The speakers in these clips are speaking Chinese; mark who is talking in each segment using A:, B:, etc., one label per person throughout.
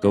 A: 各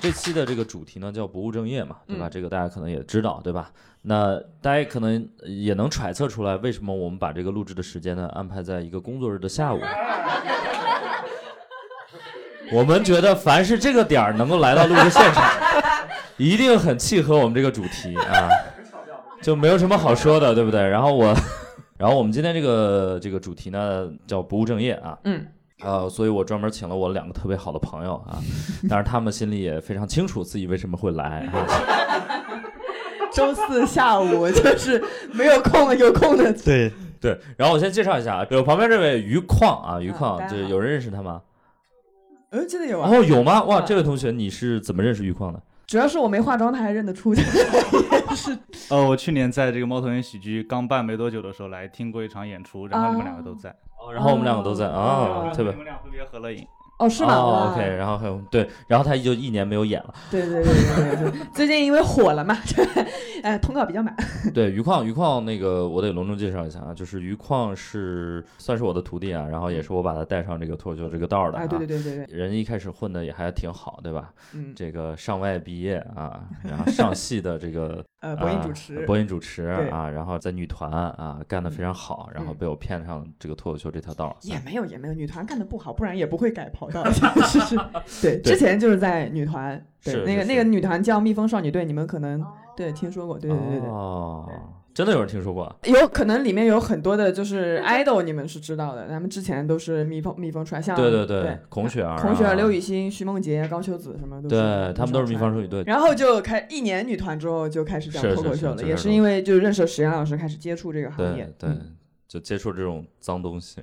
A: 这期的这个主题呢叫不务正业嘛，对吧？
B: 嗯
A: 这个大家可能也知道，对吧？那大家可能也能揣测出来，为什么我们把这个录制的时间呢安排在一个工作日的下午？我们觉得凡是这个点儿能够来到录制现场，一定很契合我们这个主题啊，就没有什么好说的，对不对？然后我，然后我们今天这个这个主题呢叫不务正业啊，
B: 嗯，
A: 呃，所以我专门请了我两个特别好的朋友啊，但是他们心里也非常清楚自己为什么会来啊。
B: 周四下午 就是没有空的，有空的
C: 对，
A: 对，然后我先介绍一下啊，我旁边这位于矿啊，于
B: 嗯
A: 矿，
B: 大家
A: 这
B: 好
A: 有人认识他吗？
B: 呃，真的有啊。
A: 哦，有吗？哇，
B: 嗯
A: 这位同学，你是怎么认识于矿的？
B: 主要是我没化妆，他还认得出去， 是
C: 呃，我去年在这个猫头鹰喜剧刚办没多久的时候来听过一场演出，然后你们两个都在，
A: 哦，然后我们两个都在
B: 哦
A: 啊，特别
C: 你。们俩分别合了影。
B: 哦，是吗、
A: 哦
B: 哇
A: ？OK，然后还有对，然后他就一年没有演了。
B: 对对对对对对，最近因为火了嘛， 哎，通告比 较满。
A: 对，于矿，于矿，那个我得隆重介绍一下啊，就是于矿是算是我的徒弟啊，然后也是我把他带上这个脱口秀这个道儿的
B: 哎，
A: 啊。
B: 对对对对对，
A: 人一开始混的也还挺好，对吧？
B: 嗯，
A: 这个上外毕业啊，然后上戏的这个
B: 呃，播音主
A: 啊
B: 持，
A: 播音主持
B: 对
A: 啊，然后在女团啊干得非常好，然后
B: 嗯
A: 被我骗上这个脱口秀这条道儿。
B: 也没有也没有，女团干的不好，不然也不会改 跑道。是是，对，
A: 对
B: 之前就是在女团，对，
A: 是
B: 那
A: 是
B: 个
A: 是
B: 那个女团叫蜜蜂少女队，你们可能对听说过，对对对对
A: 哦，真的有人听说过啊？
B: 有可能里面有很多的，就是 idol，你们是知道的，他们之前都是蜜蜂蜜蜂出来，像
A: 对
B: 啊对啊
A: 对，孔雪儿、
B: 孔雪儿、刘
A: 雨，
B: 雨昕、徐梦洁、高秋子什么都
A: 啊对他们都是蜜方
B: 蜂出来。
A: 少女队。
B: 然后就开一年女团之后就开始讲
A: 是
B: 脱口
A: 是
B: 秀
A: 是
B: 了，
A: 这
B: 也
A: 是
B: 是因为就认识了石岩老师，开始接触这个行业
A: 对。对
B: 嗯，
A: 就接触这种脏东 西，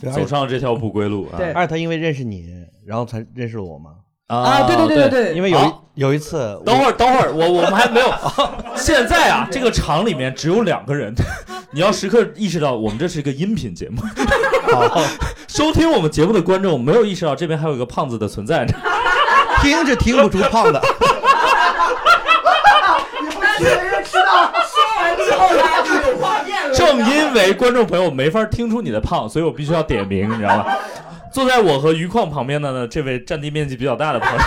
C: 对
A: 走上了这条不归路啊！
B: 对
C: 二他因为认识你，然后才认识我嘛。
B: 啊，对对
A: 哦
B: 对对，
C: 因为有一
A: 好
C: 有一次，
A: 等会儿，等会儿，我我们还没有。现在啊，这个场里面只有两个人， 你要时刻意识到我们这是一个音频节目。 收听我们节目的观众没有意识到这边还有一个胖子的存在。
C: 听着听不出胖的，
A: 正因为观众朋友没法听出你的胖，所以我必须要点名，你知道吗？坐在我和余矿旁边的呢，这位占地面积比较大的朋友，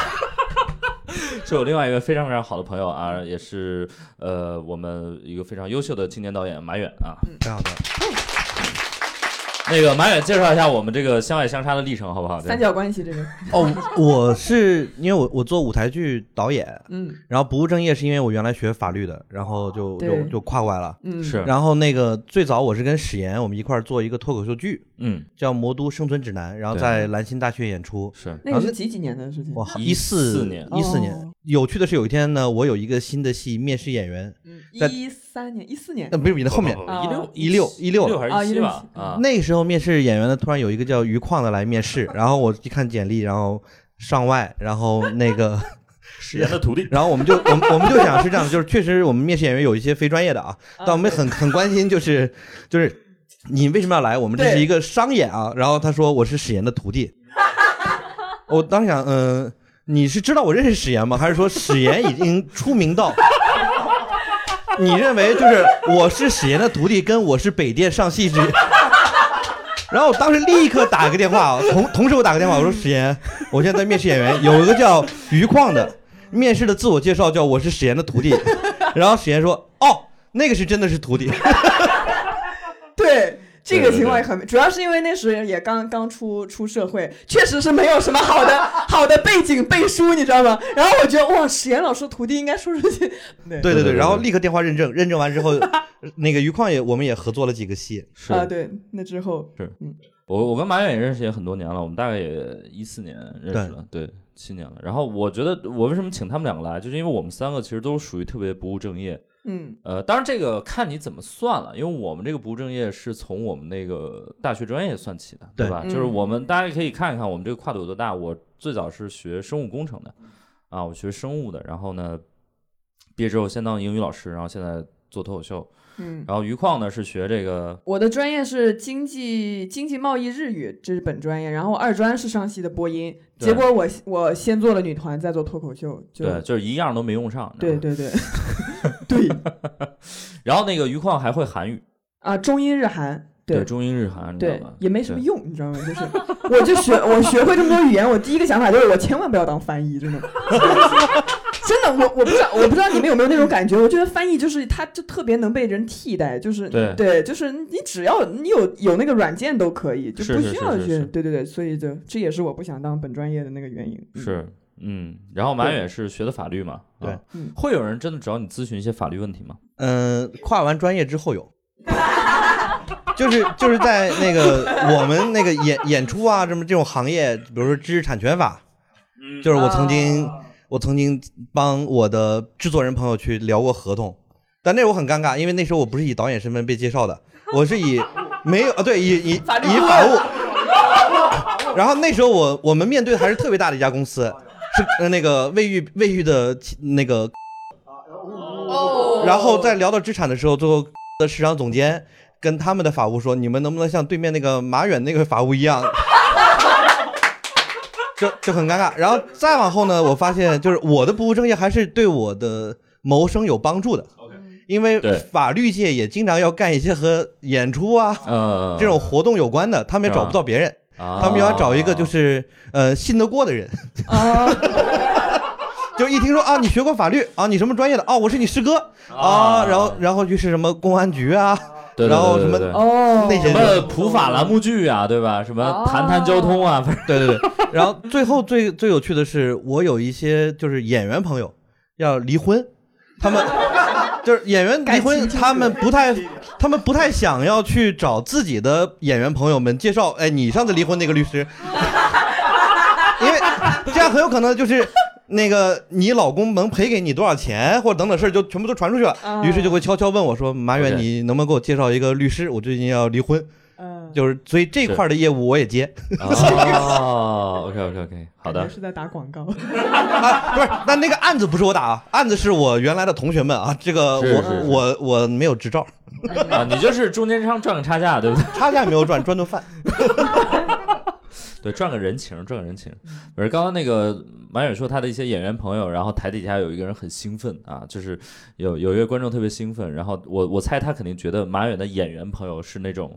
A: 是我另外一个非常非常好的朋友啊，也是呃我们一个非常优秀的青年导演马远啊。
C: 挺好的。
A: 那个马远介绍一下我们这个相爱相杀的历程好不好？
B: 三角关系这个，
C: 哦，我是因为我我做舞台剧导演，
B: 嗯
C: 然后不务正业是因为我原来学法律的，然后就就
B: 对
C: 就跨过来了。
B: 嗯，
A: 是
C: 然后那个最早我是跟史岩我们一块儿做一个脱口秀剧，
A: 嗯
C: 叫《魔都生存指南》，然后
A: 对
C: 在兰心大学演出。
A: 是
B: 那个是几几年的事情？
C: 哇，
A: 一
C: 一
A: 四
C: 四
A: 年
C: 一四年
B: 哦。
C: 有趣的是，有一天呢，我有一个新的戏面试演员，
B: 嗯，
C: 在
B: 一三年，一四年
C: 那不是你的后面
B: 啊
A: 呃一六
C: 一六一六
A: 六
C: 了。
A: 还
B: 啊
A: 哦是一七
B: 16
A: 吧啊，
C: 那个时候面试演员呢，突然有一个叫于矿的来面试，然后我一看简历，然后上外，然后那个，
A: 史岩的徒 弟
C: 然后我们就我们我们就想是这样的，就是确实我们面试演员有一些非专业的啊，
B: 啊
C: 但我们很很关心，就是就是你为什么要来？我们这
B: 对
C: 是一个商演啊。然后他说我是史岩的徒弟，我当时想，嗯、你是知道我认识史岩吗？还是说史岩已经出名到？你认为就是我是史岩的徒弟，跟我是北电上戏之？ 然后我当时立刻打个电话，啊同同时我打个电话，我说史岩，我现在在面试演员，有一个叫于矿的，面试的自我介绍叫我是史岩的徒弟，然后史岩说哦，那个是真的是徒弟，
B: 对，这个
A: 对对
B: 情况也很，主要是因为那时也刚刚出出社会，确实是没有什么好 的好的背景背书，你知道吗？然后我觉得哇，史岩老师徒弟应该说出去，对
A: 对
C: 对对
A: 对
C: 对，
A: 对
C: 然后立刻电话认证，认 证完之后，那个于矿也我们也合作了几个戏，
A: 是
B: 啊，对，那之后
A: 我我跟马远也认识也很多年了，我们大概也一四年认识了，对，七年了。然后我觉得我为什么请他们两个来，就是因为我们三个其实都属于特别不务正业。
B: 嗯
A: 呃，当然这个看你怎么算了，因为我们这个不务正业是从我们那个大学专业算起的，对
C: 对
A: 吧？
B: 嗯
A: 就是我们大家可以看一看我们这个跨度有多大。我最早是学生物工程的，啊，我学生物的，然后呢，毕业之后先当英语老师，然后现在做脱口秀，
B: 嗯，
A: 然后余旷呢是学这个
B: 我的专业是经济经济贸易日语，这是本专业，然后二专是上戏的播音，
A: 对
B: 结果我我先做了女团，再做脱口秀，就
A: 对，就是一样都没用上。
B: 对对对 对
A: 然后那个余旷还会韩语，
B: 啊，中英日韩，对
A: 中英日韩，你知道
B: 对
A: 吗，？
B: 也没什么
A: 对
B: 用，你知道吗？就是我就学我学会这么多语言，我第一个想法就是我千万不要当翻译，真的。 真的，我我不知道，我不知道你们有没有那种感觉？我觉得翻译就是，它就特别能被人替代，就是
A: 对
B: 就是你只要你有有那个软件都可以，就是不
A: 是
B: 需要
A: 是
B: 去，
A: 是是
B: 对对对，所以就这也是我不想当本专业的那个原因。嗯，
A: 是，嗯，然后马远是学的法律嘛，
C: 对
A: 啊
B: 嗯
A: 会有人真的找你咨询一些法律问题吗？
C: 嗯、跨完专业之后有， 就是就是在 那个我们那个演演出啊，这么这种行业，比如说知识产权法，
A: 嗯
C: 就是我曾经、
B: 啊
C: 我曾经帮我的制作人朋友去聊过合同，但那时候我很尴尬，因为那时候我不是以导演身份被介绍的，我是以没有啊，对，以以以
B: 法律顾问
C: 法务。然后那时候我我们面对的还是特别大的一家公司，是呃那个卫浴卫浴的那个
B: 哦
C: 然后在聊到资产的时候，最后的市场总监跟他们的法务说：“你们能不能像对面那个马远那个法务一样？”就就很尴尬。然后再往后呢，我发现就是我的不务正业还是对我的谋生有帮助的，因为
A: 对
C: 法律界也经常要干一些和演出啊
A: 呃，
C: 这种活动有关的，他们也找不到别人，
A: 他
C: 他们要找一个就是呃信得过的人。
B: 啊，
C: 就一听说啊，你学过法律啊，你什么专业的啊？我是你师哥啊，然后然后就是什么公安局啊，
A: 对，对
C: 然后
A: 对
C: 什么
A: 对对
B: 哦，
C: 那些
A: 什么普法栏目剧啊，对吧？什么谈谈交通啊，反正
C: 对对对。然后最后最最有趣的是，我有一些就是演员朋友要离婚，他们就是演员离
B: 感情
C: 婚，
B: 纠葛
C: 他们不太他们不太想要去找自己的演员朋友们介绍，哎，你上次离婚那个律师，因为这样很有可能就是。那个，你老公能赔给你多少钱，或者等等事儿，就全部都传出去了。
B: 啊
C: 于是就会悄悄问我说：“马远，
A: OK
C: 你能不能给我介绍一个律师？我最近要离婚。”
B: 嗯，
C: 就是，所以这
A: 是
C: 块儿的业务我也接。
A: 哦，OK OK OK，好
B: 感
A: 的
B: 觉，是在打广告。
C: 啊，不是，那那个案子不是我打啊，案子是我原来的同学们啊，这个我
A: 是是是
C: 我我没有执照，
A: 啊，你就是中间商赚个差价，对不对？
C: 差价也没有赚，赚顿饭。
A: 对，赚个人情，赚个人情。不是，刚刚那个马远说他的一些演员朋友，然后台底下有一个人很兴奋啊，就是有有一位观众特别兴奋，然后我我猜他肯定觉得马远的演员朋友是那种，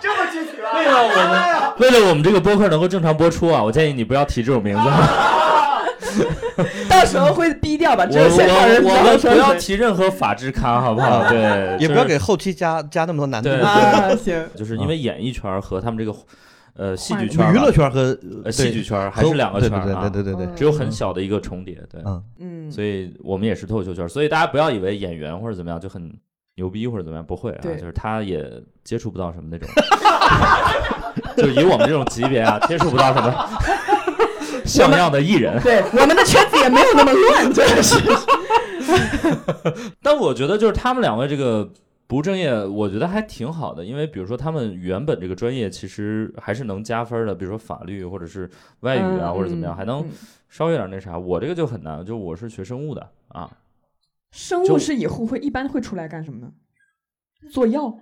D: 这么具体吗？
A: 为
C: 啊
A: 了我们为了我们这个播客能够正常播出啊，我建议你不要提这种名 字，我
B: 到时候会逼掉吧，这个现场人
A: 我
B: 比
A: 我
B: 较
A: 们
B: 专
A: 不要
B: 业
A: 提任何法制咖，好不 好？对，
C: 也
A: 就
C: 不要
A: 是
C: 给后期加加那么多难度。
A: 对
B: 啊，行，
A: 就是因为演艺圈和他们这个呃戏剧
C: 我
A: 圈
C: 们
A: 吧
C: 嗯娱乐圈和
A: 呃戏剧圈还是两个圈
C: 对
A: 啊
C: 对，对对对对
A: 只有很小的一个重叠，对。
C: 嗯，
B: 嗯，
A: 所以我们也是脱口秀圈，所以大家不要以为演员或者怎么样就很牛逼或者怎么样，不会啊，
B: 对
A: 就是他也接触不到什么那种， 就以我们这种级别啊，接触不到什么 像样的艺人。
B: 对，我们的圈子也没有那么乱，真的是。
A: 但我觉得就是他们两位这个不务正业，我觉得还挺好的，因为比如说他们原本这个专业其实还是能加分的，比如说法律或者是外语啊、
B: 嗯
A: 或者怎么样，
B: 嗯
A: 还能
B: 嗯
A: 稍微有点那啥。我这个就很难，就我是学生物的啊，
B: 生
A: 就
B: 物是以后会一般会出来干什么呢？做药，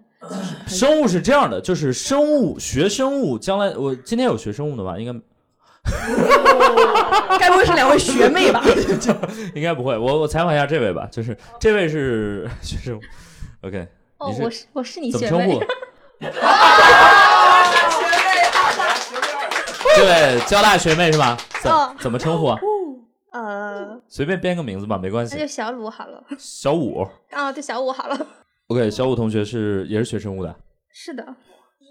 A: 生物是这样的，就是生物学生物，将来我今天有学生物的吧？应该
B: 该不会是两位学妹 吧？
A: 应该不会。我我采访一下这位吧，就是这位是 学生物，OK，
E: 哦
A: 你，是
E: 我是我是你
A: 怎么
E: 学
A: 称
E: 妹
A: 呼，？这位交大学妹是吧？怎
E: 哦
A: 怎么称呼啊？
E: 呃，
A: 随便编个名字吧，没关
E: 那
A: 系
E: 就。小鲁好了，
A: 小五
E: 啊，就小五好了。
A: ，OK，小五同学是也是学生物的，
E: 是的，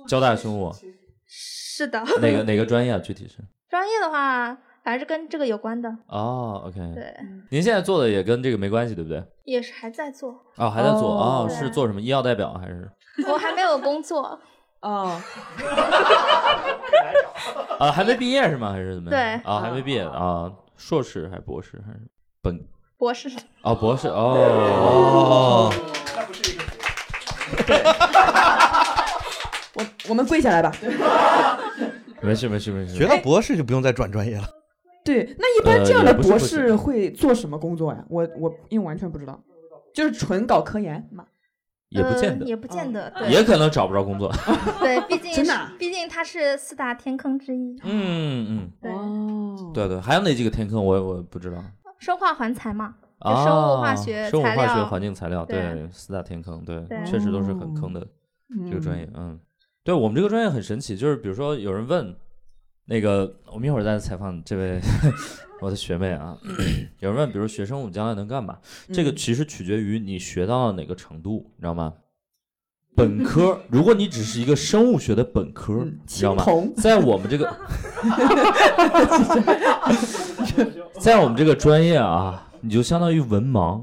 A: 交大生物
E: 是的。
A: 哪个哪个专业啊？具体是？
E: 专业的话，反正是跟这个有关的，
A: 哦，OK，
E: 对，
A: 您现在做的也跟这个没关系，对不对？
E: 也是还在做，
A: 哦，还在做
B: 哦
A: 哦，是做什么医药代表还是？
E: 我还没有工作。
B: 哦，
A: 啊，还没毕业是吗？还是怎么样？
E: 对
A: 啊，还没毕业啊，硕士还是博士还是本
E: 博士，
A: 啊博士哦
C: 哦，
B: 我我们跪下来吧。
A: 没事没事没事，
C: 学到博士就不用再转专业了。
B: 对，那一般这样
A: 呃
B: 的
A: 也不是
B: 博
A: 不
B: 士
A: 行
B: 会做什么工作呀？我我因为完全不知道。就是纯搞科研嘛。
A: 也不见
E: 呃
A: 得，
E: 也不见得，
A: 也
E: 对
A: 可能找不着工 作。
E: 对，毕竟
B: 真的
E: 是
B: 啊
E: 毕竟它是四大天坑之一，
A: 嗯嗯，
E: 对，
B: 哦，
A: 对对，还有哪几个天坑我也我也不知道。
E: 生化环材嘛，就
A: 啊，
E: 生物化学
A: 生物
E: 材
A: 化学、
E: 料
A: 环境材料，
E: 对
A: 对，四大天坑，对，
E: 对
A: 确实都是很
B: 哦
A: 坑的
B: 嗯
A: 这个专业。嗯，对我们这个专业很神奇，就是比如说有人问，那个我们一会儿再采访这位 我的学妹啊， 有人问，比如学生我们将来能干嘛？这个
B: 嗯
A: 其实取决于你学到哪个程度，你知道吗？本科，如果你只是一个生物学的本科，
B: 嗯
A: 你知道
B: 青
A: 吗？
B: 铜，
A: 在我们这 个，在我们这个专业啊，你就相当于文盲，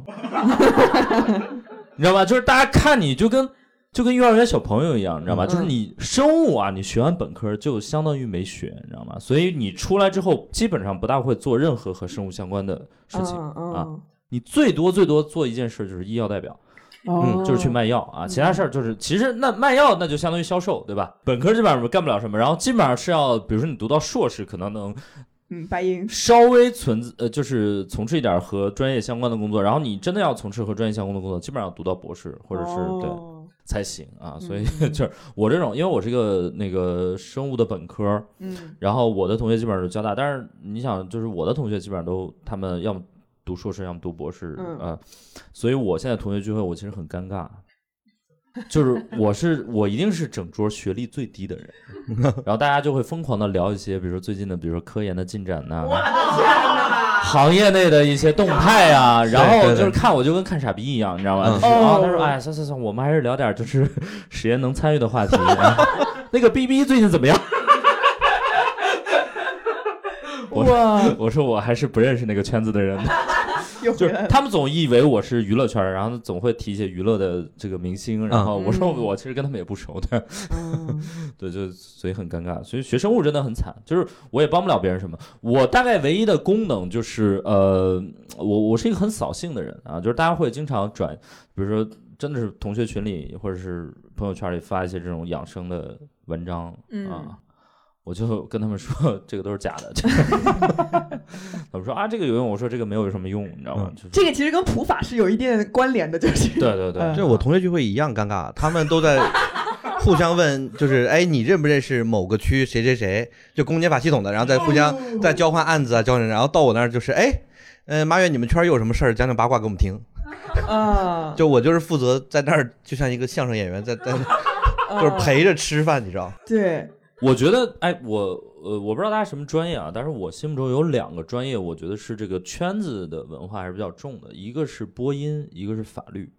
A: 你知道吧？就是大家看你就跟就跟幼儿园小朋友一样，你知道吧？
B: 嗯
A: 就是你生物啊，你学完本科就相当于没学，你知道吗？所以你出来之后，基本上不大会做任何和生物相关的事情。
B: 嗯
A: 啊你最多最多做一件事就是医药代表，
B: 嗯，
A: 就是去卖药啊，其他事儿就是其实那卖药那就相当于销售，对吧？本科基本上干不了什么，然后基本上是要，比如说你读到硕士，可能能
B: 嗯白银，
A: 稍微存呃，就是从事一点和专业相关的工作，然后你真的要从事和专业相关的工作，基本上读到博士或者是、对
B: 哦
A: 才行啊。所以
B: 嗯
A: 就是我这种，因为我是一个那个生物的本科，
B: 嗯
A: 然后我的同学基本上是交大，但是你想，就是我的同学基本上都他们要么读硕士，要么读博士，
B: 嗯
A: 呃，所以我现在同学聚会我其实很尴尬，就是我是我一定是整桌学历最低的 人，然后大家就会疯狂的聊一些，比如说最近的，比如说科研的进展呐、行业内的一些动态啊，然后
C: 对对
A: 就是看我就跟看傻逼一样，你知道吗？就
C: 嗯
A: 是啊，他说
B: 哦
A: 哎，算算算，我们还是聊点就是 实验能参与的话题。 那个 BB 最近怎么样？ 我
B: 哇，
A: 我说我还是不认识那个圈子的 人，
B: 又
A: 就
B: 回
A: 是
B: 来了，
A: 他们总以为我是娱乐圈儿，然后总会提一些娱乐的这个明星，然后我说
B: 嗯
A: 我其实跟他们也不熟的，
B: 嗯
A: 对，就所以很尴尬。所以学生物真的很惨，就是我也帮不了别人什么。我大概唯一的功能就是，呃，我我是一个很扫兴的人啊，就是大家会经常转，比如说真的是同学群里或者是朋友圈里发一些这种养生的文章
B: 嗯
A: 啊。我就跟他们说，这个都是假的。这 个他们说啊，这个有用。我说这个没有什么用，你知道吗？
C: 嗯
A: 就是
B: 这个其实跟普法是有一定关联的，就是
A: 对对对，
B: 嗯
C: 这我同学聚会一样尴尬，他们都在互相问，就是哎，你认不认识某个区谁谁谁？就公检法系统的，然后再互相再交换案子啊，交换人，然后到我那儿就是哎，呃，马远，你们圈儿有什么事儿，讲讲八卦给我们听。
B: 啊，
C: 就我就是负责在那儿，就像一个相声演员 在在，就是
B: 啊
C: 陪着吃饭，你知 道？
B: 对，
A: 我觉得，哎，我呃，我不知道大家什么专业啊，但是我心目中有两个专业，我觉得是这个圈子的文化还是比较重的，一个是播音，一个是法律。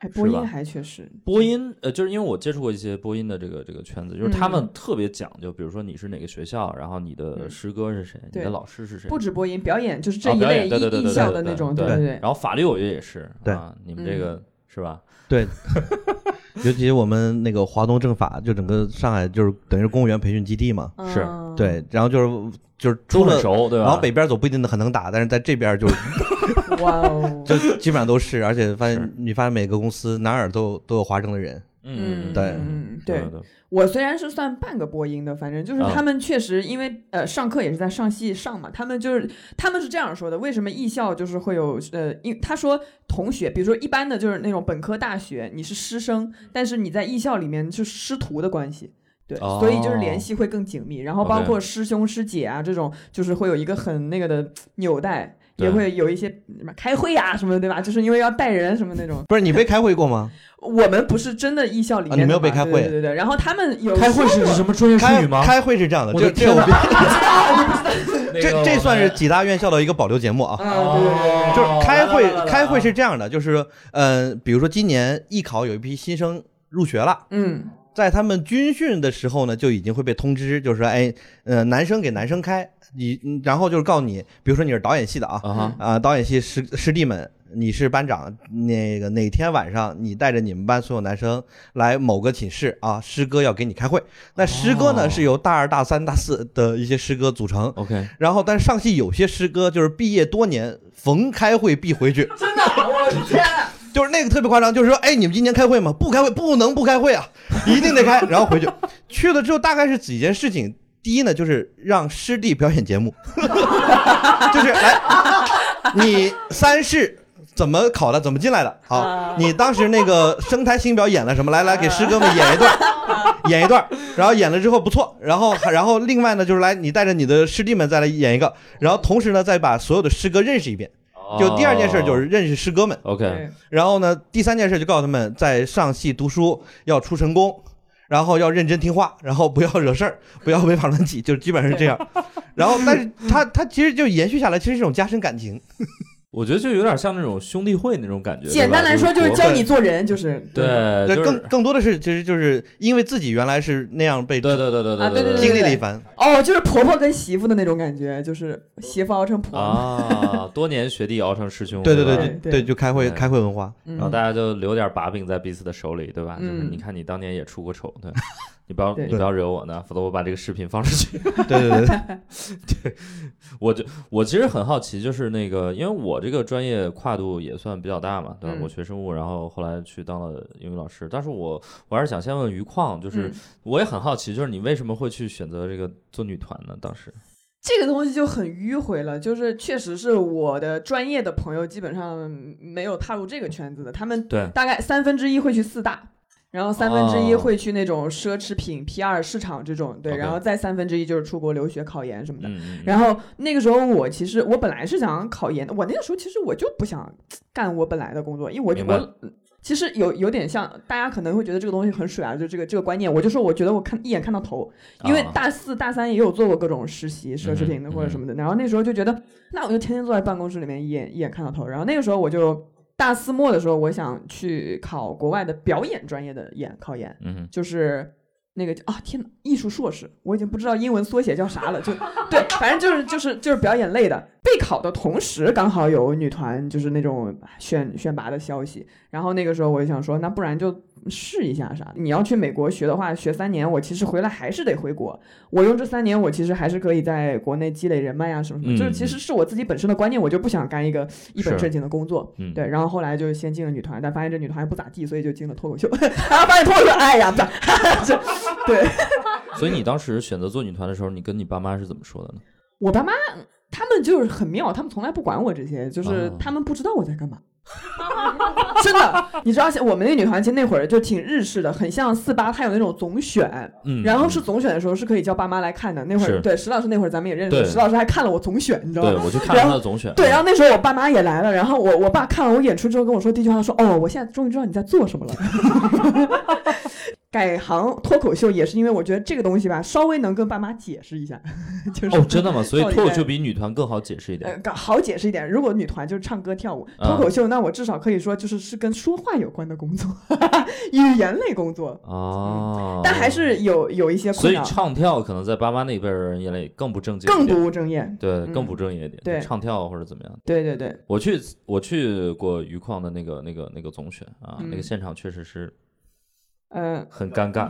B: 哎，播
A: 吧
B: 音还确实，
A: 播音，呃，就是因为我接触过一些播音的这个这个圈子，就是他们特别讲究，比如说你是哪个学校，然后你的
B: 嗯
A: 师哥是谁，你
B: 对
A: 的老师是谁，
B: 不止播音，表演就是这
A: 啊
B: 一
A: 表演
B: 类艺
A: 对对对对
B: 艺
A: 对
B: 校
A: 对
B: 的那种，
A: 对
B: 对对，嗯
A: 然后法律我觉得也是，
C: 对
A: 啊，你们这个、是吧？
C: 尤其我们那个华东政法，就整个上海就是等于是公务员培训基地嘛。
A: 是
B: 嗯，
C: 对，然后就是就是
A: 都
C: 出
A: 很
C: 了
A: 熟，对吧？
C: 往北边走不一定很能打，但是在这 边就是
B: 哇哦，
C: 就基本上都是，而且发
A: 是
C: 现你发现每个公司哪儿都有都有华政的人，
A: 嗯，嗯，
C: 对
A: 嗯
B: 对
A: 对对，
B: 我虽然是算半个播音的，反正就是
C: 啊
A: 嗯
B: 他们确实因为、呃上课也是在上戏上嘛，他们就是他们是这样说的，为什么艺校就是会有呃，因他说同学，比如说一般的就是那种本科大学你是师生，但是你在艺校里面是师徒的关系。对，
A: 哦
B: 所以就是联系会更紧密，然后包
C: 哦
A: OK
B: 括师兄师姐啊这种，就是会有一个很那个的纽带，
A: 对
B: 也会有一些什么开会啊呀、什么的，对吧？就是因为要带人什么那种。
C: 不是你被开会过吗？
B: 我们不是真的艺校里面的
C: 啊
B: 嘛、
C: 你没有被开会
B: 对对对对。然后他们有
A: 开会是什么专业术
C: 开
A: 语吗？
C: 开 会是这样的，
A: 我
C: 这
A: 的
C: 这我
A: 天
C: 们
A: 那个
C: 这
A: 我
C: 这
A: 们
C: 算是几大院校的一个保留节目啊。
B: 啊，对对对
A: 嗯
B: 对
A: 哦
C: 就是
A: 来
C: 开
A: 来来来
C: 会，
A: 来
C: 开会是这样的，就是嗯，比如说今年艺考有一批新生入学了，
B: 嗯
C: 在他们军训的时候呢，就已经会被通知，就是说，哎，呃，男生给男生开，你嗯然后就是告诉你，比如说你是导演系的啊，
A: 啊哈，
C: 啊、导演系师师弟们，你是班长，那个哪天晚上你带着你们班所有男生来某个寝室啊，师哥要给你开会。那师哥呢、
A: 哦
C: 是由大二、大三、大四的一些师哥组成，
A: OK，
C: 然后但是上戏有些师哥就是毕业多年，逢开会必回去，
B: 真的，我的 天！
C: 就是那个特别夸张，就是说，哎，你们今年开会吗？不开会，不能不开会啊，一定得开。然后回去，去了之后大概是几件事情。第一呢，就是让师 弟表演节目，就是来，你三试怎么考的，怎么进来的。好
B: 啊，
C: 你当时那个生态新表演了什么？来来，给师哥们演一段，演一段。然后演了之后不错，然后然后另外呢，就是来你带着你的师弟们再来演一个，然后同时呢再把所有的师哥认识一遍。就第二件
A: 哦
C: 事就是认识师哥们。
A: OK，
C: 然后呢，第三件事就告诉他们，在上戏读书要出神功，然后要认真听话，然后不要惹事儿，不要违法乱纪，就基本上是这样。然后，但是他他其实就延续下来，其实是一种加深感情。
A: 我觉得就有点像那种兄弟会那种感觉。
B: 简单来说就是教你做人，就是
A: 对吧，
C: 对，
A: 就是
C: 更更多的呃是其实就是因为自己原来是那样被
A: 对对对对
B: 啊对对
A: 对
C: 经历了一番，
B: 哦，就是婆婆跟媳妇的那种感觉，就是媳妇熬成婆。
A: 啊，多年学弟熬成师兄，
C: 对对
A: 吧
C: 对
B: 对
C: 对
B: 对
C: 对，就开
A: 对
C: 会开会文 化，
B: 嗯
A: 然后大家就留点把柄在彼此的手里，对吧？就是
B: 嗯
A: 你看你当年也出过丑，对，你不要
B: 对
A: 你不要惹我呢，否则我把这个视频放出去。
C: 对对对对，
A: 我就我其实很好奇，就是那个，因为我这个专业跨度也算比较大嘛，对吧？
B: 嗯
A: 我学生物，然后后来去当了英语老师，但是我我还是想先问余矿，就是
B: 嗯
A: 我也很好奇，就是你为什么会去选择这个做女团呢？当时
B: 这个东西就很迂回了，就是确实是我的专业的朋友基本上没有踏入这个圈子的，他们
A: 对
B: 大概三分之一会去四大，然后三分之一
A: 哦
B: 会去那种奢侈品 PR 市场这种，对，
A: OK
B: 然后再三分之一就是出国留学、考研什么的。
A: 嗯，嗯
B: 然后那个时候，我其实我本来是想考研的，我那个时候其实我就不想干我本来的工作，因为
A: 明
B: 我
A: 白
B: 我其实有有点像大家可能会觉得这个东西很水啊，就这个这个观念，我就说我觉得我看一眼看到头，因为
A: 啊
B: 大四大三也有做过各种实习、奢侈品的
A: 嗯
B: 或者什么的，然后那时候就觉得，那我就天天坐在办公室里面一眼一眼看到头，然后那个时候我就大四末的时候，我想去考国外的表演专业的研考研，
A: 嗯哼
B: 就是那个啊，天哪，艺术硕士，我已经不知道英文缩写叫啥了，就对，反正就是就是就是表演类的。备考的同时，刚好有女团就是那种选选拔的消息，然后那个时候我就想说，那不然就试一下啥？你要去美国学的话，学三年，我其实回来还是得回国。我用这三年，我其实还是可以在国内积累人脉啊什么什么。就是
A: 嗯
B: 其实是我自己本身的观念，我就不想干一个一本
A: 是
B: 正经的工作。
A: 嗯，
B: 对，然后后来就先进了女团，但发现这女团不咋地，所以就进了脱口秀， 然后发现脱口秀，哎呀，不咋，这对
A: 所以你当时选择做女团的时候，你跟你爸妈是怎么说的呢？
B: 我爸妈他们就是很妙，他们从来不管我这些，就是
A: 哦
B: 他们不知道我在干嘛。 真的，你知道我们那女团其实那会儿就挺日式的，很像四八，它有那种总选，
A: 嗯，
B: 然后是
A: 嗯
B: 总选的时候是可以叫爸妈来看的。那会
A: 是
B: 儿对石老师那会儿咱们也认
A: 对
B: 识，石老师还看了我总选，你知道吗
A: 对？我去看了他的总选，
B: 对，然后那时候我爸妈也来了，然后我我爸看完我演出之后跟我说第一句话，他说：“哦，我现在终于知道你在做什么了。” 改行脱口秀也是因为我觉得这个东西吧，稍微能跟爸妈解释一下，就是
A: 哦，真的吗？所以
B: 到底
A: 脱口
B: 该
A: 秀比女团更好解释一点
B: 呃，。搞好解释一点。如果女团就是唱歌跳舞，
A: 啊
B: 脱口秀那我至少可以说就是是跟说话有关的工作， 语言类工作，
A: 哦，
B: 呃但还是有有一些
A: 所
B: 困
A: 以
B: 扰，
A: 唱跳可能在爸妈那辈儿人眼里更不正经一
B: 更
A: 点，
B: 不务正业。
A: 对，更
B: 嗯
A: 不正业一点。
B: 对
A: 唱跳或者怎么样？
B: 对对对，
A: 我去我去过余矿的那个那个那个总选啊，那个
B: 嗯
A: 现场确实是
B: 嗯、
A: 很尴尬。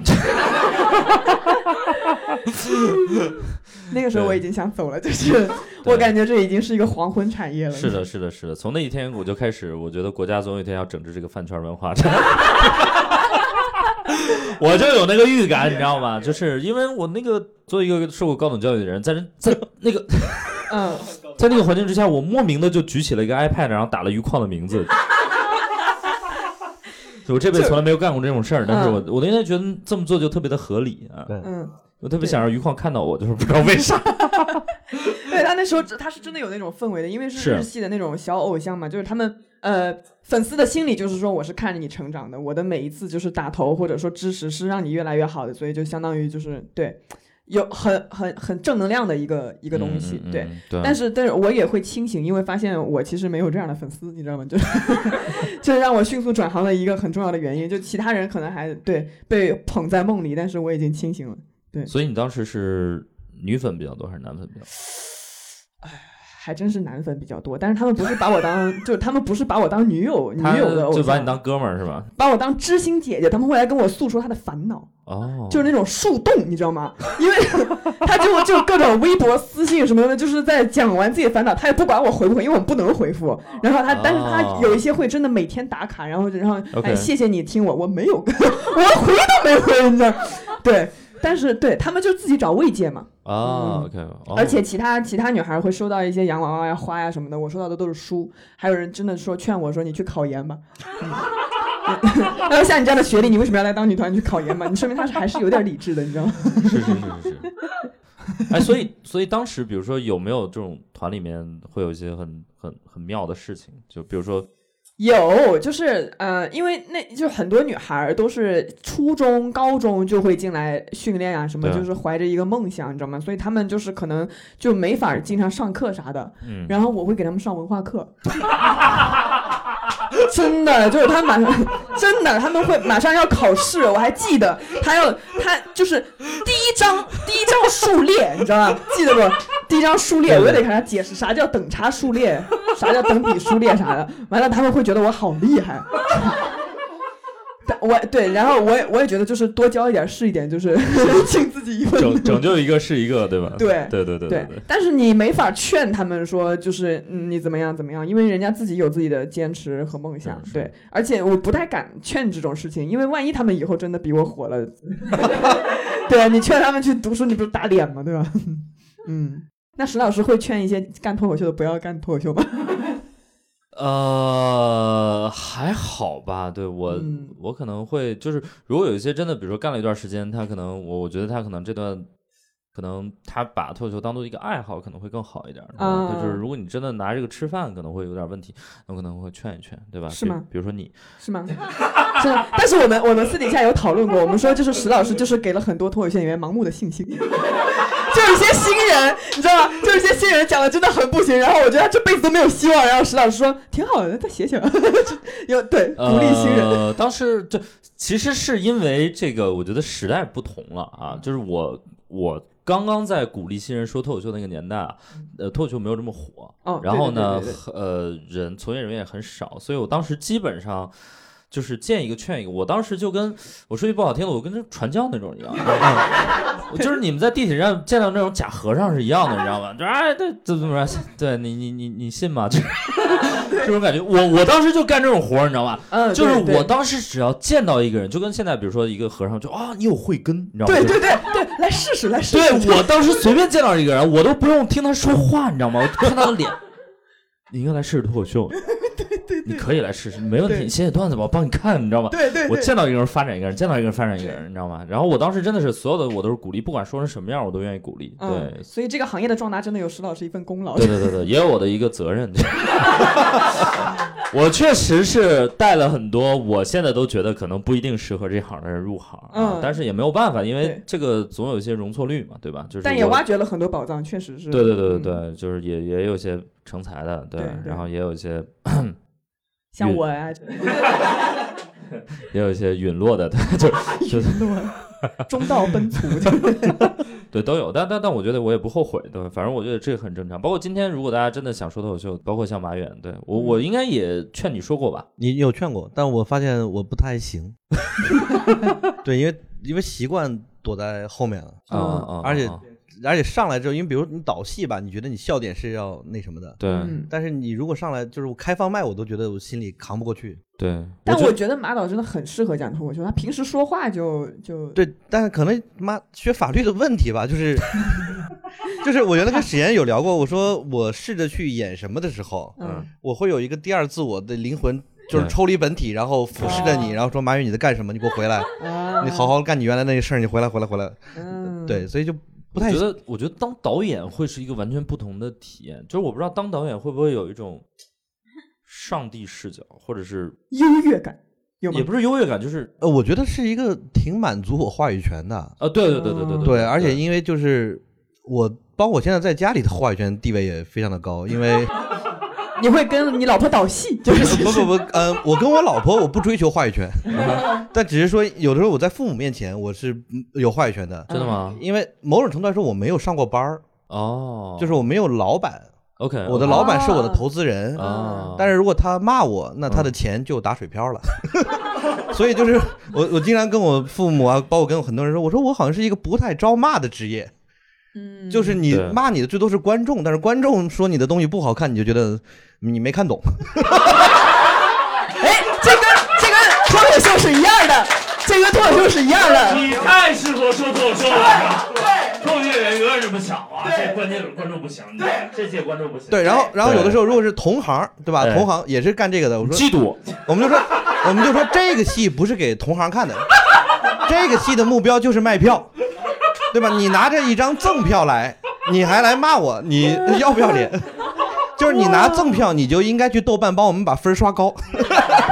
B: 那个时候我已经想走了，就是我感觉这已经是一个黄昏产业 了。
A: 是的，是的，是的。从那一天我就开始，我觉得国家总有一天要整治这个饭圈文化。 我就有那个预感，你知道吗？就是因为我那个作为一个受过高等教育的人，在人在那个
B: 嗯。
A: 在那个环境之下，我莫名的就举起了一个 iPad，然后打了余矿的名字。 我这辈子从来没有干过这种事儿，但是我我那天觉得这么做就特别的合理啊，
C: 对
B: 嗯，
A: 我特别想让余矿看到我，就是不知道为啥。
B: 对他那时候只他是真的有那种氛围的，因为是
A: 是
B: 日系的那种小偶像嘛，就是他们呃粉丝的心理就是说我是看着你成长的，我的每一次就是打头或者说支持是让你越来越好的，所以就相当于就是对有很很很正能量的一个一
A: 一
B: 个东西，
A: 嗯
B: 对。
A: 对，啊
B: 但
A: 是
B: 是，但是我也会清醒，因为发现我其实没有这样的粉丝，你知道吗？就是 这是让我迅速转行的一个很重要的原因。就其他人可能还对被捧在梦里，但是我已经清醒了，
A: 所以你当时是女粉比较多还是男粉比较多？
B: 还真是男粉比较多。但是他们不是把我当，就是他们不是把我当女友女
A: 他
B: 友的偶
A: 就
B: 像，
A: 把你当哥们儿是吧？
B: 把我当知心姐姐，他们会来跟我诉说她的烦恼。
A: 哦，
B: 就是那种树洞，你知道吗？因为 他就就各种微博私信什么的，就是在讲完自己的烦恼，他也不管我回不回，因为我不能回复。
A: 哦
B: 然后他，但是他有一些会真的每天打卡，然后然后
A: OK
B: 哎，谢谢你听我，我没有，我回都没回，你知道？对，但是对他们就自己找慰藉嘛。
A: 啊，OK，哦
B: 嗯而且其他其他女孩会收到一些洋娃娃呀、花呀什么的，我收到的都是书。还有人真的说劝我说你去考研吧。 他说像你这样的学历，你为什么要来当女团？你去考研吧，你说明他是还是有点理智的，你知道吗？
A: 是是是是是。哎，所以所以当时，比如说有没有这种团里面会有一些很很很妙的事情？就比如说，
B: 有，就是呃，因为那就很多女孩儿都是初中、高中就会进来训练啊，什么
A: 对
B: 就是怀着一个梦想，你知道吗？所以她们就是可能就没法儿经常上课啥的。
A: 嗯，
B: 然后我会给他们上文化课。 真的，就是他马上，真的他们会马上要考试，我还记得他要他就是第一章第一章数列，你知道吗？记得不？第一章数列，我又得给他解释啥叫等差数列，啥叫等比数列啥的。完了，他们会觉得我好厉害。 但我对，然后我也我也觉得就是多教一点是一点，就是 尽自己一份
A: 拯拯救一个是一个，对吧？
B: 对
A: 对对对
B: 对
A: 对，
B: 但是你没法劝他们说，就是、嗯、你怎么样怎么样，因为人家自己有自己的坚持和梦想。
A: 是是
B: 对，而且我不太敢劝这种事情，因为万一他们以后真的比我火了，对啊你劝他们去读书，你不是打脸吗？对吧？嗯，那石老师会劝一些干脱口秀的不要干脱口秀吗？
A: 呃，还好吧。对我、
B: 嗯
A: 我可能会就是，如果有一些真的，比如说干了一段时间，他可能我我觉得他可能这段。可能他把脱口秀当做一个爱好，可能会更好一点。对吧
B: 啊
A: 他就是如果你真的拿这个吃饭，可能会有点问题，那我可能会劝一劝，对吧？
B: 是
A: 比
B: 吗？
A: 比如说你，
B: 是吗？ 是的，但是我们我们私底下有讨论过，我们说就是石老师就是给了很多脱口秀演员盲目的信心， 就有一些新人，你知道吗？就有一些新人讲的真的很不行，然后我觉得他这辈子都没有希望，然后石老师说挺好的，再写写吧， 有对鼓励新人，
A: 呃，当时这其实是因为这个，我觉得时代不同了啊，就是我我。刚刚在鼓励新人说脱口秀那个年代啊，呃，脱口秀没有这么火，
B: 嗯哦
A: 然后呢
B: 对对对对，
A: 呃，人从业人员也很少，所以我当时基本上就是见一个劝一个。我当时就跟我说句不好听的，我跟这传教那种 一样，我就是你们在地铁站见到那种假和尚是一样的，你知道吗？就是哎，对，怎么怎么着，对你你你你信吗？就是 这种感觉。我我当时就干这种活儿，你知道吗？
B: 嗯，
A: 就是
B: 对对
A: 我当时只要见到一个人，就跟现在比如说一个和尚，就啊，你有慧根，你知道吗？
B: 对
A: 就是
B: 对对对，来试试来试试，
A: 对我当时随便见到一个人，我都不用听他说话，你知道吗？我看他的脸， 你应该来试试脱口秀，对对你可以来试试，没问题，
B: 对
A: 你写写段子吧，我帮你看，你知道吗？
B: 对对
A: 我
B: 对，
A: 见到一个人发展一个人，见到一个人发展一个人，你知道吗？然后我当时真的是所有的我都是鼓励，不管说成什么样，我都愿意鼓励。对
B: 嗯，，所以这个行业的壮大真的有石老师一份功劳，
A: 对对对对，也有我的一个责任。 我确实是带了很多，我现在都觉得可能不一定适合这行的人入行、啊，
B: 嗯
A: 但是也没有办法，因为
B: 对
A: 这个总有一些容错率嘛，对吧？就是
B: 但也
A: 我
B: 挖掘了很多宝藏，确实是，
A: 对对对对
B: 嗯
A: 对，就是也也有一些成才的，对，
B: 对对
A: 然后也有一些
B: 像我呀，
A: 也有一些陨落的，对，就就
B: 中道奔卒，
A: 对都有，但但但我觉得我也不后悔，对，反正我觉得这个很正常。包括今天，如果大家真的想说脱口秀，包括像马远，对我
B: 嗯
A: 我应该也劝你说过吧？
C: 你有劝过，但我发现我不太行。 对，因为因为习惯躲在后面了，
A: 啊
B: 嗯
A: 啊、
C: 而且
A: 啊
C: 而且上来之后，因为比如你导戏吧，你觉得你笑点是要那什么的，
A: 对、
B: 嗯。
C: 但是你如果上来就是我开放麦，我都觉得我心里扛不过去。
A: 对，
B: 但
A: 觉得
B: 我觉得马导真的很适合讲脱口秀，他平时说话就就
C: 对，但是可能妈学法律的问题吧，就是 就是我原来跟史岩有聊过，我说我试着去演什么的时候，
B: 嗯
C: 我会有一个第二自我的灵魂，就是
A: 对
C: 抽离本体，然后俯视着你，然后说马宇你在干什么？你给我回 来，
B: 啊
C: 嗯你好好干你原来那事儿，你回来回来回来。
B: 嗯
C: 对，所以就不
A: 我
C: 太
A: 觉得，我觉得当导演会是一个完全不同的体验。就是我不知道当导演会不会有一种上帝视角，或者是
B: 优越感有吗
A: 也？不是优越感，就是
C: 呃，我觉得是一个挺满足我话语权的，
A: 啊，对对对对对
B: 嗯
C: 对，而且因为就是我，包括我现在在家里的话语权地位也非常的高，因为
B: 你会跟你老婆导 戏，就是
C: 不不不，呃，我跟我老婆我不追求话语权，但只是说有的时候我在父母面前我是嗯有话语权的，
A: 真的吗？
C: 因为某种程度来说我没有上过班儿，
A: 哦，嗯
C: 就是我没有老板，
A: OK，哦
C: 我的老板是我的
B: 哦
C: 投资人，
A: 啊，
C: 但是如果他骂我，那
A: 嗯
C: 他的钱就打水漂了。 所以就是我，我经常跟我父母啊，包括跟很多人说，我说我好像是一个不太招骂的职业，
B: 嗯
C: 就是你
A: 对
C: 骂你的最多是观众，但是观众说你的东西不好看，你就觉得你没看懂。
B: 哎，这跟这跟脱口秀是一样的，这跟脱口秀是一样的。
A: 你太适合说脱口秀了，创建人格什么想啊？这关键观众不行，你这届观众不行。
C: 对，然后然后有的时
A: 候
C: 候如果是同行，对吧？
A: 对
C: 同行也是干这个的，我说
A: 哎嫉妒，
C: 我们就说我们就说这个戏不是给同行看的，这个戏的目标就是卖票，对吧？你拿着一张赠票来，你还来骂我，你要不要脸？ 就是你拿赠票，你就应该去豆瓣帮我们把分儿刷高。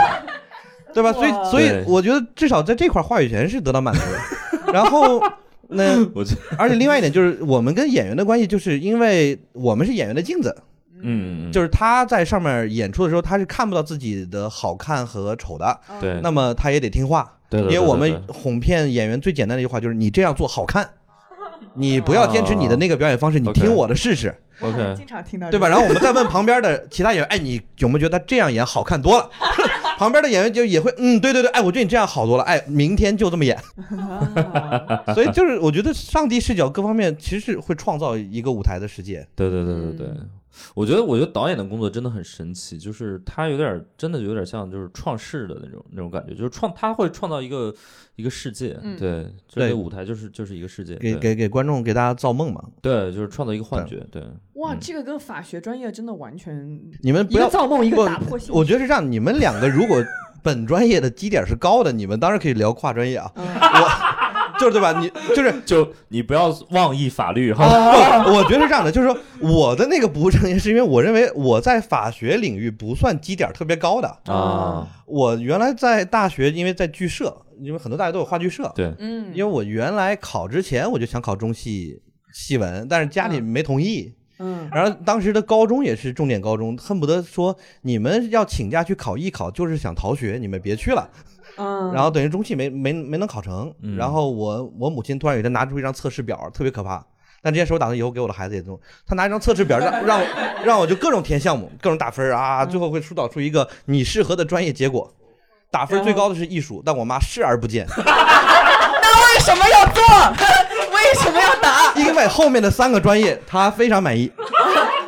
C: 对吧？所以，所以
A: 对
C: 我觉得至少在这块儿话语权是得到满足的。然后，那
A: 我觉得，
C: 而且另外一点就是，我们跟演员的关系，就是因为我们是演员的镜子，
A: 嗯，
C: 就是他在上面演出的时候，他是看不到自己的好看和丑的，
A: 对，
C: 那么他也得听话。
A: 对
C: 因
A: 对
C: 为
A: 对
C: 我
A: 对
C: 们
A: 对
C: 哄骗演员最简单的一句话就是：你这样做好 看，你不要坚持你的那个表演方式，你
A: OK
C: 听我的试试，
A: 哦 OK，
B: 经常听到
C: 对吧？？然后我们再问旁边的其他演员，哎，你有没有觉得他这样演好看多了？ 旁边的演员就也会，嗯，对对对，哎，我觉得你这样好多了，哎，明天就这么演。
B: 啊
C: 所以就是我觉得上帝视角各方面其实是会创造一个舞台的世界。
A: 对对对对对，我觉得我觉得导演的工作真的很神奇，就是他有点儿真的有点像就是创世的那种那种感觉，就是创他会创造一个一个世界，
B: 嗯
A: 对，就是那
C: 对
A: 个舞台就是就是一个世界，
C: 给
A: 对
C: 给给观众给大家造梦嘛。
A: 对，就是创造一个幻觉，对，
B: 哇，
A: 嗯
B: 这个跟法学专业真的完全
C: 你们
B: 一
C: 不
B: 个
C: 要，
B: 造梦，一个
C: 不
B: 打破现实。
C: 我觉得是这样，你们两个如果本专业的基点是高的，你们当然可以聊跨专业啊。
B: 嗯
C: 就是对吧？你 就是
A: 就你不要妄议法律哈，
C: 不，我觉得是这样的，就是说我的那个不务正业，是因为我认为我在法学领域不算基点特别高的。
A: 啊，
C: 我原来在大学，因为在剧社，因为很多大学都有话剧社，
A: 对，
B: 嗯，
C: 因为我原来考之前我就想考中戏戏文，但是家里
B: 嗯
C: 没同意。
B: 嗯
C: 然后当时的高中也是重点高中，恨不得说你们要请假去考艺考，就是想逃学，你们别去了。
B: 嗯，
C: 然后等于中戏没没没能考成
A: 嗯，
C: 然后我我母亲突然有一天拿出一张测试表，特别可怕。但这件事我打算以后给我的孩子也弄。她拿一张测试表让 让我让我就各种填项目，各种打分儿啊，
B: 嗯
C: 最后会疏导出一个你适合的专业结果。打分最高的是艺术，但我妈视而不见，
B: 那为什么要做？ 为什么要打？
C: 因为后面的三个专业她非常满意，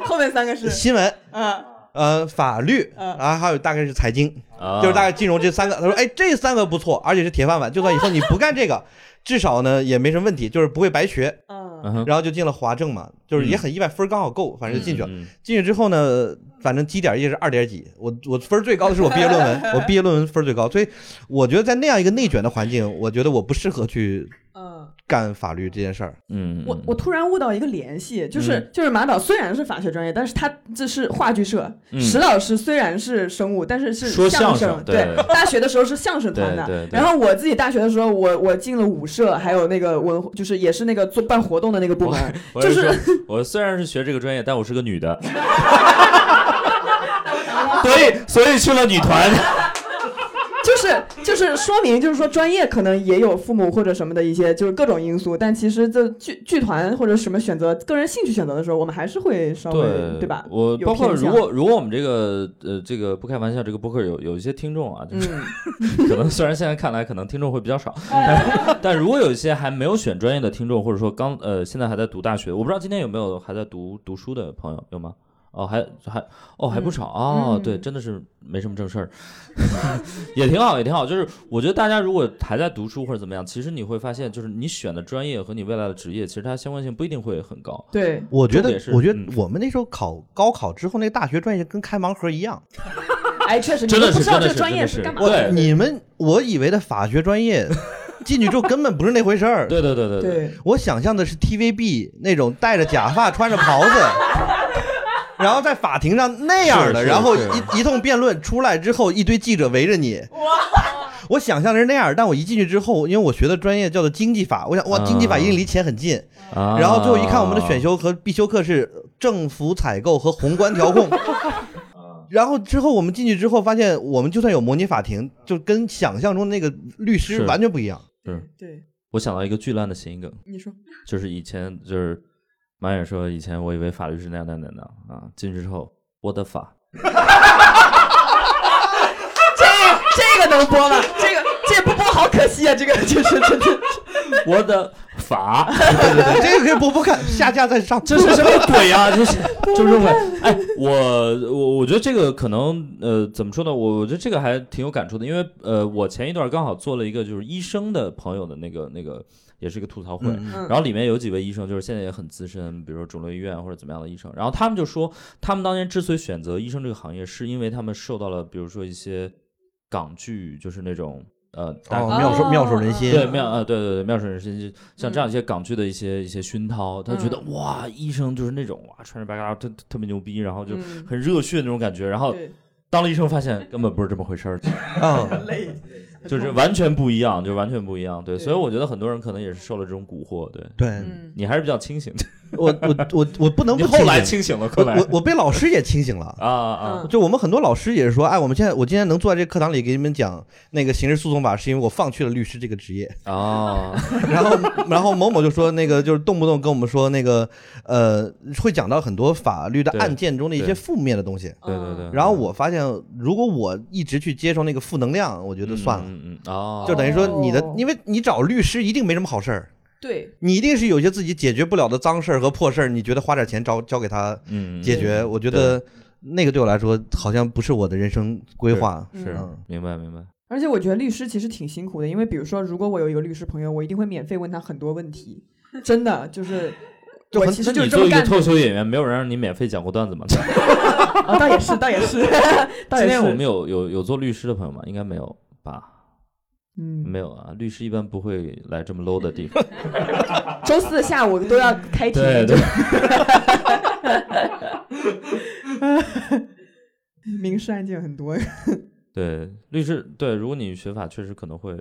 B: 后面三个是
C: 新闻、
B: 嗯
C: 呃法律，
B: 嗯
C: 然后还有大概是财经。
A: 啊
C: 就是大概金融这三个。他说，哎，这三个不错，而且是铁饭碗，就算以后你不干这个，至少呢也没什么问题，就是不会白学。
B: 嗯
A: 嗯哼，
C: 然后就进了华政嘛，就是也很意外，分儿刚好够，反正就进去了。
A: 嗯，
C: 进去之后呢，反正基点也是二点几，我我分儿最高的是我毕业论 文，我毕业论文分儿最高，所以我觉得在那样一个内卷的环境，我觉得我不适合去
B: 嗯，
C: 干法律这件事儿。
A: 嗯，嗯嗯
B: 我我突然悟到一个联系，就是就是马导虽然是法学专业，但是他这是话剧社，
A: 嗯
B: 石老师虽然是生物，但是
A: 说
B: 是
A: 相
B: 声
A: 声，
B: 对，大学的时候是相声团
A: 对
B: 的
A: 对。对
B: 然后我自己大学的时候，我我进了舞社，还有那个文，就是也是那个做办活动的那个部门。
A: 我是
B: 就是
A: 说我虽然是学这个专业，但我是个女的，所以所以去了女团，
B: 就是就是说明，就是说专业可能也有父母或者什么的一些，就是各种因素。但其实这剧剧团或者什么选择个人兴趣选择的时候，我们还是会稍微
A: 对
B: 对吧？
A: 我
B: 有
A: 包括
B: 偏
A: 如
B: 向
A: 果如果我们这个呃这个不开玩笑，这个播客有有一些听众啊，就
B: 嗯
A: 是 可能虽然现在看来可能听众会比较少，
B: 哎
A: 但但如果有一些还没有选专业的听众，或者说刚呃现在还在读大学，我不知道今天有没有还在读读书的朋友有吗？哦，还还哦还不少哦，
B: 嗯
A: 对，真的是没什么正事儿， 也挺好，也挺好。就是我觉得大家如果还在读书或者怎么样，其实你会发现，就是你选的专业和你未来的职业，其实它相关性不一定会很高。
B: 对，
C: 我觉
A: 重
C: 得
A: 点是，
C: 我觉得
A: 嗯
C: 我们那时候考高考之后，那大学专业跟开盲盒一 样。
B: 哎，确实，你
A: 真的
B: 都不
A: 是
B: 知道
A: 真的是
B: 这个专
A: 真
B: 业
A: 的
B: 是
A: 是
B: 干嘛
A: 对
B: 的。
C: 你们我以为的法学专业，进去之后根本不是那回事儿。
A: 对对对对对，
B: 对，
C: 我想象的是 TVB 那种戴着假发、穿着 袍子，然后在法庭上那样的，
A: 是是
C: 然后
A: 是
C: 一一通辩论出来之后，一堆记者围着你。我想象的是那样，但我一进去之后，因为我学的专业叫做经济法，我想哇，
A: 啊
C: 经济法一定离钱很近。
A: 啊
C: 然后最后一看，我们的选修和必修课是政府采购和宏观调控。 然后之后我们进去之后，发现我们就算有模拟法庭，就跟想象中的那个律师
A: 是
C: 完全不一样。
A: 是
B: 对，
A: 我想到一个巨烂的谐音梗，
B: 你 说，
A: 就是以前就是马远说，以前我以为法律是那样那样那样的啊，进去之后我的法，
B: 这这个能播吗？这个这不播好可惜啊！这个就是真的，
A: 我的法，
C: 对对对，这个可以播播看，下架再上。
A: 这是什么鬼呀、这是这么鬼？哎，我我我觉得这个可能呃，怎么说呢？我我觉得这个还挺有感触的，因为呃，我前一段刚好做了一个就是医生的朋友的那个那个，也是一个吐槽会。
C: 嗯
B: 嗯
A: 然后里面有几位医生，就是现在也很资深，比如说肿瘤医院或者怎么样的医生。然后他们就说，他们当年之所以选择医生这个行业，是因为他们受到了，比如说一些港剧，就是那种呃，大
B: 嗯
C: 哦，妙手妙手仁心，
A: 对妙呃，对对对，妙手仁心，就像这样一些港剧的一些一些熏陶，他觉得
B: 嗯
A: 哇，医生就是那种哇，穿着白大褂特特别牛逼，然后就
B: 嗯
A: 很哦热血那种感觉。然后
B: 对，
A: 当了医生，发现根本不是这么回事儿，
C: 嗯，
B: 累，
A: 就是完全不一样，就完全不一样。对，
B: 对
A: 所以我觉得很多人可能也是受了这种蛊惑。对
C: 对
B: 嗯，
A: 你还是比较清醒的，
C: 我我我我不能
A: 你
C: 不
A: 后来
C: 清
A: 清醒了，后
C: 醒，
A: 来
C: 我我我被老师也清醒了。
A: 啊啊
B: 嗯
C: 就我们很多老师也是说，哎，我们现在我今天能坐在这个课堂里给你们讲那个刑事诉讼法，是因为我放弃了律师这个职业。
A: 啊！
C: 然后，然后某某就说那个就是动不动跟我们说那个呃，会讲到很多法律的
A: 对
C: 案件中的一些
A: 对嗯
C: 负面的东西。
A: 对
B: 哦
A: 对对，
C: 然后我发现，如果我一直去接受那个负能量，我觉
A: 觉
C: 得算了，
A: 嗯嗯嗯哦，
C: 就等于说你的
B: 哦，
C: 因为你找律师一定没什么好事儿，
B: 对，
C: 你一定是有一些自己解决不了的脏事儿和破事儿，你觉得花点钱找交给他
A: 嗯嗯
C: 解决，我觉得那个对我来说好像不是我的人生规划。
A: 是
C: 嗯
A: 明白明白，
B: 而且我觉得律师其实挺辛苦的，因为比如说，如果我有一个律师朋友，我一定会免费问他很多问题，真的就是。
C: 就
B: 我
C: 很
B: 其
A: 那
B: 实就
A: 你
B: 是这
A: 作为一
B: 么
A: 个
B: 干的
A: 脱口秀演员，没有人让你免费讲过段 子吗？
B: 啊，倒也是，倒也 是，倒也
A: 今
B: 是。
A: 天我们有有有做律师的朋友吗？应该没有吧？
B: 嗯，
A: 没有啊，律师一般不会来这么 low 的地 方。
B: 周四的下午都要开庭，
A: 对对，
B: 民事案件很多。
A: 对，律师对，如果你学法，确实可能会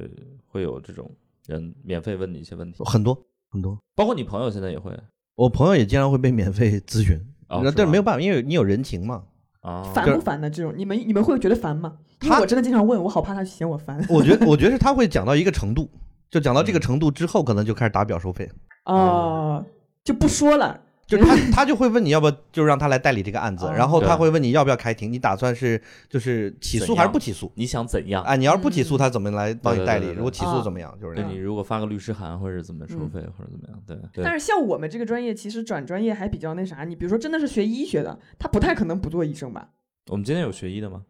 A: 会有这种人免费问你一些问题，
C: 很多很多。
A: 包括你朋友现在也会
C: 我朋友也经常会被免费咨询，
A: 哦
C: 那
A: 是
C: 但
A: 吗
C: 没有办法，因为你有人情嘛。
A: 啊。
B: 烦不烦的这种？你们你们会觉得烦吗？因为
C: 他
B: 我真的经常问，我好怕他嫌 我烦。
C: 我觉得，我觉得是他会讲到一个程度，就讲到
A: 哦
C: 这个程度之后，可能就开始打表 收费，
B: 哦，就不说了。
C: 就是他他就会问你要不要，就让他来代理这个案子，
B: 哦
C: 然后他
A: 对
C: 会问你要不要开庭，你打算是就是起诉
A: 怎样
C: 还是不起诉？
A: 你想怎样？
C: 啊，你要是不起诉，他怎么来帮
A: 对
C: 你
A: 对
C: 代
A: 对
C: 理？
A: 对
C: 如果起诉怎么样？就是
A: 对
C: 那
A: 你
C: 样。
A: 如果发个律师函，或者怎么收
B: 嗯
A: 费，或者怎么样？对
B: 但
A: 对，
B: 是像我们这个专业，其实转专业还比较那啥。你比如说，真的是学医学的，他不太可能不做医生吧？
A: 我们今天有学医的吗？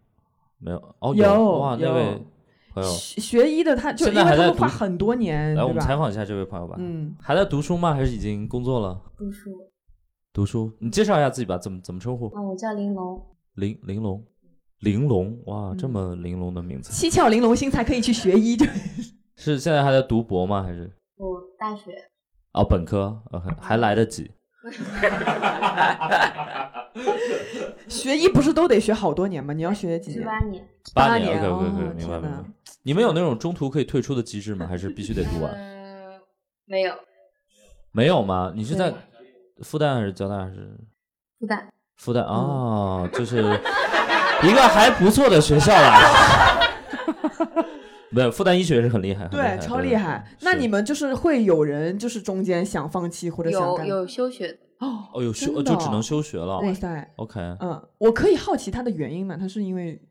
A: 没有哦，
B: 有
A: 哇，那
B: 有
A: 位朋友，
B: 学学医的他就
A: 现
B: 因
A: 在
B: 为
A: 还
B: 他
A: 在
B: 们花
A: 读
B: 很多年，
A: 来我
B: 对
A: 们采
B: 吧？
A: 访一下这位朋友吧。
B: 嗯，
A: 还在读书吗？还是已经工作了？
D: 读书
A: 读书，你介绍一下自己吧，怎么怎么称呼？
D: 啊，我叫玲珑，
A: 玲玲珑，玲珑，哇，
B: 嗯
A: 这么玲珑的名字，
B: 七窍玲珑心才可以去 学医，对。
A: 是现在还在读博吗？还是
D: 我大学
A: 哦，本科，OK，还来得及。
B: 学医不是都得学好多年吗？你要学几
D: 十
B: 年？
D: 八年，
A: 八
B: 年
A: 年，OK，OK，
B: 哦
A: 明白明
B: 天哪
A: 白。你们有那种中途可以退出的机制吗？还是必须得读 完？
D: 嗯，没有
A: 没有吗？你是在
B: 对
A: 复旦还是交大还是
D: 复旦，
A: 复
B: 嗯
A: 旦？哦，就是一个还不错的学校啦。 没有，复旦医学是很厉害，很
B: 对，超厉害。那
A: 是
B: 你们就是会有人就是中间想放弃或者想
D: 有
B: 干
D: 有休学的，
B: 哦，
A: 哦，有休
B: 真的
A: 呃就只能休学了。
B: 哇塞，
A: OK，
B: 嗯，我可以好奇他的原因吗？他是因为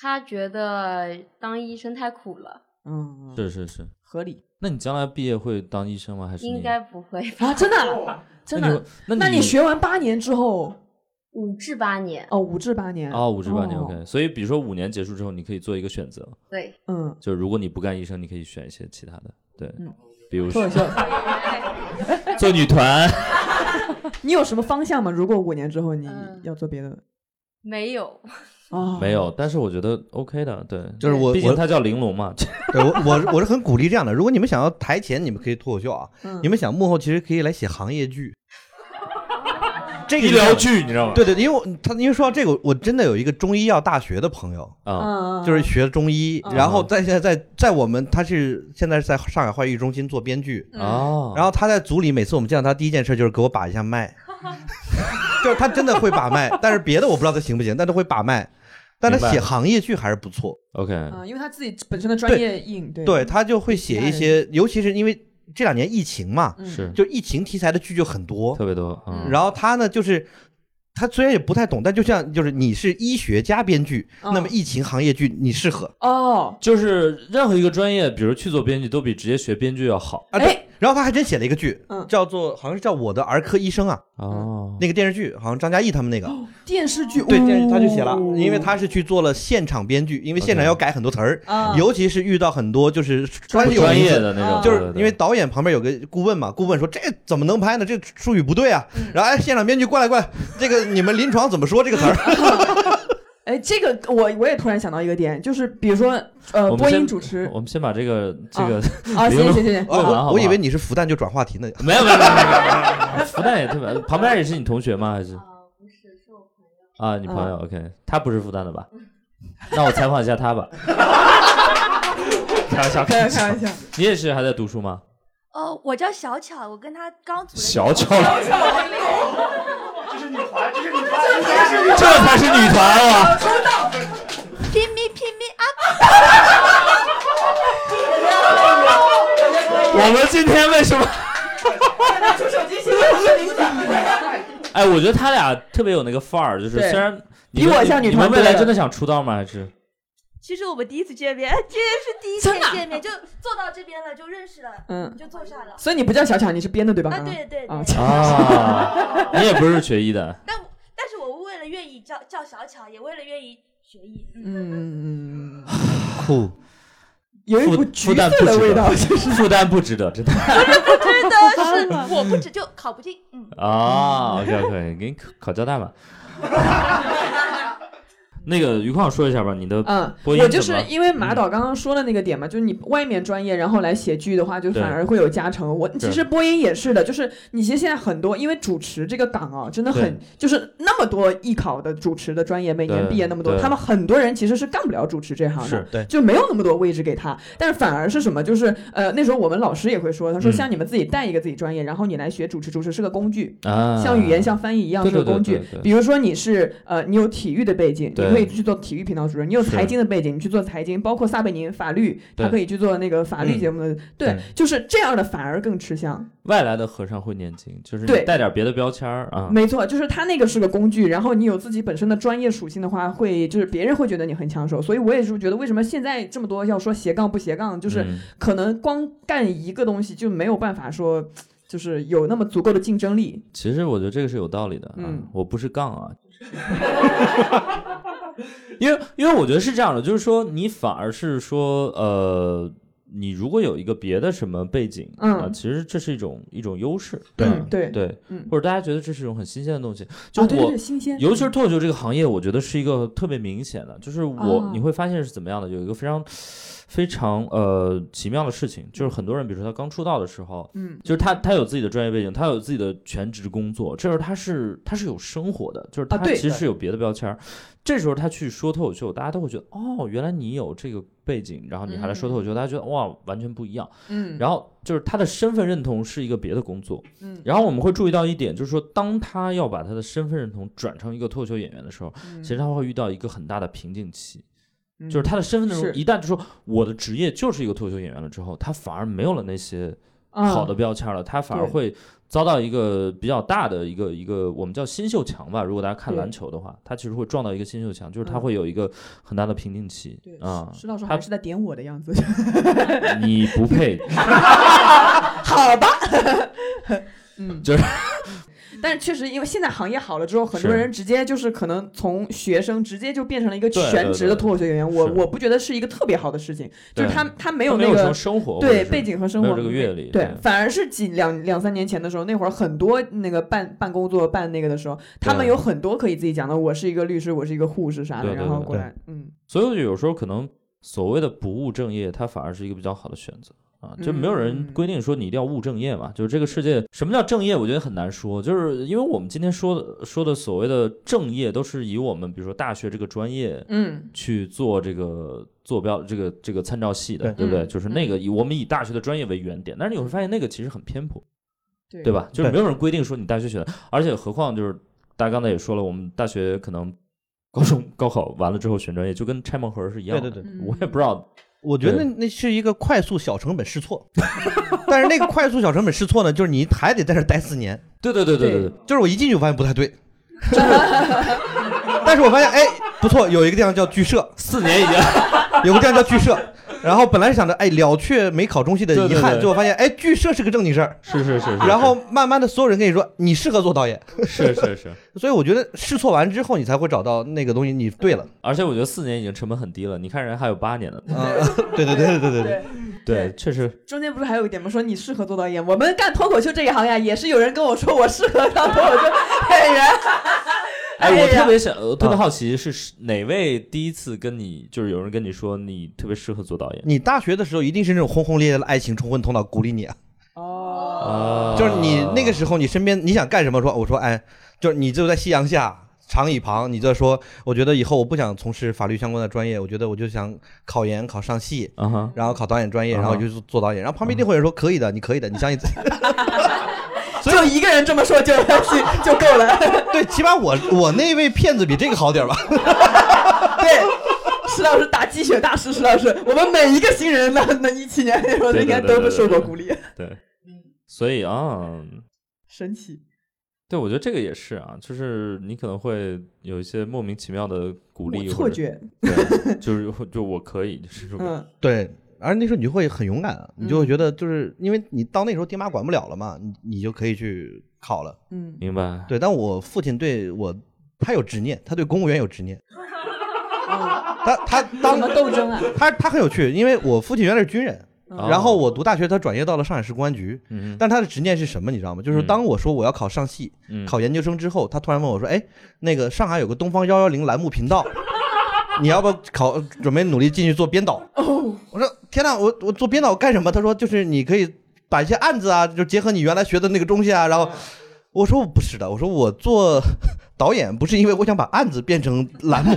D: 他觉得当医生太苦了，
B: 嗯
A: 是是是。
B: 合理
A: 那你将来毕业会当医生吗？还是你
D: 应该不会吧？
B: 啊，真的
C: 哦
B: 啊真
A: 那你
B: 的
A: 会。那
B: 那你学完八年之后，
D: 五至八年，
B: 哦，五至八年
A: 哦，五至八年
B: 哦
A: OK，所以比如说五年结束之后，你可以做一个选择，
D: 对，
B: 嗯，
A: 就是如果你不干医生，你可以选一些其他的，对，
B: 嗯
A: 比如
B: 脱
A: 说
B: 口 秀，哦
A: 做女 团，
B: 你有什么方向吗？如果五年之后你
D: 嗯
B: 要做别的
D: 没有，
B: 哦，
A: 没有，但是我觉得 OK 的，对，
C: 就是我
A: 毕竟
C: 我
A: 他叫玲珑嘛，
C: 呃对我我我是很鼓励这样的。如果你们想要台前，你们可以脱口秀啊；
B: 嗯，
C: 你们想幕后，其实可以来写行业剧。这个
A: 医疗剧你知道吗？
C: 对对，对因为我他因为说到这个，我真的有一个中医药大学的朋友，
A: 啊，
B: 嗯，嗯
C: 就是学中医，
B: 嗯
C: 然后在现在在在我们他是现在是在上海话剧中心做编剧，
D: 嗯
A: 哦，
C: 然
A: 后
C: 后他在组里每次我们见到他第一件事就是给我把一下脉，就是他真的会把脉，但是别的我不知道他行不行，但他会把脉。但他
A: 明白
C: 写行业剧还是不错，
A: OK，
B: 嗯，因为他自己本身的专业硬，对
C: 对，他就会写一些，尤其是因为这两年疫情嘛，
B: 嗯
A: 是
C: 就疫情题材的剧就很多。
A: 特别多，嗯，
C: 然后他呢，就是他虽然也不太懂，但就像就是你是医学加编剧，
B: 嗯
C: 那么疫情行业剧你适合
B: 哦，
A: 就是任何一个专业，比如去做编剧，都比直接学编剧要好，
C: 啊。
B: 哎
C: 对，然后他还真写了一个剧
B: 嗯，
C: 叫做好像是叫《我的儿科医生》啊，
A: 哦，
C: 那个电视剧好像张嘉译他们那个，
B: 电视剧
C: 对电视剧他就写了，因为
B: 他。
C: 他是去做了现场编剧，因为现场
A: OK
C: 要改很多词儿，
B: 啊
C: 尤其是遇到很多就是专
A: 不
C: 有
A: 专
C: 名
A: 业
C: 词。
A: 的那种，
B: 啊
C: 就
A: 对
C: 是
A: 对对
C: 因为导演旁边有个顾问嘛，顾问说这怎么能拍呢？这术语不对啊。然后哎，现场编剧过来过来，这个你们临床怎么说这个词儿？啊
B: 哎，这个我我也突然想到一个点，就是比如说呃，
A: 我们
B: 播
A: 先
B: 音主持
A: 我们先把这个这 个
B: 啊，
A: 比
B: 行
A: 如
B: 行行行，
A: 好吧好吧
C: 哦，我我以为你是复旦就转话题呢。
A: 没有没有没有没有没有，复旦也特别，旁边也是你同学吗？还是
D: 啊，不是，是我朋友。
A: 啊你朋友？OK，他不是复旦的 吧？那我采访一下他吧。开玩笑，
B: 开
A: 开玩
B: 开
A: 笑
B: 玩。笑，
A: 你也是还在读书吗？
E: 哦，我叫小巧，我跟他刚组了
A: 小巧， 这才是女团啊！
E: 拼命拼命啊！
A: 我们今天为什么？哎，我觉得他俩特别有那个范儿，就是
B: 对
A: 虽然你
B: 比
A: 们
B: 我像
A: 你
B: 女
A: 你
B: 团
A: 们未来
B: 队
A: 真的想出道吗？还是
F: 其实我们第一次见面，
E: 这是第一
B: 真的啊
E: 次见面，就坐到这边了，就认识了，
B: 嗯，
E: 就坐下了。
B: 所以你不叫小巧，你是编的对吧？
E: 啊，
B: 刚刚
E: 对对对，
B: 啊，
A: 啊？ 你也不是学医的，
E: 但但是我为了愿意叫叫小巧，也为了愿意学医，嗯
B: 嗯，
C: 酷，
B: 有一股
A: 复
B: 哎橘
A: 复
B: 色
A: 旦不
B: 的味
A: 值
B: 道
A: 得，，复旦不值得，真的
E: 真的 是我不止就考不进，嗯，
A: 啊。OK OK，给你考考交大吧。 那个于矿说一下吧，你的
B: 嗯，
A: 播音
B: 我就
A: 怎
B: 是
A: 么嗯
B: 因为马导刚刚说的那个点嘛，就是你外面专业，然后来写剧的话，就
A: 对
B: 反而会有加成。我
A: 对
B: 其实播音也是的，就是你其实现在很多，因为主持这个岗啊，真的很
A: 对
B: 就是那么多艺考的主持的专业，每年
A: 对
B: 毕业那么多，
A: 对
B: 他们很多人其实是干不了主持这行的
A: 是。
C: 对
B: 就没有那么多位置给他，但是反而是什么？就是呃，那时候我们老师也会说，他说
A: 嗯
B: 像你们自己带一个自己专业，然后你来学主持，主持是个工具，
A: 啊？
B: 像语言、像翻译一样
A: 对
B: 是个
A: 对对
B: 工具
A: 对对。
B: 比如说你是呃，你有体育的背景，你
A: 对
B: 可以去做体育频道主任；你有
A: 是
B: 财经的背景，你去做财经。包括撒贝宁法律，他
A: 对
B: 可以去做那个法律
C: 嗯
B: 节目的。对
C: 对，
B: 就是这样的反而更吃香。
A: 外来的和尚会念经，就是
B: 对
A: 你带点别的标签儿啊。
B: 没错，就是他那个是个工具，然后你有自己本身的专业属性的话，会就是别人会觉得你很抢手。所以我也是觉得，为什么现在这么多要说斜杠不斜杠，就是
A: 嗯
B: 可能光干一个东西就没有办法说。就是有那么足够的竞争力，
A: 其实我觉得这个是有道理的啊，
B: 嗯
A: 我不是杠啊， 因为因为我觉得是这样的，就是说你反而是说呃，你如果有一个别的什么背景，
B: 嗯
A: 啊，其实这是一种一种优势，
C: 对
A: 啊
B: 嗯对
A: 对，
B: 嗯
A: 或者大家觉得这是一种很新鲜的东西，就我。
B: 啊对对对新鲜，
A: 尤其是脱口秀这个行业，我觉得是一个特别明显的，就是我、
B: 哦
A: 你会发现是怎么样的，有一个非常非常呃奇妙的事情，就是很多人，比如说他刚出道的时候，
B: 嗯
A: 就是他，他有自己的专业背景，他有自己的全职工作，这时候他是他是有生活的，就是他
B: 啊对
A: 其实是有别的标签儿。这时候他去说脱口秀，大家都会觉得哦，原来你有这个背景，然后你还来说脱口秀，大家觉得哇，完全不一样。
B: 嗯，
A: 然后就是他的身份认同是一个别的工作，
B: 嗯
A: 然后我们会注意到一点，就是说当他要把他的身份认同转成一个脱口秀演员的时候，
B: 嗯
A: 其实他会遇到一个很大的瓶颈期，
B: 嗯
A: 就是他的身份认
B: 是
A: 同一旦就说我的职业就是一个脱口秀演员了之后，他反而没有了那些。好的，标签了，它反而
B: 嗯对
A: 会遭到一个比较大的一个一个我们叫新秀墙吧。如果大家看
B: 对
A: 篮球的话，它其实会撞到一个新秀墙，就是它
B: 嗯
A: 会有一个很大的瓶颈期
B: 对
A: 啊。
B: 石老师
A: 他
B: 还是在点我的 样子，
A: 你不配，
B: 好吧， 嗯，
A: 就是，
B: 但是确实，因为现在行业好了之后，很多
A: 是
B: 人直接就是可能从学生直接就变成了一个
A: 对对
B: 全职的
A: 对
B: 脱口秀演员，我
A: 是
B: 我不觉得是一个特别好的事情， 就是
A: 对
B: 他他没
A: 没
B: 有
A: 没
B: 那
A: 有什
B: 个
A: 么生活或
B: 对
A: 者是
B: 背景和生
A: 没
B: 活
A: 有这个阅历
B: 对
A: 对，
B: 反而是几两两三年前的时候，那会儿很多那个办办工作办那个的时候，他们
A: 对
B: 有很多可以自己讲的，我是一个律师，我是一个护士啥的，
A: 对对
B: 然后
A: 对
B: 过
A: 对
B: 来，嗯，
A: 所以我觉得有时候可能所谓的不务正业，它反而是一个比较好的选择啊。就没有人
B: 嗯
A: 规定说你一定要务正业嘛，就是这个世界什么叫正业，我觉得很难说。就是因为我们今天说的说的所谓的正业，都是以我们比如说大学这个专业，
B: 嗯，
A: 去做这个坐标这个这个参照系的，对
C: 对
A: 不对？
B: 嗯
A: 就是那个以我们以大学的专业为原点，但是你会发现那个其实很偏颇，
B: 对
A: 对？吧？就是
C: 对
A: 没有人规定说你大学学的，而且何况就是大家刚才也说了，我们大学可能高中高考完了之后选专业，就跟拆盲盒是一样的。
B: 对
C: 对
B: 对
A: 我也不知道，
B: 嗯
C: 我觉得
A: 对
C: 那那是一个快速小成本试错， 但是那个快速小成本试错呢，就是你还得在这儿待四年。
A: 对对对对对
B: 对
A: 对，
C: 就是我一进去我发现不太对， 但是我发现哎不错，有一个地方叫剧社，
A: 四年已经
C: 有个地方叫剧社，然后本来想着，哎，了却没考中戏的
A: 对
C: 遗
A: 对
C: 憾，
A: 对
C: 结果发现，哎，剧社是个正经事儿。
A: 是是是，是
C: 然后慢慢的，所有人跟你说，你适合做导演。
A: 是是是，
C: 所以我觉得试错完之后，你才会找到那个东西，你对了。
A: 而且我觉得四年已经成本很低了，你看人还有八年呢。
C: 嗯，对对对对对对对。
A: 对，确实，
B: 中间不是还有一点吗？说你适合做导演，我们干脱口秀这一行呀，也是有人跟我说我适合当脱口秀演员。
A: 哎，
B: 哎
A: 我
B: 呀
A: 特别想，我特
C: 嗯
A: 别好奇是是哪位第一次跟你，就是有人跟你说你特别适合做导演
C: 你大学的时候一定是那种轰轰烈烈的爱情冲昏头脑，鼓励你啊，
B: 哦，
A: 啊
C: 就是你那个时候你身边你想干什么说，我说哎，就是你就在夕阳下长椅旁，你就说，我觉得以后我不想从事法律相关的专业，我觉得我就想考研考上戏，
A: 啊哈，
C: 然后考导演专业，
A: 啊哈
C: 然后就做导演，然后旁边一定会有人说可以的，你可以的，你相信自己。
B: 就一个人这么说就 就够了。
C: 对，起码我我那位骗子比这个好点吧。
B: 对，石老师打鸡血大师，石老师，我们每一个新人呢，那一七年那时候
A: 对对
B: 应该
A: 对对
B: 都不受过鼓励，
A: 对，所以啊，
B: 神奇。
A: 对，我觉得这个也是啊，就是你可能会有一些莫名其妙的鼓励，
B: 我错，觉，
A: 对，就是会就我可以，就是这种
B: 嗯，
C: 对，而那时候你就会很勇敢啊，你
A: 嗯
C: 就会觉得就是因为你到那时候爹妈管不了了嘛，你你就可以去考了。
B: 嗯，
A: 明白？
C: 对，但我父亲对我，他有执念，他对公务员有 执念。他他
B: 怎
C: 当
B: 么斗争啊？嗯
C: 他他很有趣，因为我父亲原来是军人，
A: 哦
C: 然后我读大学，他转业到了上海市公安局。
A: 嗯
C: 但他的执念是什么，你知道吗？就是
A: 嗯
C: 当我说我要考上戏、
A: 嗯，
C: 考研究生之后，他突然问我说：“哎，那个上海有个东方幺幺零栏目频道，你要不要考？准备努力进去做编导？”
B: 哦，
C: 我说天哪，我我做编导干什么？他说就是你可以把一些案子啊，就结合你原来学的那个东西啊。然
B: 嗯
C: 后我说我不是的，我说我做 导演不是因为我想把案子变成栏目，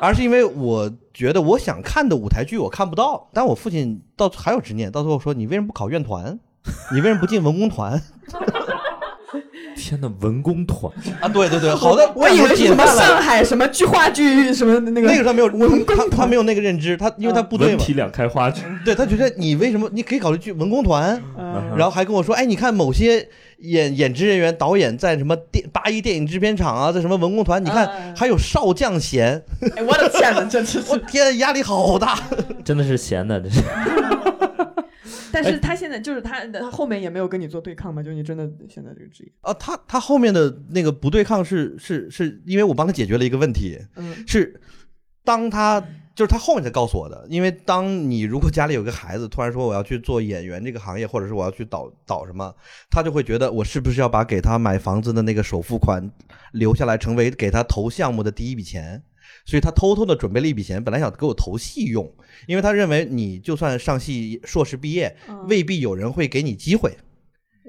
C: 而是因为我觉得我想看的舞台剧我看不到。但我父亲到还有执念，到最后说你为什么不考院团？你为什么不进文工团
A: 天呐，文工团，
C: 啊？对对对，好的，
B: 我以为是什么
C: 干得简单了
B: 上海什么剧话剧什么那
C: 那个时
B: 个，
C: 候没有
B: 文工嗯
C: 他他没有那个认知，他因为他部队
A: 文
C: 嘛，
A: 体两开花去，
C: 对他觉得你为什么你可以考虑去文工团，
B: 嗯，
C: 然后还跟我说，哎，你看某些演演职人员、导演在什么电八一电影制片厂啊，在什么文工团，你
B: 嗯
C: 看还有少 将衔，
B: 哎我的天呐，这真
C: 我
B: 是。
C: 天，压力好大。
A: 真的是闲的，这是
B: 但
A: 哎
B: 是他现在就是他他后面也没有跟你做对抗嘛，就是你真的现在这个职业，
C: 啊，他他后面的那个不对抗是是是因为我帮他解决了一个问题，
B: 嗯
C: 是当他就是他后面才告诉我的，因为当你如果家里有个孩子突然说我要去做演员这个行业，或者是我要去导导什么，他就会觉得我是不是要把给他买房子的那个首付款留下来，成为给他投项目的第一笔钱。所以他偷偷的准备了一笔钱，本来想给我投戏用，因为他认为你就算上戏硕士毕业，未必有人会给你机会。
B: 嗯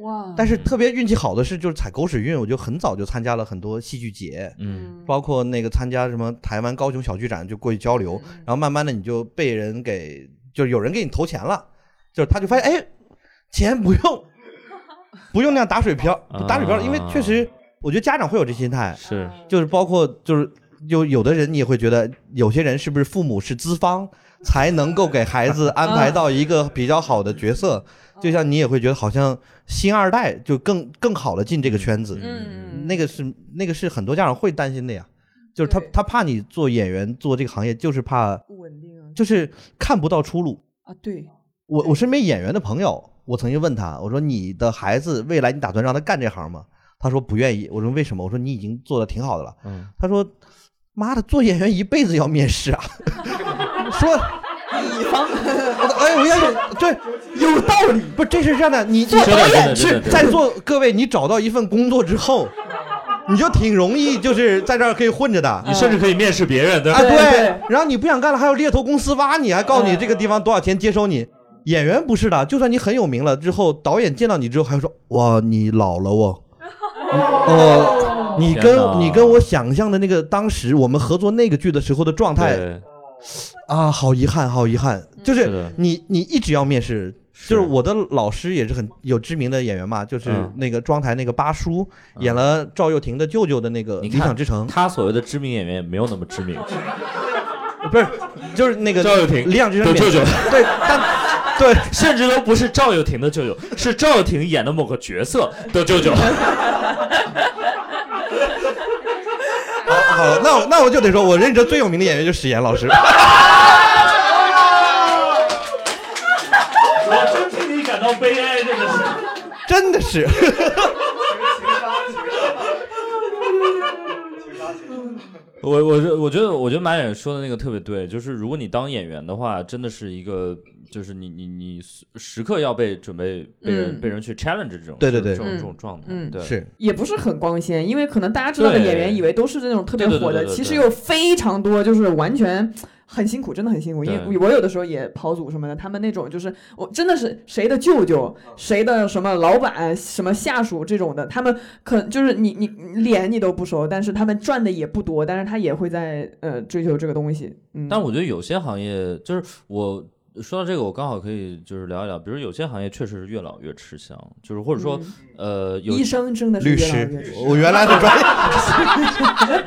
B: 哇，
C: 但是特别运气好的是，就是踩狗屎运，我就很早就参加了很多戏剧节，
A: 嗯
C: 包括那个参加什么台湾高雄小剧展就过去交流，
A: 嗯
C: 然后慢慢的你就被人给，就是有人给你投钱了，就是他就发现哎，钱 不用，不用那样打水漂，不打水漂，因为确实我觉得家长会有这心态，
A: 是
C: 就是包括就是有有的人你也会觉得有些人是不是父母是资方才能够给孩子安排到一个比较好的角
A: 嗯
C: 色，就像你也会觉得好像新二代就更更好的进这个圈子，
B: 嗯
C: 那个是那个是很多家长会担心的呀，就是他
B: 对
C: 他怕你做演员做这个行业，就是怕
B: 不稳定啊
C: 就是看不到出路。
B: 啊对，
C: 我
B: 对
C: 我身边演员的朋友，我曾经问他，我说你的孩子未来你打算让他干这行吗？他说不愿意。我说为什么？我说你已经做的挺好的了。
A: 嗯，
C: 他说妈的，做演员一辈子要面试啊。 说
B: 乙方
C: 我的哎，我要是对
B: 有道理，
C: 不是这是这样的，你
A: 真的真的真的
C: 在座各位，你找到一份工作之后，你就挺容易，就是在这儿可以混着的。
A: 你甚至可以面试别人，哎对吧
C: 啊，
B: 对
C: 对
B: 对，
C: 然后你不想干了，还有猎头公司挖你，还告诉你
B: 嗯
C: 这个地方多少钱接收你。演员不是的，就算你很有名了之后，导演见到你之后还会说：“哇，你老了哦，哦，你
A: 天哪
C: 跟你跟我想象的那个当时我们合作那个剧的时候的状态
A: 对，嗯
C: 啊，好遗憾，好遗憾。”就是
A: 的
C: 是你你一直要面试，
A: 是
C: 就是我的老师也是很有知名的演员嘛，就是
A: 嗯
C: 那个妆台那个八叔
A: 嗯
C: 演了赵又廷的舅舅的那个《
A: 你
C: 理
A: 看
C: 想之城》，
A: 他所谓的知名演员也没有那么知名，
C: 不是就是那个
A: 赵又廷
C: 理想之
A: 的
C: 城》
A: 舅舅，
C: 对，但对
A: 甚至都不是赵又廷的舅舅，是赵又廷演的某个角色的舅舅。
C: 好，好了，那我那我就得说，我认识的最有名的演员就是史岩老师。 的是，
A: 我我是我觉得我觉得马远说的那个特别对，就是如果你当演员的话，真的是一个就是你你你时时刻要被准备被人、
B: 嗯
A: 被人去 challenge 这种
C: 对对对
A: 这种这种
B: 嗯
A: 状态，
B: 嗯
A: 对
C: 是
B: 也不是很光鲜，因为可能大家知道的演员
A: 对
B: 以为都是那种特别
A: 对对对
B: 火的，
A: 对对
B: 其实
A: 对
B: 有非常多就是完全很辛苦，真的很辛苦。因
A: 对
B: 为我有的时候也跑组什么的，他们那种就是我真的是谁的舅舅、
A: 嗯
B: 谁的什么老板、什么下属这种的，他们可就是你你你脸你都不熟，但是他们赚的也不多，但是他也会在呃追求这个东西。嗯，
A: 但我觉得有些行业就是我。说到这个，我刚好可以就是聊一聊，比如有些行业确实是越老越吃香，就是或者说，
B: 嗯
A: 呃，有啊
B: 医生真的是
C: 律
B: 越老
C: 师
B: 越吃，
C: 我原来的专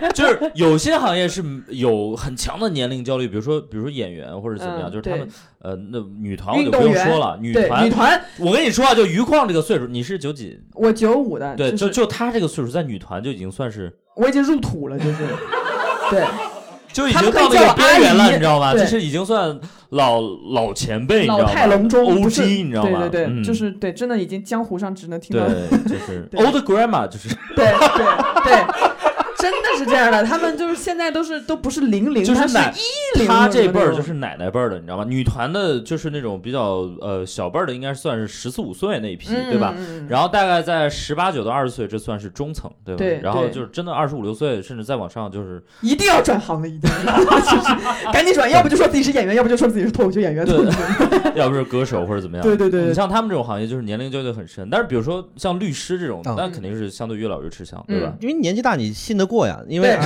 C: 业，
A: 就是有些行业是有很强的年龄焦虑，比如说比如说演员或者怎么样，
B: 嗯
A: 就是他们
B: 对
A: 呃那女团我就
B: 运
A: 不
B: 动
A: 用
B: 员
A: 说了，女
B: 对
A: 团
B: 女团，
A: 我跟你说啊，就余矿这个岁数，你是九几？
B: 我九五的，
A: 对，就是就他这个岁数，在女团就已经算是
B: 我已经入土 了，就是。对，
A: 就已
B: 他
A: 经
B: 们
A: 到
B: 可以
A: 那个
B: 叫
A: 边缘了，
B: 阿姨
A: 你知道吗？
B: 对
A: 就是已经算老老前辈，你知道
B: 老
A: 吗
B: 态龙钟不是
A: ？OG，你知道吗？
B: 对对对，
A: 嗯
B: 就是对，真的已经江湖上只能听
A: 对
B: 到，，
A: 就是
B: 对
A: old grandma，就是
B: 对对对，真的是这样的。他们就是现在都是都不是零零，
A: 就是
B: 他
A: 奶
B: 是一零，
A: 她这辈儿就是奶奶辈儿的，你知道吗？女团的就是那种比较呃小辈儿的，应该算是十四五岁那一批，
B: 嗯，
A: 对吧？
B: 嗯？
A: 然后大概在十八九到二十岁，这算是中层，对吧？
B: 对
A: 然后
B: 对
A: 就是真的二十五六岁，甚至再往上，就是
B: 一定要转行的，一定要，就是赶紧转，要不就说自己是演员，要不就说自己是脱口秀演员。
A: 对
B: 脱口秀
A: 要不是歌手或者怎么样。
B: 对对对
A: 你
B: 对
A: 像他们这种行业，就是年龄焦虑很深。但是比如说像律师这种，
C: 嗯
A: 那肯定是相对越老越吃香，
B: 嗯
A: 对吧？
C: 因为年纪大你信得过呀，因为
B: 对
C: 而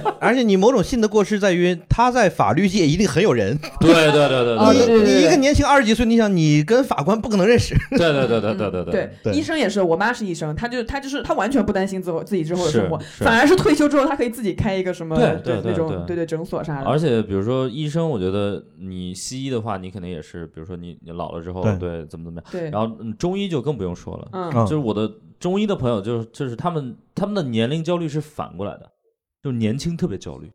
B: 对，
C: 而且你某种信得过是在于他在法律界一定很有人，
A: 对对对对
B: 啊
A: 对
B: 对
A: 对
B: 对
C: 你你一个年轻二十几岁，你想你跟法官不可能认识，
A: 对对对对对
B: 嗯对
C: 对
B: 医生也是，我妈是医生，她就她就是她完全不担心自我自己之后的
A: 是
B: 生活，
A: 是
B: 反而是退休之后她可以自己开一个什么
A: 对对对
B: 那种
A: 对
B: 对对诊所啥
A: 而
B: 的。
A: 且比如说医生，我觉得你西医的话，你肯定也是，比如说你你老了之后，
C: 对
A: 对怎么怎么样。
B: 对，
A: 然后嗯中医就更不用说了，
B: 嗯
C: 嗯
A: 就是我的中医的朋友，就是就是他们他们的年龄焦虑是反过来的，就是年轻特别焦虑，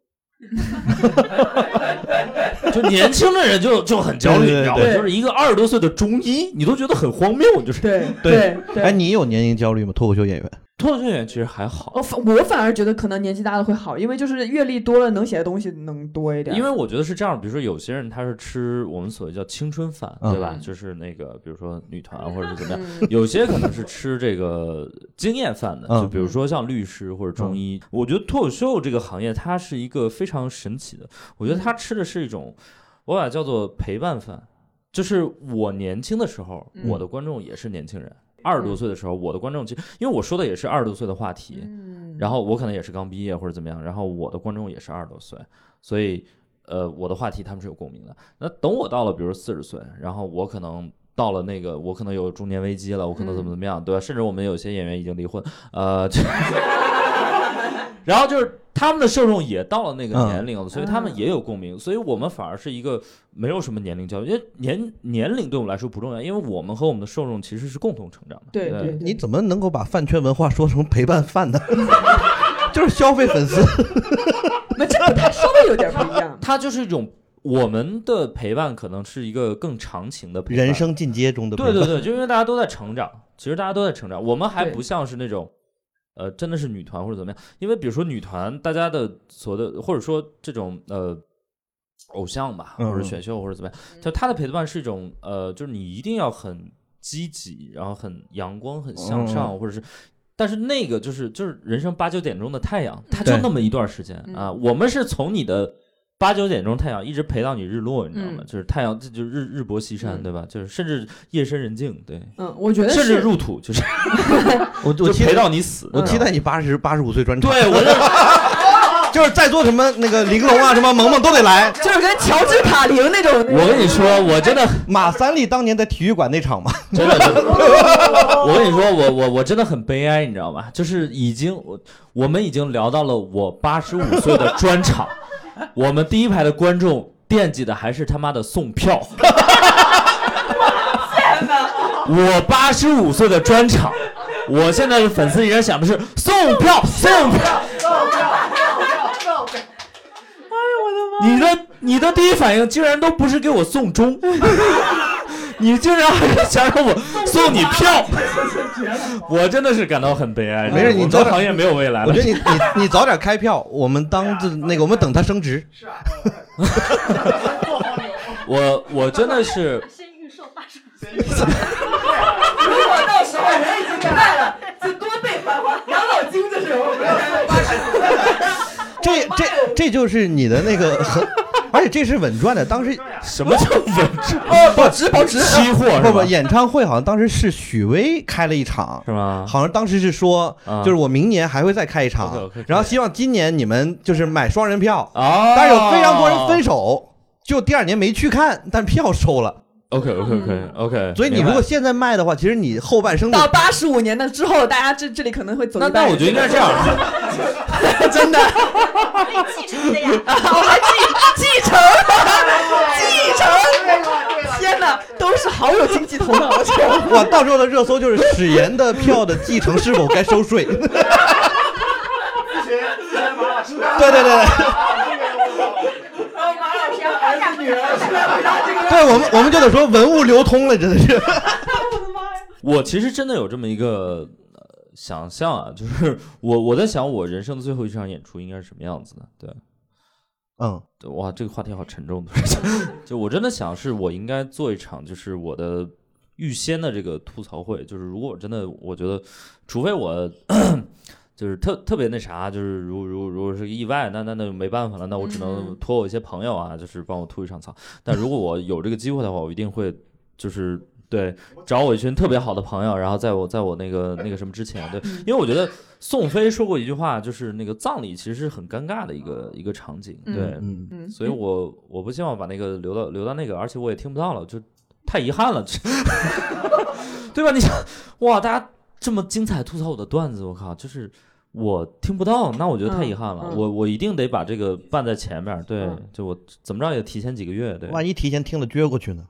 A: 就年轻的人就就很焦虑，
C: 对对
A: 你知道吗？
C: 对
A: 就是一个二十多岁的中医，你都觉得很荒谬，就是
B: 对
C: 对
B: 对，
C: 哎，你有年龄焦虑吗？脱口秀演员，
A: 脱口秀演员其实还好
B: 我，哦反我反而觉得可能年纪大了会好，因为就是阅历多了，能写的东西能多一点。
A: 因为我觉得是这样，比如说有些人他是吃我们所谓叫青春饭，
C: 嗯
A: 对吧？
B: 嗯
A: 就是那个比如说女团啊或者是怎么样。
B: 嗯
A: 有些可能是吃这个经验饭的，
C: 嗯
A: 就比如说像律师或者中医。我觉得脱口秀这个行业，它是一个非常神奇的。我觉得它吃的是一种，我把它叫做陪伴饭。就是我年轻的时候，
B: 嗯
A: 我的观众也是年轻人。二十多岁的时候，我的观众其实因为我说的也是二十多岁的话题，
B: 嗯
A: 然后我可能也是刚毕业或者怎么样，然后我的观众也是二十多岁，所以呃，我的话题他们是有共鸣的。那等我到了，比如四十岁，然后我可能到了那个，我可能有中年危机了，我可能
B: 嗯
A: 怎么怎么样，对吧？甚至我们有些演员已经离婚，呃， 就然后就是他们的受众也到了那个
C: 嗯
A: 年龄了，所以他们也有共鸣，所以我们反而是一个没有什么年龄焦虑，因为年年龄对我们来说不重要，因为我们和我们的受众其实是共同成长的。。
B: 对对
C: 你怎么能够把饭圈文化说成陪伴饭呢？ 就是消费粉丝，
B: 那这个他稍微有点不一样
A: 它就是一种我们的陪伴，可能是一个更长情的陪伴
C: 人。生进阶中的陪
A: 对
C: 伴
A: 对对，就因为大家都在成长，其实大家都在成长，我们还
B: 对
A: 不像是那种。呃，真的是女团或者怎么样？因为比如说女团，大家的所谓的或者说这种呃偶像吧，
C: 嗯
A: 或者选秀或者怎么样，
B: 嗯
A: 就她的陪伴是一种呃，就是你一定要很积极，然后很阳光、很向
C: 嗯
A: 上，或者是，但是那个就是就是人生八九点钟的太阳，它就
C: 对
A: 那么一段时间
B: 嗯
A: 啊。我们是从你的八九点钟太阳一直陪到你日落，你知道吗？
B: 嗯
A: 就是太阳，这就是日日薄西山，
B: 嗯
A: 对吧？就是甚至夜深人静，对，
B: 嗯，我觉得
A: 甚至
B: 是。
A: 入土， 就是
C: 我
A: 就
C: 我期
A: 陪
C: 待
A: 到你死。
C: 我
A: 你知
C: 期
A: 道吗
C: 待你八十八十五岁专场，
A: 对我就
C: 就是在座什么那个玲珑啊，什么萌萌都得来。
B: 就是跟乔治卡林那种，
A: 我跟你说，我真的
C: 马三立当年在体育馆那场嘛，
A: 真的，真的 我跟你说，我我我真的很悲哀，你知道吗？就是已经我我们已经聊到了我八十五岁的专场，我们第一排的观众惦记的还是他妈的送票。 我八十五岁的专场，我现在的粉丝依然想的是送票，送票。你的你 的第一反应竟然都不是给我送钟，你竟然还是想让我送你票。我真的是感到很悲哀。
C: 没事
A: 我
C: 你
A: 们
C: 早
A: 这
C: 点
A: 行业没有未来了。
C: 我觉得你你你早点开票，我们当这那个，我们等它 升值。
A: 我我真的是
D: 先预售发售，
B: 如果到时候人已经明白了，就多备还还养老金这种，不要八十
C: 这这这就是你的那个很， 而且这是稳赚的。当时
A: 什么叫稳 赚？
C: 哦保值保值哦
A: 期货是吧
C: 不不，演唱会好像当时是许巍开了一场，
A: 是吗？
C: 好像当时是说，
A: 啊
C: 就是我明年还会再开一场
A: OK，OK，，
C: 然后希望今年你们就是买双人票，
A: 啊，
C: 但是有非常多人分手，就第二年没去看，但票收了。
A: OK OK OK OK，
C: 所以你如果现在卖的话，其实你后半 生
B: 到
C: 的
B: 八十五年的之后，大家这这里可能会走
A: 那
B: 一半人。
A: 那我觉得应该是这样，
B: 真的，
E: 可以继承的呀。
B: 我还继继 承，继承，天哪，都是好有经济头脑的家伙。
C: 哇，到时候的热搜就是史岩的票的继承是否该收税？对对 对对，
E: 然后马老师要放下不
C: 对我们我们就得说文物流通了，真 的是。
A: 我其实真的有这么一个、呃、想象啊，就是我我在想我人生的最后一场演出应该是什么样子的。对，
C: 嗯，
A: 对哇，这个话题好沉重。 就我真的想，是我应该做一场，就是我的预先的这个吐槽会。就是如果我真的，我觉得，除非我就是特特别那啥，就是如如如果是个意外，那那那就没办法了，那我只能
B: 嗯
A: 托我一些朋友啊，就是帮我吐一场槽。但如果我有这个机会的话，我一定会就是。对，找我一群特别好的朋友，然后在我在我那个那个什么之前，对，
B: 嗯
A: 因为我觉得宋飞说过一句话，就是那个葬礼其实是很尴尬的一个一个场景，
B: 嗯
A: 对，
C: 嗯，
B: 嗯
A: 所以我我不希望把那个留到留到那个，而且我也听不到了，就太遗憾了， 这对吧？你想，哇，大家这么精彩吐槽我的段子，我靠，就是我听不到，那我觉得太遗憾了，
B: 嗯嗯
A: 我我一定得把这个办在前面，对，
B: 嗯
A: 就我怎么着也提前几个月，对，
C: 万一提前听了撅过去呢？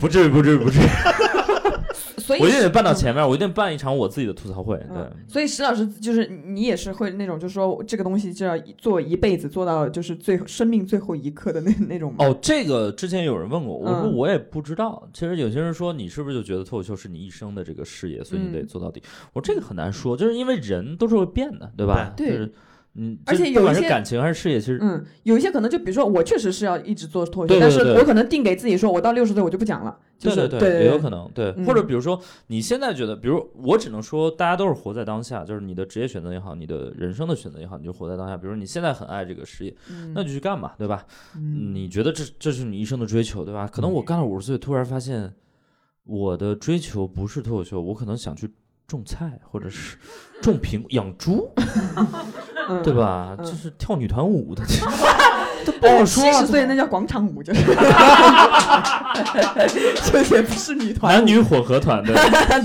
A: 不至于，不至于，不至于，
B: 所
A: 我一定得办到前面，我一定办一场我自己的吐槽会，对。
B: 嗯所以石老师就是你也是会那种，就是说这个东西就要做一辈子，做到就是最生命最后一刻的那 那种吗？
A: 哦，这个之前有人问过我，我说
B: 嗯
A: 我也不知道。其实有些人说你是不是就觉得脱口秀是你一生的这个事业，所以你得
B: 嗯
A: 做到底？我说这个很难说，就是因为人都是会变的，对吧？
B: 对
A: 就是嗯，
B: 而
A: 就
B: 且
A: 是
B: 有
A: 不管
B: 一
A: 是
B: 些
A: 感情还是事业，其实
B: 嗯，有一些可能就比如说我确实是要一直做脱口秀，
A: 对对
B: 但是
A: 对
B: 我可能定给自己说，我到六十岁我就不讲了，就是
A: 对
B: 对
A: 也有可能对。
B: 嗯
A: 或者比如说，你现在觉得，比如我只能说，大家都是活在当下，就是你的职业选择也好，你的人生的选择也好，你就活在当下。比如你现在很爱这个事业，
B: 嗯
A: 那就去干吧，对吧？
B: 嗯
A: 你觉得这这是你一生的追求，对吧？可能我干了五十岁，突然发现我的追求不是脱口秀，我可能想去种菜，或者是种苹养猪，
B: 嗯
A: 对？吧？
B: 嗯
A: 就是跳女团舞的， 都不好
B: 哦，
A: 说
B: 七
A: 啊、
B: 十岁那叫广场舞，就是， 就也不是女团舞
A: 男女混合团 对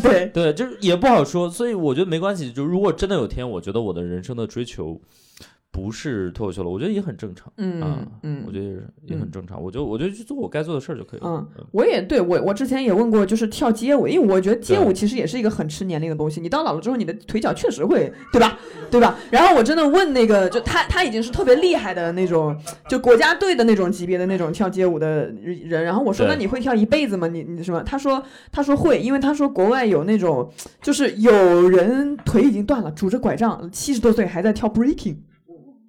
B: 对，
A: 对，就是也不好说，所以我觉得没关系。就如果真的有天，我觉得我的人生的追求不是脱口秀了，我觉得也很正常。啊
B: 嗯嗯，
A: 我觉得也是也很
B: 嗯
A: 正常，我就我就去做我该做的事儿就可以了。
B: 嗯我也对我我之前也问过，就是跳街舞，因为我觉得街舞其实也是一个很吃年龄的东西。你到老了之后，你的腿脚确实会，对吧？对吧？然后我真的问那个，就他他已经是特别厉害的那种，就国家队的那种级别的那种跳街舞的人。然后我说，
A: 对
B: 那你会跳一辈子吗？你你什么？他说他说会，因为他说国外有那种，就是有人腿已经断了，拄着拐杖，七十多岁还在跳 breaking，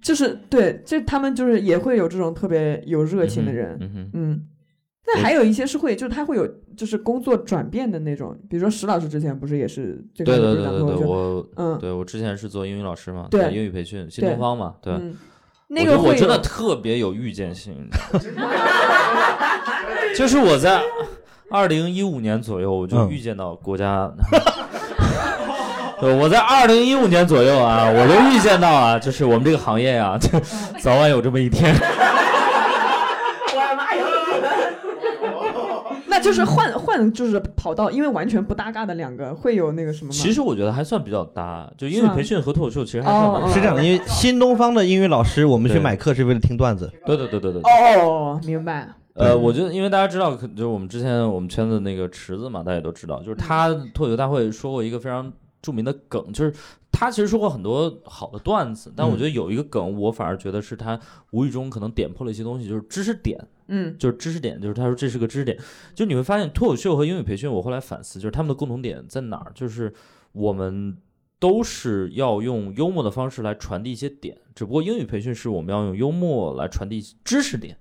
B: 就是对，就他们就是也会有这种特别有热情的人。
A: 嗯哼，
B: 嗯，那
A: 我
B: 还有一些是会，就是他会有就是工作转变的那种，比如说石老师之前不是也是最开
A: 对
B: 始不
A: 对
B: 是
A: 对
B: 当
A: 对
B: 脱
A: 对，
B: 口秀，
A: 我
B: 嗯
A: 对我之前是做英语老师嘛，
B: 对
A: 英语培训，新东方嘛，对。
B: 嗯，
A: 我
B: 那
A: 觉
B: 个
A: 得我
B: 会
A: 真的
B: 有
A: 特别有预见性，你知道吗 就是我在二零一五年左右我就
C: 嗯
A: 预见到国家， 对，我在二零一五年左右啊，我就预见到啊，就是我们这个行业啊， 就早晚有这么一天，
B: 嗯那就是换换就是跑道，因为完全不搭嘎的两个会有那个什么吗？
A: 其实我觉得还算比较搭，就英
B: 是
A: 语
B: 吗
A: 培训和脱口秀其实还算蛮
B: 哦
A: 搭
C: 是这样的，因为新东方的英语老师，我们去
A: 对
C: 买课是为了听段子。
A: 对对对对对，
B: 哦，明白，
A: 呃，我觉得，因为大家知道，可就是我们之前我们圈子那个池子嘛，大家也都知道，就是他脱口秀大会说过一个非常著名的梗，就是他其实说过很多好的段子，但我觉得有一个梗，我反而觉得是他无意中可能点破了一些东西，就是知识点。
B: 嗯
A: 就是知识点，就是他说这是个知识点，就你会发现脱口秀和英语培训，我后来反思，就是他们的共同点在哪儿？就是我们都是要用幽默的方式来传递一些点，只不过英语培训是我们要用幽默来传递知识点、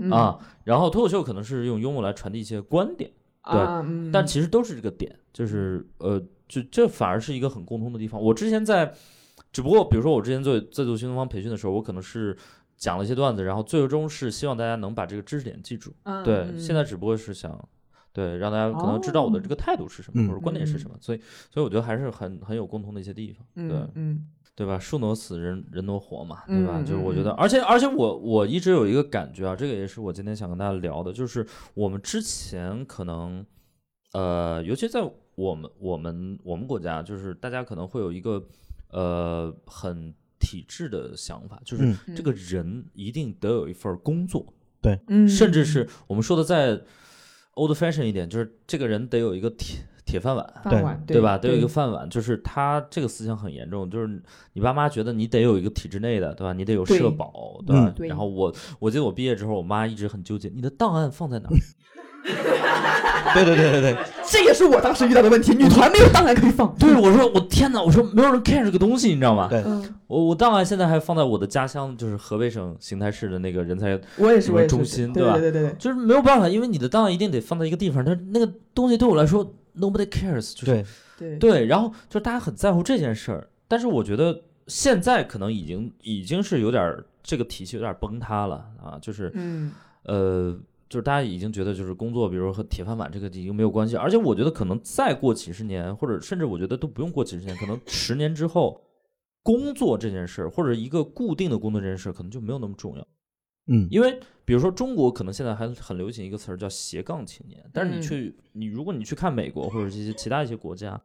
B: 嗯
A: 啊，然后脱口秀可能是用幽默来传递一些观点，对
B: 啊，嗯
A: 但其实都是这个点，就是呃，就这反而是一个很共通的地方。我之前在，只不过比如说我之前做在做新东方培训的时候，我可能是讲了一些段子，然后最终是希望大家能把这个知识点记住。
B: 嗯
A: 对，
B: 嗯哦
A: 现在只不过是想，对，让大家可能知道我的这个态度是什么，
C: 嗯
A: 或者观点是什么，所以，所以我觉得还是很很有共同的一些地方，对，
B: 嗯嗯
A: 对吧？树挪死，人人挪活嘛，对吧？
B: 嗯
A: 就是我
B: 嗯
A: 觉得，而且而且我我一直有一个感觉啊，这个也是我今天想跟大家聊的，就是我们之前可能，呃，尤其在我们我们我们国家，就是大家可能会有一个呃很体制的想法，就是
C: 嗯
A: 这个人一定得有一份工作，
B: 嗯，
A: 甚至是我们说的再 old fashion 一点，就是这个人得有一个铁铁饭碗，
B: 饭
C: 对
B: 碗
A: 对吧？得有一个
B: 对
A: 饭碗，就是他这个思想很严重，就是你爸妈觉得你得有一个体制内的，对吧？你得有
B: 对
A: 社保，对吧
C: 嗯？
B: 对
A: 然后我我记得我毕业之后，我妈一直很纠结，你的档案放在哪儿？
C: 对对对对对，
B: 这也是我当时遇到的问题，女团没有档案可以放。
A: 对，我说我天哪，我说没有人 care 这个东西，你知道吗？
C: 对
B: 嗯，
A: 我我档案现在还放在我的家乡，就是河北省邢台市的那个人才
B: 我也是，我也是
A: 中心
B: 对
A: 对吧
B: 对对对对，
A: 就是没有办法，因为你的档案一定得放在一个地方，但是那个东西对我来说 nobody cares，就是
C: 对
B: 对
A: 对，然后就是大家很在乎这件事儿，但是我觉得现在可能已经已经是有点儿这个体系有点儿崩塌了啊，就是
B: 嗯
A: 呃，就是大家已经觉得就是工作，比如说和铁饭碗这个已经没有关系，而且我觉得可能再过几十年，或者甚至我觉得都不用过几十年，可能十年之后，工作这件事儿或者一个固定的工作这件事儿可能就没有那么重要，
C: 嗯
A: 因为比如说中国可能现在还很流行一个词儿叫斜杠青年，但是
B: 嗯
A: 你去你如果你去看美国或者这些其他一些国家，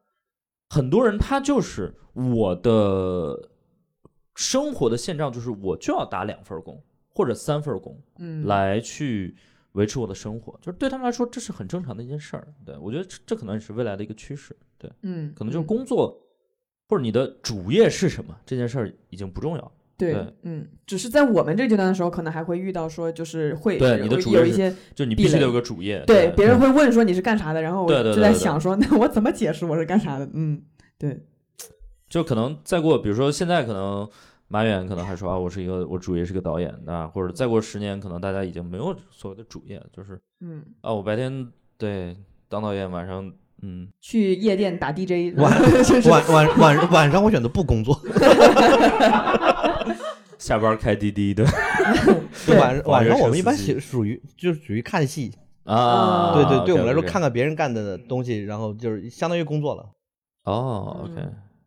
A: 很多人他就是我的生活的现状就是我就要打两份儿工或者三份儿工。
B: 嗯，
A: 来去维持我的生活，就是对他们来说这是很正常的一件事儿。对我觉得这这可能也是未来的一个趋势，
B: 嗯，
A: 可能就是
B: 嗯
A: 工作、或者你的主业是什么这件事儿已经不重要了。
B: 对
A: 对，
B: 嗯，只是在我们这个阶段的时候，可能还会遇到说，就是会
A: 对
B: 有
A: 你的主
B: 有
A: 业
B: 一
A: 是
B: 些
A: 就你
B: 壁
A: 必须得
B: 垒
A: 有个主业，
B: 对别人
A: 嗯
B: 会问说你是干啥的，然后我
A: 对对对
B: 就在
A: 对对
B: 想说， 那我怎么解释我是干啥的？嗯，对，
A: 就可能再过，比如说现在可能。马远可能还说啊，我是一个我主业是个导演啊，或者再过十年，可能大家已经没有所谓的主业，就是
B: 嗯，
A: 啊，我白天对当导演，晚上嗯，
B: 去夜店打 DJ，
C: 晚
B: 就是
C: 晚晚晚晚上我选择不工作，
A: 下班开滴 滴的
C: 就晚晚上我们一般
A: 我也
C: 属
A: 是
C: 属于就是属于看戏，
A: 啊，
C: 对对，对我们来说
A: OK，OK
C: 看看别人干的东西，然后就是相当于工作了，
A: 哦，OK，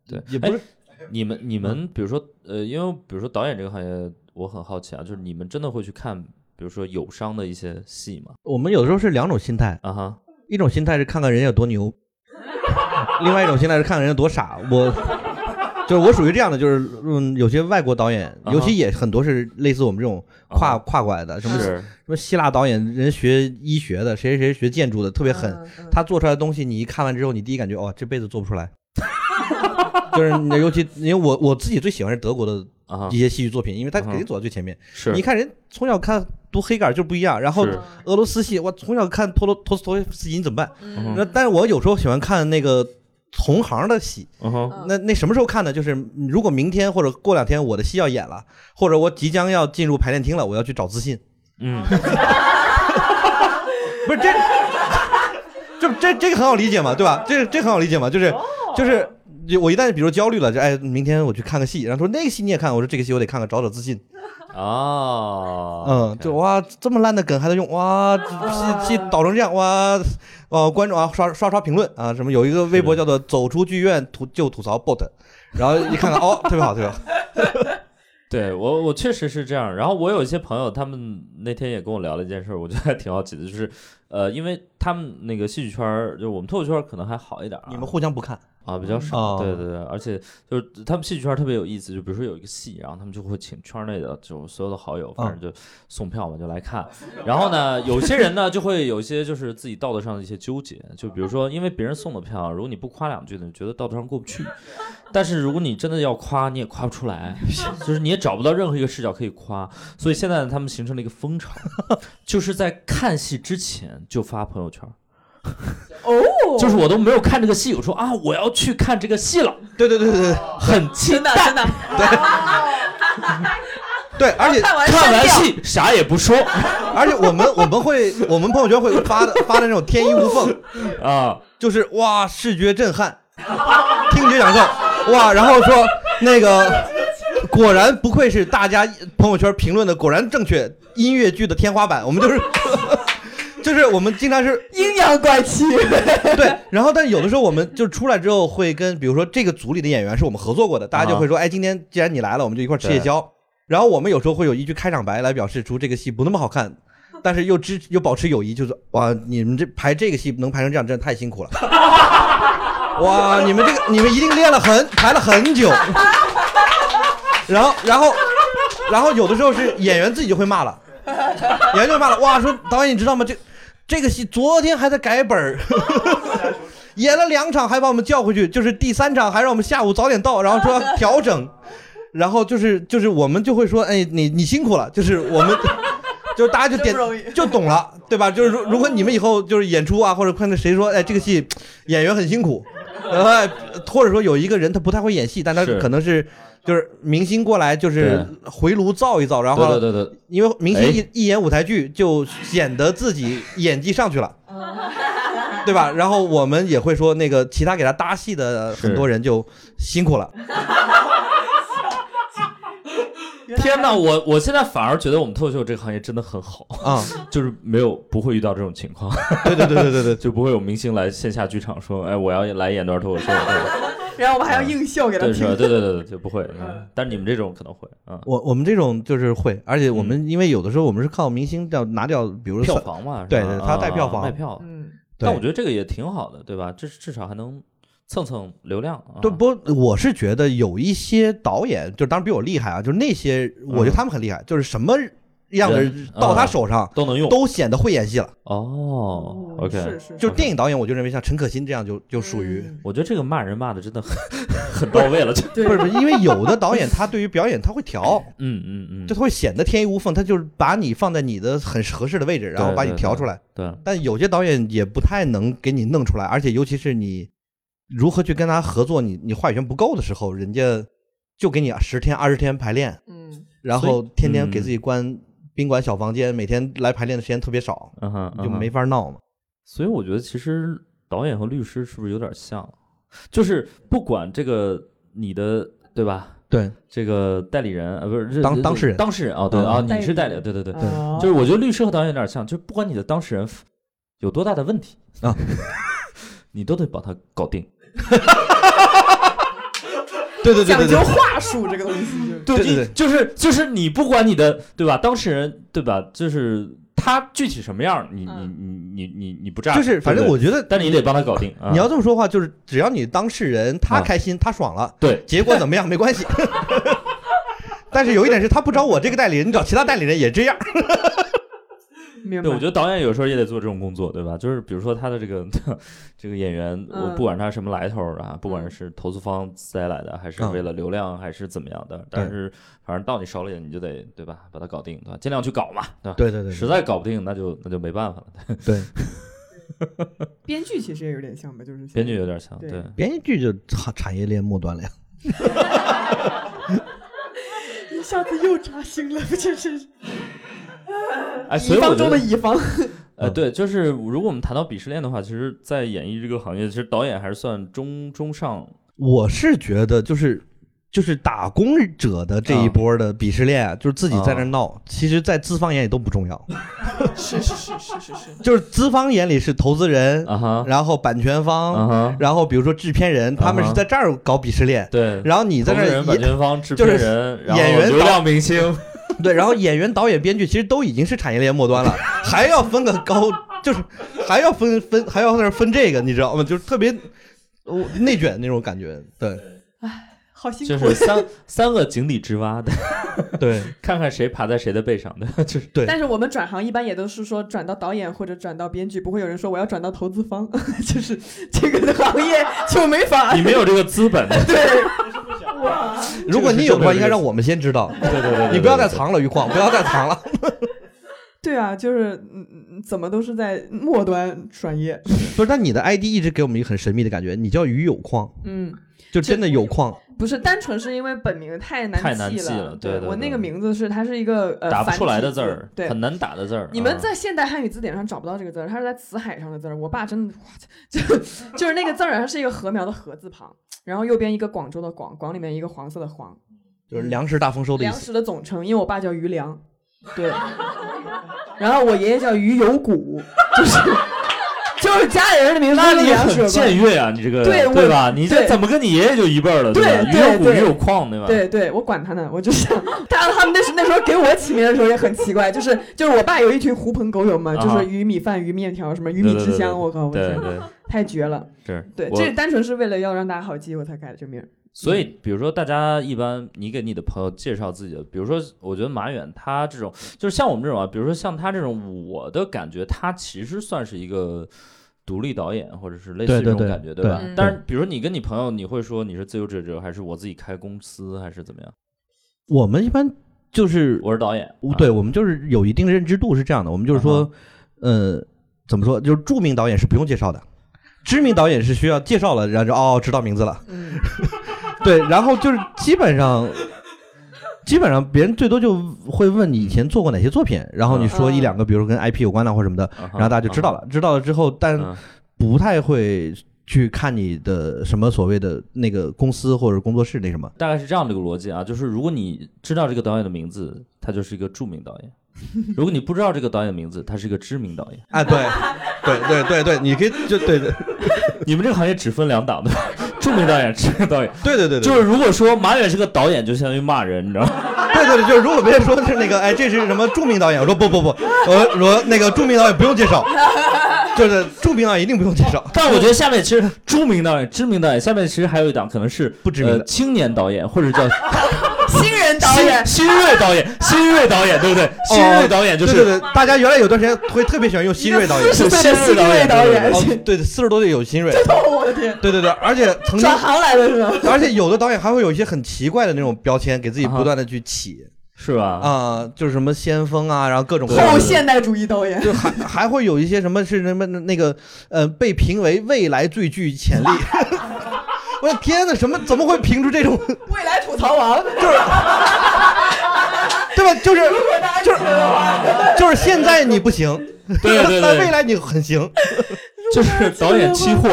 A: 对，
C: 嗯也
A: 哎
C: 不是
A: 你们你们比如说呃，因为比如说导演这个行业，我很好奇啊，就是你们真的会去看，比如说友商的一些戏吗？
C: 我们有的时候是两种心态，
A: 啊哈，
C: 一种心态是看看人家有多牛， 另外一种心态是看看人家多傻。我就是我属于这样的，就是嗯，有些外国导演，
A: 啊哈
C: 尤其也很多是类似我们这种跨
A: 啊
C: 跨过来的，什么什
A: 是
C: 么希腊导演，人学医学的，谁谁谁学建筑的，特别狠。
B: 嗯
C: 他做出来的东西，你一看完之后，你第一感觉哦，这辈子做不出来。 就是你尤其因为我我自己最喜欢是德国的
A: 啊哈
C: 一，些戏剧作品，因为他
A: 嗯
C: 肯定走到最前面。
A: 是
C: 你看人从小看读黑格尔就不一样，然后
A: 是
C: 俄罗斯戏，我从小看托罗托斯托耶夫斯基，你怎么办？
A: 嗯哼
C: 那但是我有时候喜欢看那个同行的戏，
A: 嗯哼，
B: 嗯
C: 那那什么时候看呢？就是如果明天或者过两天我的戏要演了，或者我即将要进入排练厅了，我要去找自信。
A: 嗯，
C: 不是这，这这这个很好理解嘛，对吧？这这很好理解嘛，就是就是。我一旦比如焦虑了，就哎，明天我去看个戏，然后说那个戏你也看，我说这个戏我得看看，找找自信。
A: 哦，
C: 嗯，
A: OK
C: 就哇，这么烂的梗还能用哇，这戏导成这样哇，呃，观众啊刷刷刷评论啊，什么有一个微博叫做“走出剧院吐就吐槽 bot”，然后一看看哦，特别好，特别好，
A: 对我我确实是这样。然后我有一些朋友，他们那天也跟我聊了一件事儿，我觉得还挺好奇的，就是呃，因为他们那个戏剧圈儿，就是我们脱口圈儿可能还好一点、啊，
C: 你们互相不看，
A: 啊比较少，
C: 哦
A: 对对对，而且就是他们戏剧圈儿特别有意思，就比如说有一个戏，然后他们就会请圈儿内的就所有的好友，反正就送票嘛，就来看。然后呢，有些人呢就会有一些就是自己道德上的一些纠结，就比如说因为别人送的票，如果你不夸两句呢，你觉得道德上过不去；但是如果你真的要夸，你也夸不出来，就是你也找不到任何一个视角可以夸。所以现在呢他们形成了一个风潮，就是在看戏之前就发朋友圈儿。
B: 哦
A: 就是我都没有看这个戏，我说啊，我要去看这个戏了，
C: 对对对对对
A: 很期
B: 真的
A: 待。
B: 真的，
C: 对，而且
B: 看完
A: 看完
B: 删掉
A: 戏啥也不 说
C: 而且我们我们会我们朋友圈会发的发的那种天衣无缝，
A: 啊，
C: 就是哇视觉震撼，听觉享受，哇，然后说那个果然不愧是大家朋友圈评论的，果然正确，音乐剧的天花板，我们就是 就是我们经常是
B: 阴阳 怪气，
C: 对，然后但有的时候我们就出来之后会跟，比如说这个组里的演员是我们合作过的，大家就会说，哎，今天既然你来了，我们就一块儿吃夜宵。然后我们有时候会有一句开场白来表示出这个戏不那么好看，但是又支又保持友谊，就是哇，你们这排这个戏能排成这样，真的太辛苦了。哇，你们这个你们一定练了很排了很久。然后然后然后有的时候是演员自己就会骂了，演员就会骂了，哇，说导演你知道吗？这这个戏昨天还在改本儿。演了两场还把我们叫回去，就是第三场还让我们下午早点到，然后说要调整，然后就是就是我们就会说，哎，你你辛苦了，就是我们就是大家就点就懂了，对吧？就是如如果你们以后就是演出啊，或者看着谁说，哎，这个戏演员很辛苦，呃，或者说有一个人他不太会演戏，但他
A: 是
C: 可能是。就是明星过来，就是回炉造一造，然后
A: 对对对对，
C: 因为明星
A: 哎
C: 一、一演舞台剧，就显得自己演技上去了，对吧？然后我们也会说，那个其他给他搭戏的
A: 是
C: 很多人就辛苦了。
A: 天哪，我我现在反而觉得我们脱口秀这个行业真的很好，
C: 啊、
A: 就是没有不会遇到这种情况，
C: 对对对对对对，
A: 就不会有明星来线下剧场说，哎，我要来演段脱口秀，
B: 然后我们还要硬笑给
A: 嗯
B: 他
A: 对
B: 听
A: 是，吧，对对对对，就不会，嗯，但是你们这种可能会，嗯，
C: 我我们这种就是会，而且我们因为有的时候我们是靠明星要拿掉，比如
A: 票
C: 说，
A: 房嘛，是吧
C: 对对他带票房
A: 啊卖票，
B: 嗯，
A: 但我
C: 对
A: 觉得这个也挺好的，对吧？至至少还能蹭蹭流量，啊
C: 对不？我是觉得有一些导演，就当然比我厉害啊，就是那些，我觉得他们很厉害，就是什么样的
A: 嗯人
C: 到他
A: 嗯
C: 手上
A: 都能用
C: 都显得会演戏了。
A: 哦，OK，
B: 嗯是是，
C: 就是电影导演，我就认为像陈可辛这样就就属于。
B: 嗯
A: 我觉得这个骂人骂的真的很 很到位了，就
B: 对
C: 不是不是，因为 有的导演他对于表演他会调，
A: 嗯嗯嗯，
C: 就他会显得天衣无缝，他就是把你放在你的很合适的位置，然后把你调出来。
A: 对，
C: 但有些导演也不太能给你弄出来，而且尤其是你如何去跟他合作，你你话语权不够的时候，人家就给你十天二十天排练，
B: 嗯，
C: 然
A: 所
C: 后
A: 以
C: 天天给
A: 嗯
C: 自己关宾馆小房间，每天来排练的时间特别少，
A: 嗯哼，
C: 就
A: 嗯哼
C: 没法闹嘛。
A: 所以我觉得其实导演和律师是不是有点像？就是不管这个你的对吧？
C: 对，
A: 这个代理人呃不是这
C: 当
A: 这
C: 当事人
A: 当事人啊、哦、对
C: 嗯
A: 啊、
B: 代
A: 你
B: 理
A: 是代理对对对，
B: 哦
A: 就是我觉得律师和导演有点像，就是不管你的当事人有多大的问题
C: 啊，
A: 你都得把它搞定。
C: 对对对
B: 讲
C: 对
B: 究
C: 对，
B: 话术这个东西 就是，
C: 对对对
A: 你就是就是你不管你的对吧，当事人对吧，就是他具体什么样，你你
B: 嗯
A: 你你你你不炸，
C: 就是反
A: 对
C: 正
A: 不
C: 我觉得
A: 对，但是你得帮他搞定。啊
C: 你要这么说话，就是只要你当事人他
A: 啊
C: 开心，他爽了，
A: 对，
C: 结果怎么样没 关系。但是有一点是他不找我这个代理人，你找其他代理人也这样。
B: 明白？
A: 对，我觉得导演有时候也得做这种工作，对吧？就是比如说他的这个 这个演员，我
B: 嗯
A: 不管他什么来头儿啊，不管是投资方塞来的，还是
C: 嗯
A: 为了流量，还是怎么样的，但是反正到你手里了，你就得对吧，把它搞定，对吧？尽量去搞嘛，对吧？
C: 对对
A: 实在搞不定，那就那就没办法了。
C: 对，
B: 编剧其实也有点像吧，就是
A: 编剧有点像，
B: 对
A: 对，
C: 编剧就产业链末端了呀。
B: 一下子又扎心了，不 是是
A: 哎，所
B: 乙
A: 以我
B: 方
A: 觉
B: 中的
A: 得，
B: 乙方，
A: 呃，
C: 嗯
A: 对，就是如果我们谈到鄙视链的话，其实，在演艺这个行业，其实导演还是算中中上，
C: 我是觉得就是就是打工者的这一波的鄙视链啊，就是自己在那闹，
A: 啊
C: 其实，在资方眼里都不重要。
B: 是是是是是是，
C: 就是资方眼里是投资人，
A: 啊哈，
C: 然后版权
A: 啊
C: 方，
A: 哈，
C: 然后比如说制片人，他们
A: 啊
C: 是
A: 哈
C: 在这儿搞鄙视链。
A: 对。
C: 然后你在
A: 投
C: 那
A: 资人、版
C: 儿
A: 权方、制
C: 就
A: 片
C: 是
A: 人、然后
C: 演员
A: 流
C: 导
A: 量明星，
C: 对，然后演员、导演、编剧其实都已经是产业链末端了，还要分个高就是还要分分，还要在那儿分这个，你知道吗？就是特别我内卷那种感觉。对，
B: 好辛
A: 就
B: 苦
A: 是。三三个井底之蛙的，
C: 对，
A: 看看谁爬在谁的背上的，就是
C: 对
B: 但是我们转行一般也都是说转到导演或者转到编剧，不会有人说我要转到投资方， 就是这个行业就没法
A: 你。没有这个资本的。
B: 啊对，
C: 如果你有的话，
A: 这个是正确的
C: 应该让我们先知道。
A: 对对对对对
C: 你不要再藏了，余矿，不要再藏了。
B: 对啊，就是嗯嗯，嗯怎么都是在末端转业。
C: 不是，但你的 ID 一直给我们一个很神秘的感觉，你叫于有矿，
B: 嗯，
C: 就真的有矿。
B: 不是单纯是因为本名太难
A: 太难记了对
B: 对
A: 对
B: 我
A: 对
B: 那个名字是它是一个呃
A: 打不出来的
B: 繁体
A: 字儿，
B: 对
A: 很。难打的字儿。
B: 你们
A: 嗯
B: 在现代汉语字典上找不到这个字儿，它是在辞海上的字儿。我爸真的，哇，就 就是那个字儿，啊它是一个禾苗的禾字旁，然后右边一个广州的广，广里面一个黄色的黄，
C: 就是粮食大丰收的意
B: 粮
C: 思。
B: 食的总称，因为我爸叫余粮，对。 然后我爷爷叫余有谷，就是 就是家里人的名字
A: 那
B: 跟
A: 你
B: 粮食
A: 很
B: 有关
A: 僭。越啊！你这个
B: 对我
A: 对吧？你这
B: 对
A: 怎么跟你爷爷就一辈儿了？吧？
B: 对
A: 鱼有骨，
B: 对
A: 鱼
B: 对
A: 有矿，对吧？
B: 对对，我管他呢，我就想， 他他们那时那时候给我起名的时候也很奇怪，就是就是我爸有一群狐朋狗友嘛，就
A: 啊
B: 是鱼米饭、鱼面条什么鱼
A: 对
B: 米
A: 对
B: 之
A: 对
B: 乡，我靠，我
A: 对
B: 天，
A: 对，
B: 太绝了。
A: 是。
B: 对，
A: 我
B: 这单纯是为了要让大家好记，我才改的这名儿。
A: 所
C: 嗯
A: 以，比如说，大家一般你给你的朋友介绍自己的，比如说，我觉得马远他这种，就是像我们这种啊，比如说像他这种，我的感觉他其实算是一个独立导演，或者是类似
C: 对
A: 于这
C: 对
A: 种
C: 对
A: 感觉，
C: 对
A: 吧
B: 嗯？
A: 但是，比如说你跟你朋友，你会说你是自由职业者，还是我自己开公司，还是怎么样？
C: 我们一般就是
A: 我是导演，
C: 嗯
B: 啊
C: 我对，我们就是有一定认知度是这样的，我们就是
A: 啊
C: 说，
B: 嗯
C: 呃，怎么说，就是著名导演是不用介绍的，知名导演是需要介绍了，然后就哦知道名字了，
B: 嗯，
C: 对，然后就是基本上。基本上别人最多就会问你以前做过哪些作品，然后你说
B: 嗯
C: 一两个，比如说跟 IP 有关的或什么的，
A: 然
C: 然后大家就知道。
A: 啊
C: 了。知道了之后，但
A: 嗯
C: 不太会去看你的什么所谓的那个公司或者工作室那什么。
A: 大概是这样的一个逻辑啊，就是如果你知道这个导演的名字，他就是一个著名导 演；如果你不知道这个导演的名字，他是一个知名导演。
C: 啊，对，对对对对，你可以就对对对
A: 你们这个行业只分两档的， 著名导演、知名导演。
C: 对对对，
A: 就是如果说马远是个导演，就相当于骂人，你知道 吗？
C: 对对对，就是如果别人说是那个，哎，这是什么著名导演？我说不不不，我我说那个著名导演不用介绍，就是著名导演一定不用介绍。
A: 但我觉得下面其实著名导演、知名导演，下面其实还有一档可能是
C: 不知名的
A: 呃青年导演，或者 叫
B: 新人导演
A: 新，新锐导演、新锐导演，对不对？新锐导演就
C: 哦对
A: 是
C: 对对，大家原来有段时间会特别喜欢用新锐导演
B: 四，十岁的新锐导演，
C: 哦，对，四十多岁有新锐，
B: 哦 我的天，
C: 对对对，而且曾经
B: 转，行来的是吧？
C: 而且有的导演还会有一些很奇怪的那种标签，给自己不断的去起
A: 是吧？
C: 啊，就是什么先锋啊，然后各种各样
B: 后
C: 的
B: 现代主义导演，
C: 就还还会有一些什么是什么那个呃被评为未来最具潜力。 我的天哪，什么怎么会评出这种？
B: 未来吐槽王，
C: 对吧？就是就是就是现在你不行，
A: 对对
C: 但未
A: 对，
C: 来你很行。
A: 就是导演期 货。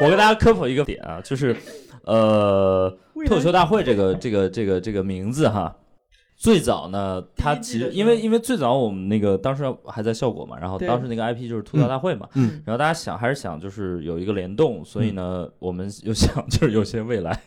A: 我跟大家科普一个点啊，就是呃，脱口秀大会这个这个这个这个名字哈，最早呢，它其实因为因为最早我们那个当时还在效果嘛，然后
B: 对
A: 当时那个 IP 就是吐槽大会嘛，
C: 嗯
A: 然后大家想还是想就是有一个联动，所以呢，我们又想 就是有些未来，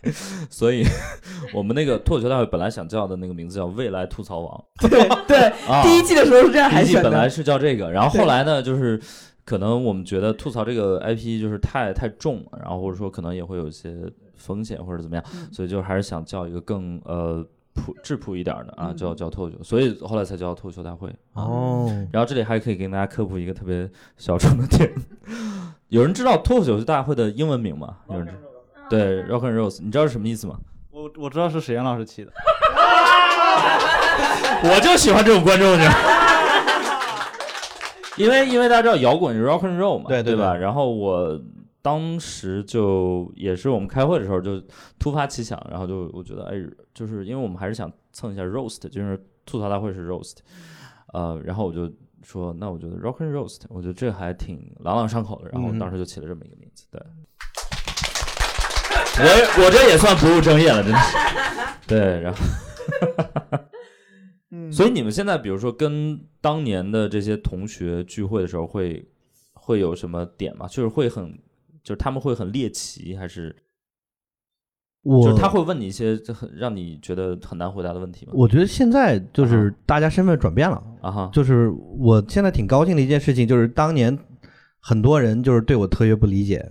A: 所以 我们那个脱口秀大会本来想叫的那个名字叫未来吐槽王
B: 对对，
A: 啊，
B: 第一季的时候是这样
A: 第一
B: 海
A: 季
B: 选
A: 本来
B: 的，
A: 是叫这个，然后
B: 对
A: 后来呢，就是可能我们觉得吐槽这个 IP 就是太太重了，然后或者说可能也会有一些风险或者怎么样，
B: 嗯
A: 所以就还是想叫一个更呃朴质朴一点儿的啊，
B: 嗯
A: 叫叫脱口秀，所以后来才叫脱口秀大会。
C: 哦，
A: 然后这里还可以给大家科普一个特别小众的点， 有人知道脱口秀大会的英文名吗？有人知对 Rock and Rose，你知道是什么意思吗？
G: 我我知道是史岩老师起的，
A: 我就喜欢这种观众，你知道。 因为因为大家知道摇滚是 rock and roll 嘛，
C: 对对
A: 吧？然后我当时就也是我们开会的时候就突发奇想，然后就我觉得哎，就是因为我们还是想蹭一下 roast，就是吐槽大会是 roast，呃，然后我就说那我觉得 rock and roast，我觉得这还挺朗朗上口的，然后我
C: 嗯
A: 当时就起了这么一个名字，对。我我这也算不务正业了，真的是。对，然后。
B: 嗯，
A: 所以你们现在，比如说跟当年的这些同学聚会的时候会，会有什么点吗？就是会很，就是他们会很猎奇，还是就
C: 我
A: 是他会问你一些就很让你觉得很难回答的问题吗？
C: 我觉得现在就是大家身份转变了，
A: 啊哈，
C: 就是我现在挺高兴的一件事情，就是当年很多人就是对我特别不理解，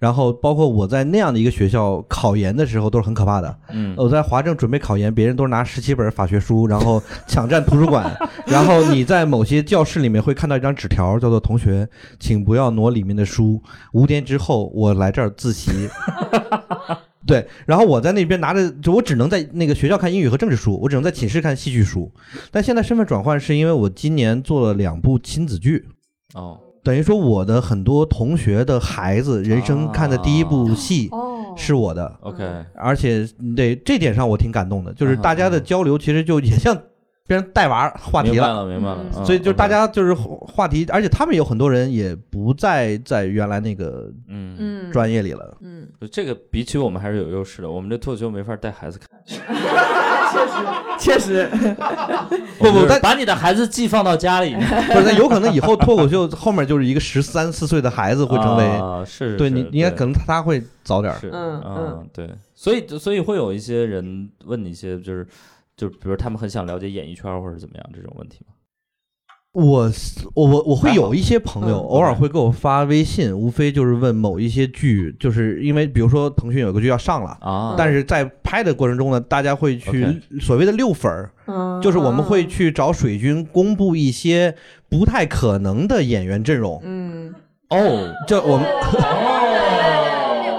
C: 然后包括我在那样的一个学校考研的时候都是很可怕的。
A: 嗯，
C: 我在华政准备考研，别人都是拿十七本法学书，然后抢占图书馆，然后你在某些教室里面会看到一张纸条，叫做“同学，请不要挪里面的书，五点之后我来这儿自习。”对，然后我在那边拿着，就我只能在那个学校看英语和政治书，我只能在寝室看戏剧书。但现在身份转换是因为我今年做了两部亲子剧，
A: 哦，
C: 等于说我的很多同学的孩子人生看的第一部戏
B: 哦
C: 是我的，
A: OK，
C: 而且嗯对这点上我挺感动的，就是
A: 嗯
C: 大家的交流其实就也像别人带娃儿话题
A: 明白
C: 了。
A: 了，明白了。
D: 嗯
A: 嗯
C: 所以就是
A: OK
C: 大，家就是话题，而且他们有很多人也不再在原来那个
A: 嗯，
B: 嗯
C: 专业里了。
B: 嗯，
A: 这个比起我们还是有优势的。我们这脱口秀没法带孩子看，
B: 确实，
C: 不
A: 我们就是
C: 但
A: 把你的孩子寄放到家里，
C: 不是，那有可能以后脱口秀后面就是一个十三四岁的孩子会成为，
A: 啊是是
C: 对
A: 是
C: 你，你也可能他会早点儿。
A: 是，
B: 嗯
A: 啊，对，所以所以会有一些人问你一些就是。就比如他们很想了解演艺圈或者怎么样这种问题嘛，
C: 我我我我会有一些朋
B: 还
C: 友
B: 好嗯
C: 偶尔会给我发微信，无非就是问某一些剧，就是因为比如说腾讯有个剧要上了，
A: 啊，
B: 嗯
C: 但是在拍的过程中呢，大家会去
A: OK
C: 所谓的六粉儿，
B: 嗯
C: 就是我们会，去找水军公布一些不太可能的演员阵容。
B: 嗯，
A: 哦，
C: 就我们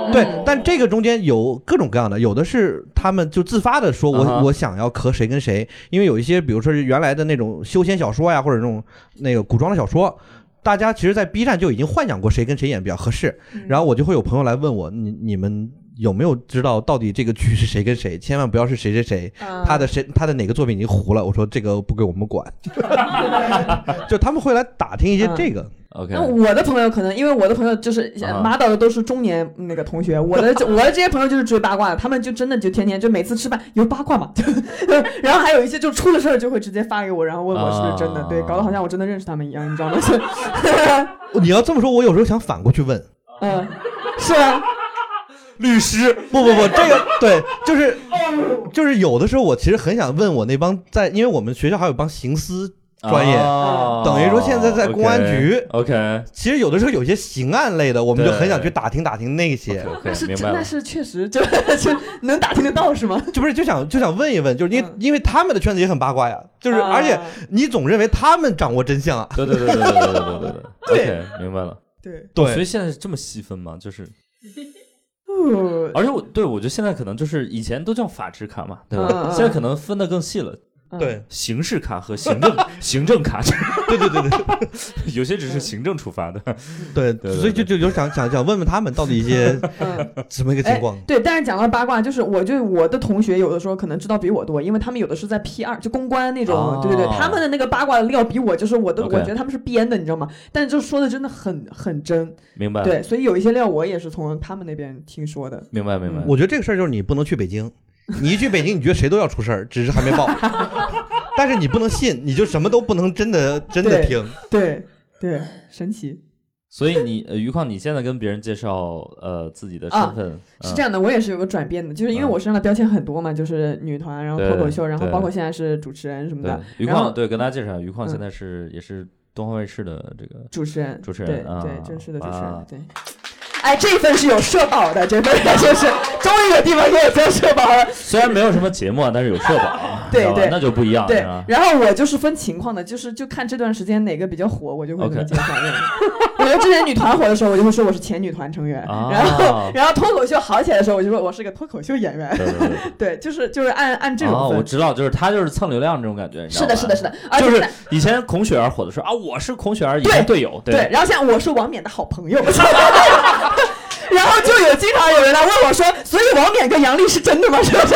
C: 对，但这个中间有各种各样的，有的是他们就自发的说我，我、
A: 啊哈
C: 想要和谁跟谁，因为有一些，比如说是原来的那种修仙小说呀，或者那种那个古装的小说。大家其实，在 B 站就已经幻想过谁跟谁演比较合适，
B: 嗯
C: 然后我就会有朋友来问我，你你们有没有知道到底这个剧是谁跟谁？千万不要是谁谁谁，他
B: 他
C: 的谁他的哪个作品已经糊了？我说这个不归我们管， 就他们会来打听一些这个。
A: OK，
B: 那我的朋友可能，因为我的朋友就是
A: 啊
B: 马导的都是中年那个同学，我的 我的这些朋友就是追八卦的，他们就真的就天天就每次吃饭有八卦嘛，就 然后还有一些就出了事儿就会直接发给我，然后问我是不是真的，
A: 啊
B: 对，搞得好像我真的认识他们一样，你知道吗？ 是，
C: 你要这么说，我有时候想反过去问，
B: 嗯，是啊，
C: 律师，不不不，这个 对，就是就是有的时候我其实很想问我那帮在，因为我们学校还有帮刑司，专业
A: 哦
C: 等于说现在在公安局
A: OK，
C: 其实有的时候有些刑案类的，我们就
A: 对
C: 很想去打听打听那些，
A: OK，
B: 但是
A: 明
B: 真
A: 白了
B: 的。是确实就 就能打听得到是吗？
C: 就不是就想就想问一问，就是因为
B: 嗯
C: 因为他们的圈子也很八卦呀，就是
B: 啊
C: 而且你总认为他们掌握真相啊，
A: 对对对对对对对对对，OK，明白了。
B: 对，
A: 所以
C: 对，
A: 现在是这么细分吗？就是，
B: 哦
A: 而且我对我觉得现在可能就是以前都叫法制卡嘛，对
B: 嗯嗯
A: 吧？
B: 嗯
A: 现在可能分的更细了，
B: 嗯
C: 对
A: 刑事卡和行 政行政卡，
C: 对对对对。
A: 有些只是 行政处罚的。
C: 对，
A: 对
C: 所以就
A: 对
C: 就就想想想问问他们到底一些
A: 啊
B: 嗯。
C: 什么一个情况。
B: 对，但是讲到八卦，就是我就我的同学有的时候可能知道比我多，因为他们有的是在 P 二，就公关那种，
A: 哦
B: 对对对，他们的那个八卦的料比我就是我都
A: OK
B: 我觉得他们是编的，你知道吗？但是就说的真的很很真，
A: 明白，
B: 对，所以有一些料我也是从他们那边听说的。
A: 明白，明白。
B: 嗯
C: 我觉得这个事儿就是你不能去北京，你一去北京，你觉得谁都要出事儿，只是还没 报。但是你不能信，你就什么都不能真的真的
B: 对
C: 听。
B: 对对，神奇
A: 嗯所以你呃于矿，你现在跟别人介绍呃自己的
B: 啊
A: 身份
B: 是这样的，我也是有个转变的，就是因为
A: 嗯
B: 我身上的标签很多嘛，就是女团，然后
A: 对
B: 脱口秀，然后
A: 对
B: 包括现在是主持人什么
A: 对
B: 的，，
A: 于
B: 然后
A: 矿对，跟大家介绍，于矿
B: 嗯
A: 现在是也是东方卫视的这个
B: 主持人，
A: 主持人
B: 对、
A: 啊
B: 对，正式的主持
A: 啊
B: 人，对。哎，这份是有社保的， 这份就是终于有地方给我交社保了。
A: 虽然没有什么节目，啊，但是有社保，
B: 对
A: 知道吧
B: 对
A: 那就不一样，
B: 对
A: 是吧，
B: 然后我就是分情况的，就是就看这段时间哪个比较火，我就会怎么
A: OK
B: 介绍那个。我觉得之前女团火的时候，我就会说我是前女团成员，
A: 啊
B: 然后然后脱口秀好起来的时候，我就说我是个脱口秀演员。
A: 对对对
B: 对，就是就是按按 这
A: 哦，
B: 种
A: 我
B: 分。
A: 知道，就是他就是蹭流量这种感觉，你知
B: 是
A: 道
B: 的，
A: 吧
B: 是的，啊是。的，而
A: 就
B: 且
A: 是
B: 现在
A: 以前孔雪儿火的时候啊，我是孔雪儿以前队友，
B: 对，然后现在我是王冕的好朋友， 然后就有经常有人来问我说，所以王冕跟杨笠是真的吗？ 是不是？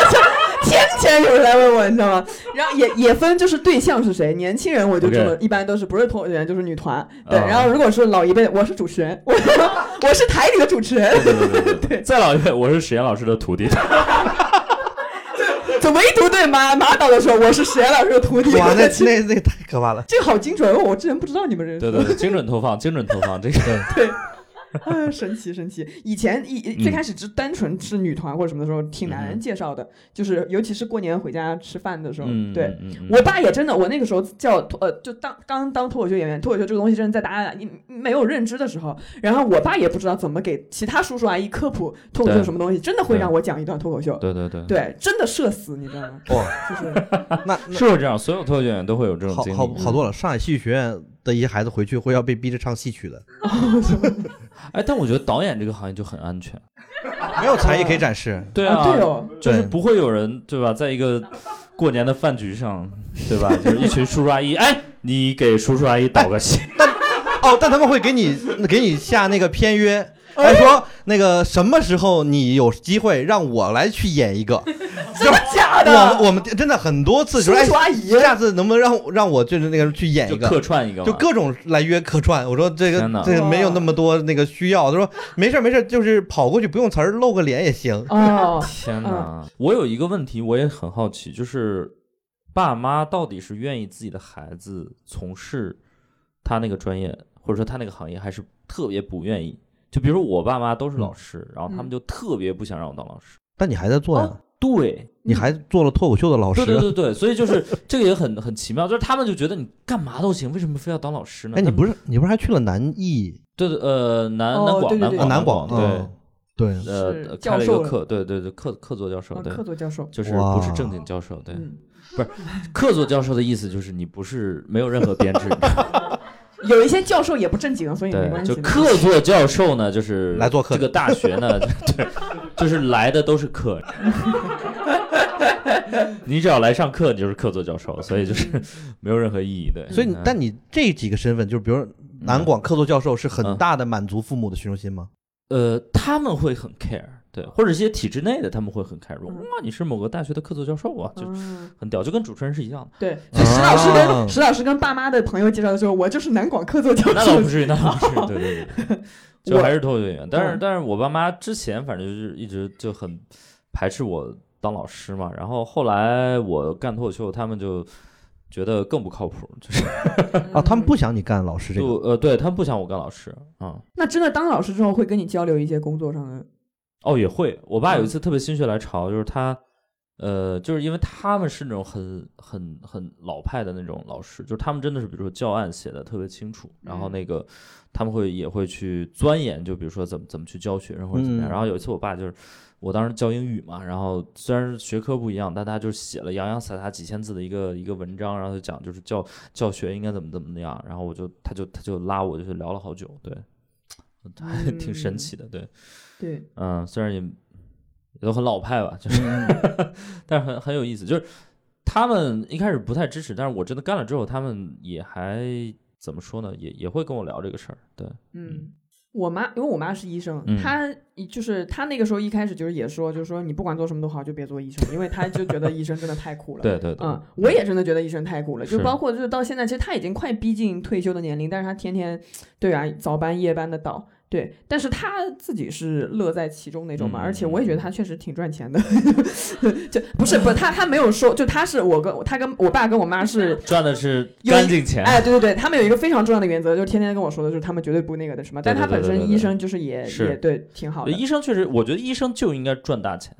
B: 天天有人来问我，你知道吗？然后也也分就是对象是谁，年轻人我就这么
A: OK
B: 一般都是不是脱口秀演员就是女团，对。
A: 啊
B: 然后如果是老一辈，我是主持人， 我我是台里的主持人，
A: 对对对对对。再老一辈，我是史岩老师的徒 弟，
B: 就唯独对马马导的时候，我是史岩老师的徒弟。
C: 哇， 那那那 太可怕了。
B: 哦这个好精准，我之前不知道你们认识。
A: 对对对，精准投放，精准投放，这个
B: 对哎，神奇神奇！以前一
A: 嗯
B: 最开始只单纯是女团或者什么的时候，挺难
A: 嗯哼
B: 人介绍的，就是尤其是过年回家吃饭的时候，
A: 嗯，
B: 对。
A: 嗯，嗯
B: 我爸也真的，我那个时候叫呃，就当刚当脱口秀演员，脱口秀这个东西真的在大家你没有认知的时候，然后我爸也不知道怎么给其他叔叔阿姨科普脱口
A: 对
B: 秀是什么东西，真的会
A: 对
B: 让我讲一段脱口秀，
A: 对对对，
B: 对，真的社死，你知道吗？
C: 哇，
B: 就是
C: 那那
A: 是会这样，所有脱口秀演员都会有这种
C: 好
A: 经历。
C: 好好多了。上海戏剧学院的一些孩子回去会要被逼着唱戏曲的，
A: 哎，但我觉得导演这个行业就很安全。
C: 没有才艺可以展示。
A: 对
B: 啊，对 哦，
A: 就是
C: 啊对
A: 不会有人对吧，在一个过年的饭局上，对 吧？就是一群叔叔阿姨，哎，你给叔叔阿姨导个戏，
C: 哦，但他们会给你给你下那个片 约，还说那个什么时候你有机会让我来去演一 个。
B: 真的假的？
C: 我我们真的很多次
B: 叔
C: 说，哎
B: 叔，阿姨，
C: 下次能不能让我让我就是那个去演
A: 就
C: 哎一个
A: 客，串一个嘛，
C: 就各种来约客串。我说这个
A: 天哪
C: 这个没有那么多那个需要，他说没事儿没事儿，就是跑过去不用词儿露个脸也行。
B: 哦，
A: 天哪！我有一个问题，我也很好奇，就是爸妈到底是愿意自己的孩子从事他那个专业，或者说他那个行业，还是特别不愿意？就比如说我爸妈都是
B: 嗯
A: 老师，然后他们就特别不想让我当老师。
C: 但你还在做呀，
A: 对，
C: 你还做了脱口秀的老
A: 对对
C: 师。
A: 对对，所以就是这个也很很奇妙，就是他们就觉得你干嘛都行，为什么非要当老师呢？
C: 哎，你
A: 他们
C: 不是你不是还去了南艺
A: 对对呃南
B: 哦
A: 南广
B: 对对
A: 南
B: 对
A: 广
C: 啊南
A: 广
C: 广
A: 对
C: 嗯对，
B: 是
A: 呃
B: 教
A: 开了一
B: 授
A: 个
B: 了
A: 课，对对对客客座教授
B: 啊
A: 对
B: 客。座教授，
A: 就是
C: 哇
A: 不是正经教授，对，
B: 嗯，
A: 客座教授的意思就是你不是没有任何 编制，
B: 有一些教授也不正经，所以没
A: 对，
B: 关
A: 就
B: 系的。
A: 客座教授呢，就是
C: 来做客
A: 这个大学呢，对，就是来的都是客人， 你只要来上课，你就是客座教授，所以就是没有任何意义，对。
C: 嗯所以你
A: 嗯
C: 但你这几个身份，就是比如南广客座教授，是
A: 嗯
C: 很大的满足父母的虚荣心吗？
A: 呃，他们会很 care，对，或者一些体制内的他们会很 care，说哇，你是某个大学的客座教授啊，就
B: 嗯，
A: 很屌，就跟主持人是一样的。
B: 对，所以石老师
C: 啊
B: 跟石老师跟爸妈的朋友介绍的时候，我就是南广客座教
A: 那倒
B: 授
A: 不，至于，那倒不至于，对对对 对，就
B: 我
A: 还是脱口秀演员。但是
B: 嗯
A: 但是我爸妈之前反正就是一直就很排斥我当老师嘛，然后后来我干脱口秀，他们就觉得更不靠谱，就是
C: 啊，他们不想你干老师这
A: 就
C: 个，
A: 呃，对他们不想我干老师，嗯。
B: 那真的当老师之后会跟你交流一些工作上的，
A: 哦，也会。我爸有一
B: 嗯
A: 次特别心血来潮，就是他，呃，就是因为他们是那种很很很老派的那种老师，就是他们真的是，比如说教案写的特别清楚，然后
B: 嗯
A: 那个他们会也会去钻研，就比如说怎么怎么去教学生或者怎么样。
C: 嗯
A: 然后有一次我爸就是。我当时教英语嘛，然后虽然是学科不一样，但他就写了洋洋洒洒几千字的一个一个文章，然后就讲就是教教学应该怎么怎么样，然后我就他就他就拉我就是聊了好久，对， 还挺神
B: 嗯
A: 奇的，对。
B: 对，
A: 嗯，虽然也也都很老派吧，就是，
B: 嗯
A: 但是很很有意思。就是他们一开始不太支持，但是我真的干了之后，他们也还怎么说呢？也也会跟我聊这个事儿。对，
B: 嗯。我妈，因为我妈是医生，
A: 嗯
B: 她就是她那个时候一开始就是也说，就是说你不管做什么都好，就别做医生，因为她就觉得医生真的太苦了。
A: 对对对，
B: 嗯，我也真的觉得医生太苦了，就是包括就是到现在，其实他已经快逼近退休的年龄，但是他天天，对啊，早班夜班的倒，对，但是他自己是乐在其中那种
A: 嗯
B: 嘛，而且我也觉得他确实挺赚钱的， 就不是不他他没有说，就他是我跟他跟我爸跟我妈 是。
A: 赚的是
B: 有
A: 干
B: 一
A: 净钱。
B: 哎，对对对，他们有一个非常重要的原则，就是天天跟我说的，就是他们绝对不那个的什么。但
A: 对
B: 他
A: 对
B: 本
A: 对对
B: 身
A: 对
B: 医
A: 对
B: 生就是也
A: 是
B: 也对挺好的，
A: 医生确实，我觉得医生就应该赚大钱。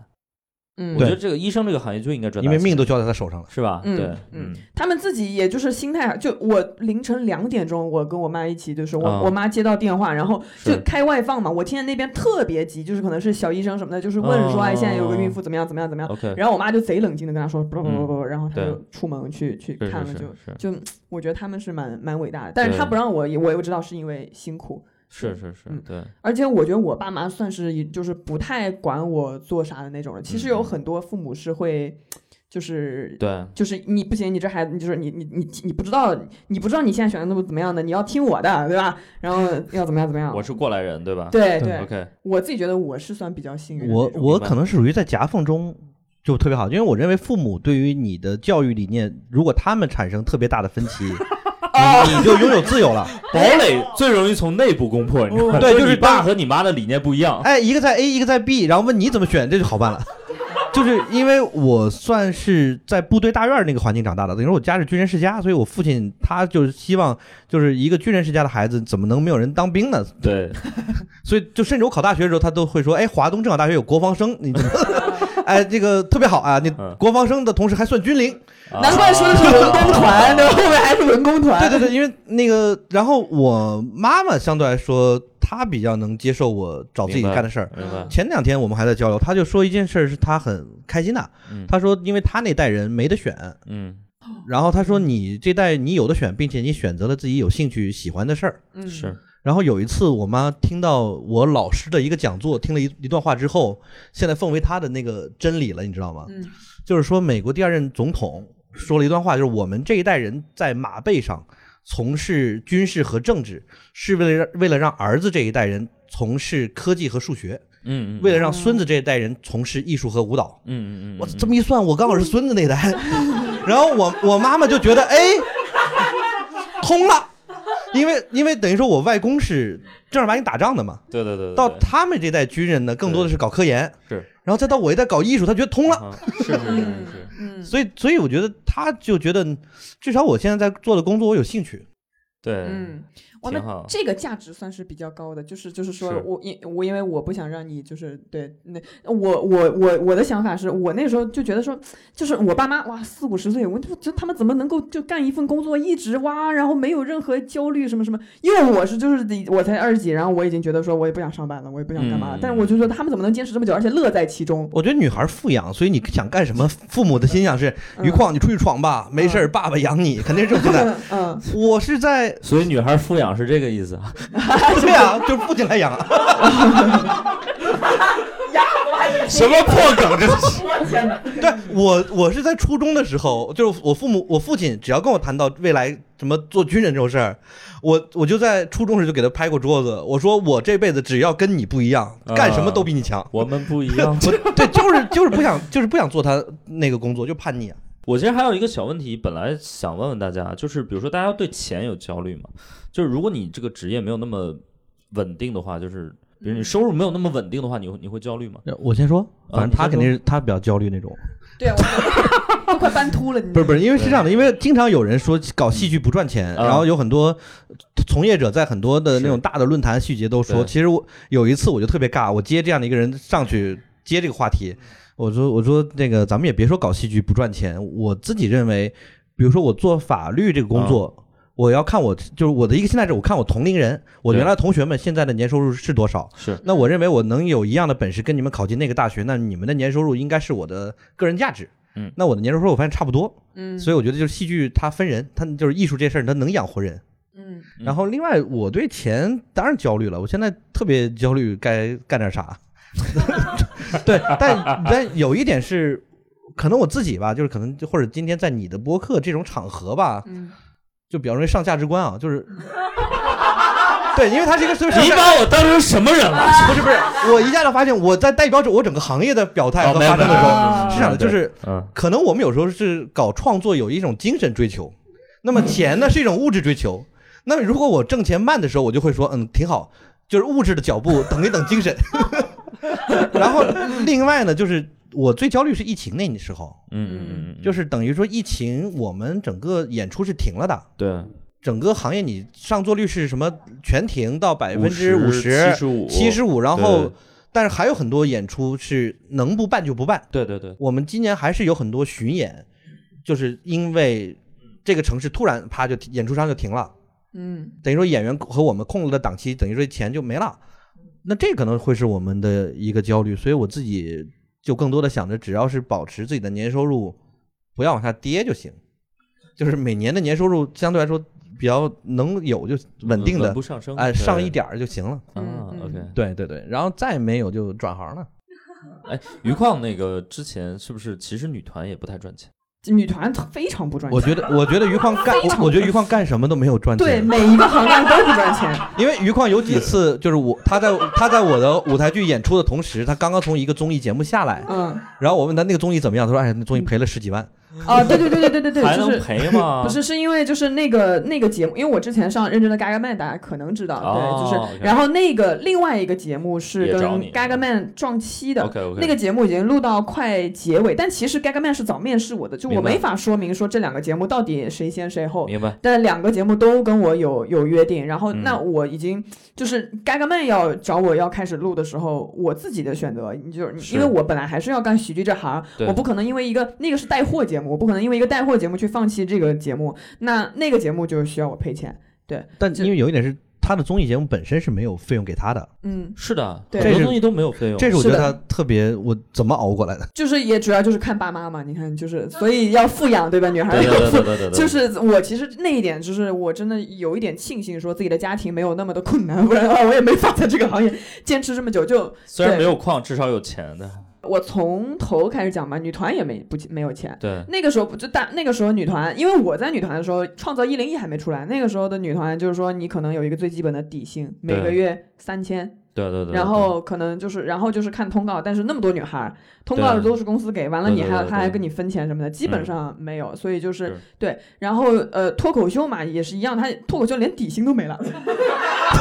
B: 嗯
A: 我觉得这个医生这个行业就应该赚
C: 因
A: 大
C: 为
A: 钱，
C: 命都交在他手上了。
A: 是吧？
B: 嗯
A: 对，
B: 嗯，他们自己也就是心态，就我凌晨两点钟，我跟我妈一起，就是我、
A: 啊
B: 我妈接到电话，然后就是开外放嘛，我听见那边特别急，就是可能是小医生什么的，就是问说，
A: 哦
B: 哎，现在有个孕妇怎么样怎么样怎么样，
A: OK，
B: 然后我妈就贼冷静的跟她说，不不不不不，然后她
A: 嗯对
B: 就出门去去
A: 是
B: 看了
A: 是
B: 就。
A: 是
B: 就我觉得他们是蛮蛮伟大的，但是
A: 对
B: 她不让我，也我也不知道是因为辛苦，
A: 是是是，
B: 嗯
A: 对，
B: 而且我觉得我爸妈算是一就是不太管我做啥的那种人。其实有
A: 嗯
B: 很多父母是会，就是
A: 对，
B: 就是你不行，你这孩子，你就是你你你你不知道，你不知道你现在选的那么怎么样的，你要听我的，对吧？然后要怎么样怎么样
A: 我。是过来人，对吧？
B: 对
C: 对
B: 对，
A: ，OK，
B: 我自己觉得我是算比较幸运的
C: 我
B: 那种
C: 我
A: 白
C: 可能是属于在夹缝中就特别好，因为我认为父母对于你的教育理念，如果他们产生特别大的分 歧，你你就拥有自由了。
A: 堡垒最容易从内部攻破，你知道吗？
C: 对就是
A: 你爸
C: 当
A: 和你妈的理念不一样。
C: 哎，一个在 A，一个在 B，然后问你怎么选，这就好办了。就是因为我算是在部队大院那个环境长大的，等于说我家是军人世家，所以我父亲他就是希望，就是一个军人世家的孩子怎么能没有人当兵呢？
A: 对，
C: 所以就甚至我考大学的时候，他都会说，哎，华东政法大学有国防生，你， 哎，这个特别好啊，你国防生的同时还算军龄，
A: 啊
B: 难怪说的是文工 团，对吧？后面还是文工团。
C: 对对对，因为那个，然后我妈妈相对来说，她比较能接受我找自己干的事儿。
A: 明白
C: 前两天我们还在交流，她就说一件事儿是她很开心的
A: 嗯，
C: 她说因为她那代人没得选，
A: 嗯，
C: 然后她说你这代你有的选，并且你选择了自己有兴趣喜欢的事儿。
B: 嗯
A: 是
C: 然后有一次，我妈听到我老师的一个讲座，听了一一段话之后，现在奉为她的那个真理了，你知道吗？
B: 嗯
C: 就是说美国第二任总统说了一段话，就是我们这一代人在马背上从事军事和政治，是为了让为了让儿子这一代人从事科技和数学，
A: 嗯，
C: 为了让孙子这一代人从事艺术和舞蹈。
A: 嗯嗯嗯，
C: 我这么一算，我刚好是孙子那 一代，然后我我妈妈就觉得哎，通了，因为因为等于说我外公是正儿八经打仗的嘛，
A: 对对对，
C: 到他们这代军人呢，更多的是搞科研，
A: 是，
C: 然后再到我一代搞艺术，他觉得通了。
A: 啊是是是是，
B: 嗯，
C: 所以，所以我觉得他就觉得，至少我现在在做的工作我有兴趣。
A: 对，
B: 嗯，我
A: 挺好
B: 那这个价值算是比较高的，就是就是说
A: 是
B: 我因我因为我不想让你就是对那我我我我的想法是我那时候就觉得说，就是我爸妈哇四五十岁，我就觉得他们怎么能够就干一份工作一直哇，然后没有任何焦虑什么什么，因为我是就是我才二十几，然后我已经觉得说我也不想上班了，我也不想干嘛，
A: 嗯
B: 但是我就说他们怎么能坚持这么久，而且乐在其中，
C: 我觉得女孩富养，所以你想干什么，父母的心想是：
B: 嗯
C: 余旷，你出去闯吧，没事儿，爸爸养你，肯定是这么心 态。
B: 嗯嗯，
C: 我是在，
A: 所以女孩富养是这个意思啊，
C: 对啊，就是父亲来养啊。
A: 什么破梗这是？
C: 对我，我是在初中的时候，就是我父母，我父亲只要跟我谈到未来什么做军人这种事儿，我我就在初中时就给他拍过桌子，我说我这辈子只要跟你不一样，干什么都比你 强。
A: 啊 我们不一样。
C: 对，就是就是不想，就是不想做他那个工作，就叛逆啊。
A: 我其实还有一个小问题，本来想问问大家，就是比如说大家对钱有焦虑吗？就是如果你这个职业没有那么稳定的话，就是比如你收入没有那么稳定的话，你会你会焦虑吗？
C: 呃我先说，
A: 啊
C: 反正他
A: 你先说
C: 肯定是他比较焦虑那种。
B: 对啊，我都快搬秃了，你
C: 不是不
B: 是，
C: 是，因为是这样的，因为经常有人说搞戏剧不赚钱，
A: 啊
C: 然后有很多从业者在很多的
A: 是
C: 那种大的论坛细节都说，
A: 对
C: 其实我有一次我就特别尬，我接这样的一个人上去接这个话题，我说我说那个咱们也别说搞戏剧不赚钱，我自己认为，比如说我做法律这个工作。
A: 嗯
C: 我要看我就是我的一个心态是，我看我同龄人，我
A: 对
C: 原来同学们现在的年收入是多少？
A: 是
C: 那我认为我能有一样的本事跟你们考进那个大学，那你们的年收入应该是我的个人价值。
A: 嗯，
C: 那我的年收入我发现差不多，
B: 嗯
C: 所以我觉得就是戏剧它分人，它就是艺术这事儿它能养活人。
B: 嗯，
A: 嗯
C: 然后另外我对钱当然焦虑了，我现在特别焦虑该干点啥。 对，但但有一点是，可能我自己吧，就是可能就或者今天在你的播客这种场合吧，
B: 嗯
C: 就比较容易上价值观啊，就是。 对，因为它是一个特别上
A: 你
C: 价
A: 把我当成什么人了？
C: 不是不是， 我一下就发现我在代表着我整个行业的表态
A: 哦
C: 和
A: 没有
C: 发声的
A: 没
C: 时
A: 有
C: 候，是这样的，
A: 对
C: 就是
A: 嗯，
C: 可能我们有时候是搞创作有一种精神追求，那么钱呢是一种物质追求。那么如果我挣钱慢的时候，我就会说，嗯，挺好，就是物质的脚步等一等精 神。然后另外呢，就是我最焦虑是疫情那时候，
A: 嗯嗯嗯，
C: 就是是等于说疫情我们整个演出是停了的。
A: 对，
C: 整个行业你上座率是什么？全停到百分之五
A: 七
C: 十、
A: 十五，
C: 七十五，然
A: 对
C: 后但是还有很多演出是能不办就不办。
A: 对对对，
C: 我们今年还是有很多巡演，就是因为这个城市突然啪就停演出商就停了，
B: 嗯
C: 等于说演员和我们空了的档期，等于说钱就没了。那这可能会是我们的一个焦虑，所以我自己就更多的想着，只要是保持自己的年收入不要往下跌就行，就是每年的年收入相对来说比较能有就稳定的
A: 不，上升，
C: 哎、
A: 对
C: 上一点儿就行了。
A: 啊
B: 嗯嗯
A: ，OK。
C: 对对对，然后再没有就转行了。
A: 哎，余旷那个之前是不是其实女团也不太赚钱？
B: 女团非常不赚钱，
C: 我觉得，我觉得于旷干，我我觉得于旷干什么都没有赚钱。
B: 对，每一个行当都不 赚钱。
C: 因为余旷有几次就是我他在他在我的舞台剧演出的同时，他刚刚从一个综艺节目下来，
B: 嗯，
C: 然后我问他那个综艺怎么样，他说哎那综艺赔了十几万，
B: 啊，对对对对对对对，
A: 还
B: 就
A: 能
B: 是
A: 赔吗？
B: 不是，是因为就是那个那个节目，因为我之前上《认真的嘎嘎曼》，大家可能知道，对，就是。
A: 哦，OK，
B: 然后那个另外一个节目是
A: 也
B: 跟
A: 找你嗯
B: Gaga Man 撞期的
A: OK OK，
B: 那个节目已经录到快结尾，但其实 Gaga Man 是早面试我的，就我
A: 明白
B: 没法说明说这两个节目到底谁先谁后。
A: 明白
B: 但两个节目都跟我有有约定，然后
A: 嗯
B: 那我已经就是嘎嘎曼要找我要开始录的时候，我自己的选择，你就是
A: 是
B: 因为我本来还是要干喜剧这行，
A: 对
B: 我不可能因为一个那个是带货节目，我不可能因为一个带货节目去放弃这个节目，那那个节目就需要我赔钱，
C: 但
B: 这
C: 因为有一点是，他的综艺节目本身是没有费用给他的，
B: 嗯，
A: 是的，
B: 对
A: 很
C: 这
A: 多
C: 是
A: 东西都没有费用。
C: 这是我
B: 是
C: 觉
B: 的
C: 得他特别，我怎么熬过来的？
B: 就是也主要就是看爸妈嘛，你看就是所以要富养对吧，女孩
A: 对
B: 儿
A: 对
B: 要
A: 对
B: 富
A: 对对对， 对
B: 就是我其实那一点，就是我真的有一点庆幸，说自己的家庭没有那么的困难，不然的话我也没法在这个行业坚持这么久。就
A: 虽然
B: 对
A: 没有矿，至少有钱的。
B: 我从头开始讲吧，女团也没不没有钱。
A: 对，
B: 那个时候不就大那个时候女团，因为我在女团的时候，创造一零一还没出来。那个时候的女团就是说，你可能有一个最基本的底薪，每个
A: 对
B: 月三千，
A: 对对呃对。
B: 然后可能就是然后就是看通告，但是那么多女孩儿，通告
A: 对
B: 都是公司给，完了
A: 对
B: 你
A: 对
B: 还有
A: 对
B: 他还
A: 对
B: 跟你分钱什么的，基本
A: 嗯
B: 上没有，所以就是
A: 是
B: 对，然后呃脱口秀嘛也是一样，他脱口秀连底薪都没了， 脱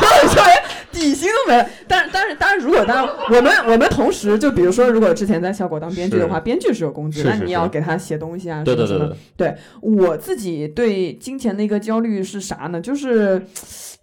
B: 口秀连底薪都没了。但是但是当然，如果当然我们我们同时就比如说，如果之前在效果当编剧的话，
A: 是
B: 编剧是有工资，
A: 是
B: 那
A: 是
B: 你要
A: 是
B: 给他写东西啊
A: 对
B: 什
A: 对
B: 么
A: 对
B: 什
A: 对
B: 么。，我自己对金钱的一个焦虑是啥呢？就是。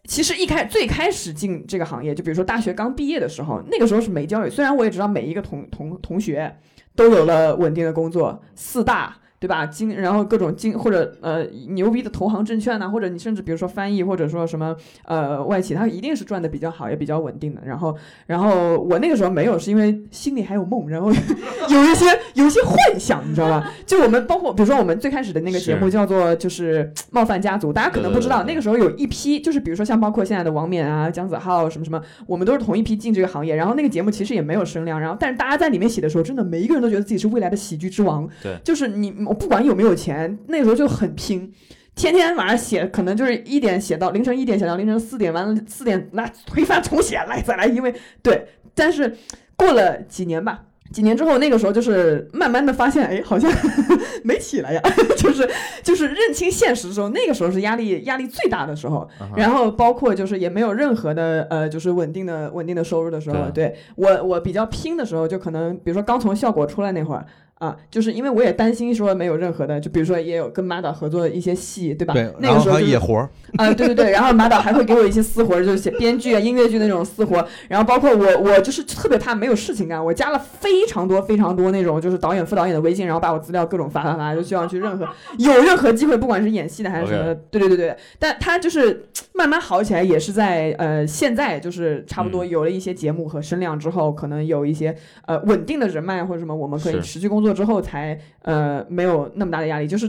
B: 其实一开最开始进这个行业，就比如说大学刚毕业的时候，那个时候是没焦虑。虽然我也知道每一个同同同学都有了稳定的工作，四大对吧？经然后各种经或者呃牛逼的投行证券呐、或者你甚至比如说翻译或者说什么呃外企，它一定是赚的比较好，也比较稳定的。然后然后我那个时候没有，是因为心里还有梦，然后 有一些有一些幻想，你知道吧？就我们包括比如说我们最开始的那个节目
A: 是
B: 叫做就是冒犯家族，大家可能不知道
A: 对对对对
B: 那个时候有一批就是比如说像包括现在的王冕啊、姜子浩什么什么，我们都是同一批进这个行业。然后那个节目其实也没有声量，然后但是大家在里面写的时候，真的每一个人都觉得自己是未来的喜剧之王。
A: 对
B: 就是你我不管有没有钱，那个时候就很拼。天天晚上写，可能就是一点写到凌晨一点，写到凌晨四点，完了四点来推翻重写，来再来，因为对，但是过了几年吧，几年之后，那个时候就是慢慢的发现，哎，好像 没起来呀， 就是就是认清现实的时候，那个时候是压力压力最大的时候，
C: 啊
A: 嗯哼
B: 然后包括就是也没有任何的呃，就是稳定的稳定的收入的时候，啊对我我比较拼的时候，就可能比如说刚从效果出来那会儿。啊，就是因为我也担心说没有任何的，就比如说也有跟马导合作一些戏，对吧？
C: 对，
B: 那个
C: 然
B: 时候
C: 后
B: 就
C: 还有
B: 是
C: 野活儿，
B: 啊，对对对，然后马导还会给我一些私活儿，就是写编剧啊、音乐剧那种私活儿，然后包括我，我就是特别怕没有事情干，我加了非常多非常多那种就是导演、副导演的微信，然后把我资料各种发发发，就希望去任何有任何机会，不管是演戏的还是什么的对对对对，但他就是慢慢好起来，也是在呃现在就是差不多
A: 嗯
B: 有了一些节目和声量之后，可能有一些呃稳定的人脉或者什么，我们可以
A: 是
B: 持续工作之后才呃没有那么大的压力，就是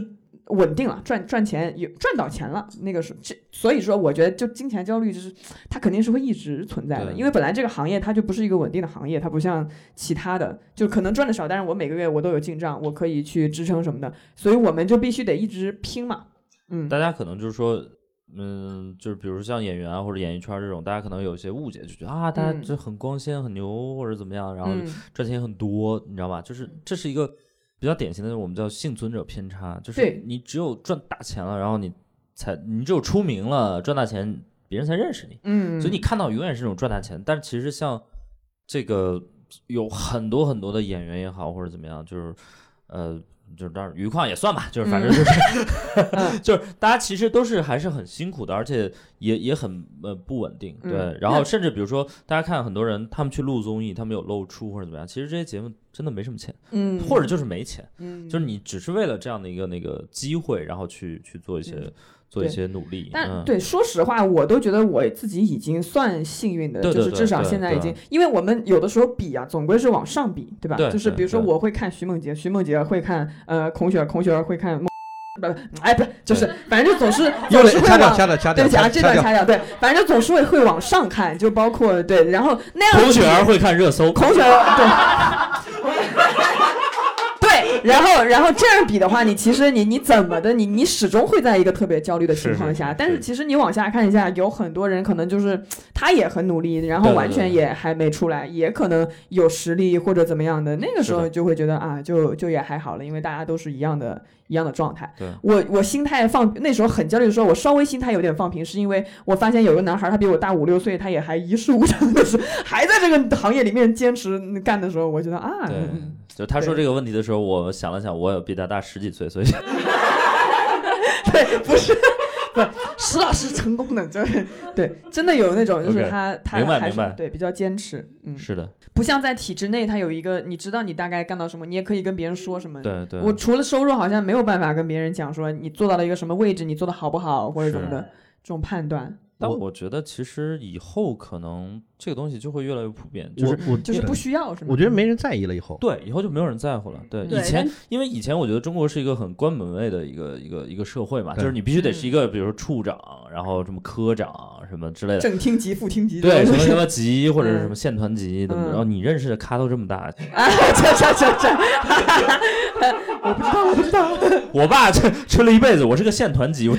B: 稳定了，赚赚钱有赚到钱了，那个是这，所以说我觉得就金钱焦虑就是它肯定是会一直存在的，
A: 对
B: 因为本来这个行业它就不是一个稳定的行业，它不像其他的，就可能赚的少，但是我每个月我都有进账，我可以去支撑什么的，所以我们就必须得一直拼嘛，嗯，
A: 大家可能就是说，嗯，就是比如像演员啊或者演艺圈这种，大家可能有一些误解，就觉得啊，大家
B: 嗯
A: 就很光鲜、很牛或者怎么样，然后
B: 嗯
A: 赚钱很多，你知道吧？就是这是一个比较典型的我们叫幸存者偏差，就是
B: 对
A: 你只有赚大钱了，然后你才你只有出名了，赚大钱，别人才认识你。
B: 嗯，
A: 所以你看到永远是那种赚大钱，但是其实像这个有很多很多的演员也好，或者怎么样，就是呃，就是当然余矿也算吧，就是反正就是、
B: 嗯
A: 就是大家其实都是还是很辛苦的，而且也也很呃不稳定，对。
B: 嗯
A: 然后甚至比如说大家看很多人他们去录综艺，他们有露出或者怎么样，其实这些节目真的没什么钱，
B: 嗯，
A: 或者就是没钱，
B: 嗯
A: 就是你只是为了这样的一个那个机会，然后去去做一些、
B: 嗯
A: 做一
B: 对
A: 些努力，
B: 但
A: 嗯
B: 对，说实话，我都觉得我自己已经算幸运的，
A: 对
B: 就
A: 对
B: 是
A: 对
B: 至少
A: 对
B: 现在
A: 对
B: 已经，因为我们有的时候比啊，总归是往上比，对吧？
A: 对
B: 就是
A: 对
B: 比如说，
A: 对
B: 我会看徐梦洁，徐梦洁会看呃孔雪儿，孔雪儿会看孟，不，哎，不，就是反正就总是
C: 又
B: 总
C: 得
B: 是会
C: 掐掉，
B: 往。
C: 掐掉，掐
B: 对
C: 掉，
B: 不起啊，
C: 掐
B: 这
C: 掐
B: 段
C: 掉。
B: 掐掉。对，反正就总是会会往上看，就包括对，然后那样
A: 孔雪
B: 比
A: 儿会看热搜，
B: 孔雪儿对。对，然后然后这样比的话，你其实你你怎么的，你你始终会在一个特别焦虑的情况下。
A: 是是是
B: 但是其实你往下看一下，有很多人可能就是他也很努力，然后
A: 对对
B: 完全
A: 对
B: 也还没出来，也可能有实力或者怎么样的。那个时
A: 是
B: 候
A: 的
B: 就会觉得啊，就就也还好了，因为大家都是一样的一样的状态。
A: 对
B: 我我心态放那时候很焦虑的时候，我稍微心态有点放平，是因为我发现有个男孩儿他比我大五六岁，他也还一事无成的时候，还在这个行业里面坚持干的时候，我觉得啊，
A: 对，就他说这个问题的时候，我想了想，我有比他大十几岁，所以
B: 对，不是。不，石老师成功的，就是对，真的有那种，就是
A: OK，
B: 他他
A: 明白
B: 还
A: 明
B: 是
A: 白
B: 对比较坚持，嗯，
A: 是的，
B: 不像在体制内，他有一个你知道你大概干到什么，你也可以跟别人说什么。
A: 对对，
B: 嗯我除了收入，好像没有办法跟别人讲说你做到了一个什么位置，你做的好不好或者怎么的这种判断，
A: 但
C: 我
A: 我觉得其实以后可能这个东西就会越来越普遍，就
C: 我
A: 是
C: 我
B: 就是不需要什么。
C: 我觉得没人在意了以后，
A: 对，以后就没有人在乎了。对，
B: 嗯对
A: 以前因为以前我觉得中国是一个很关门卫的一个一个一个社会嘛，
C: 对
A: 就是你必须得
B: 嗯
A: 是一个，比如说处长，然后什么科长什么之类的。
B: 正厅级、副厅级，
A: 对，什
B: 这
A: 么
B: 种
A: 什么级或者是什
B: 嗯
A: 么县团级，怎么着？
B: 嗯
A: 然后你认识的咖都这么大，
B: 啊，这这这这，我不知道，我不知道，
A: 我爸吹吹了一辈子，我是个县团级。 我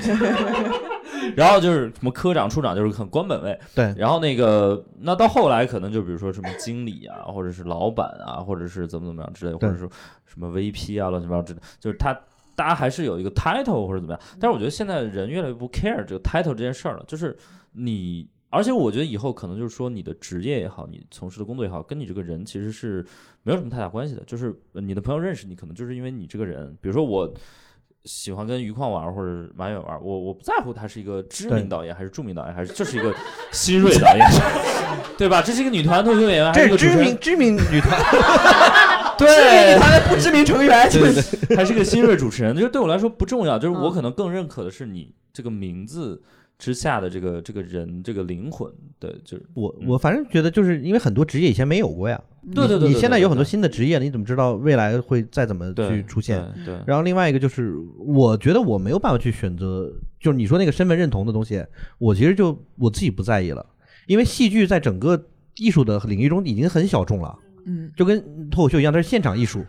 A: 然后就是什么科长、处长，就是很官本位。
C: 对
A: 然后那个，那到后来可能就比如说什么经理啊， 或者是老板啊，或者是怎么怎么样之类，或
C: 对
A: 者是什么 VP 啊，乱七八糟之类，就是他大家还是有一个 title 或者怎么样。
C: 嗯
A: 但是我觉得现在人越来越不 care 这个 title 这件事儿了，就是你。而且我觉得以后可能就是说，你的职业也好，你从事的工作也好，跟你这个人其实是没有什么太大关系的。就是呃你的朋友认识你，可能就是因为你这个人。比如说我喜欢跟余矿玩儿或者马远玩儿，我我不在乎他是一个知名
C: 对
A: 导演还是著名导演，还是就是一个新锐导演，对吧？这是一个女团脱口秀演员，还
C: 这
A: 是一个
C: 是
A: 主
C: 知
A: 持
C: 名
A: 人，
C: 知名女团，
A: 对，
B: 他的不知名成员，
C: 对对
A: 还是一个新锐主持人，就是对我来说不重要，就是我
B: 嗯
A: 可能更认可的是你这个名字之下的这个这个人这个灵魂，对，就是
C: 我
A: 嗯
C: 我反正觉得就是因为很多职业以前没有过呀，
A: 对对对，
C: 你
A: 对
C: 现在有很多
A: 对
C: 新的职业，你怎么知道未来会再怎么
A: 对
C: 去出现？
A: 对对
C: 然后另外一个就是，我觉得我没有办法去选择，就是你说那个身份认同的东西，我其实就我自己不在意了，因为戏剧在整个艺术的领域中已经很小众了，
B: 嗯
C: 就跟脱口秀一样，它是现场艺术，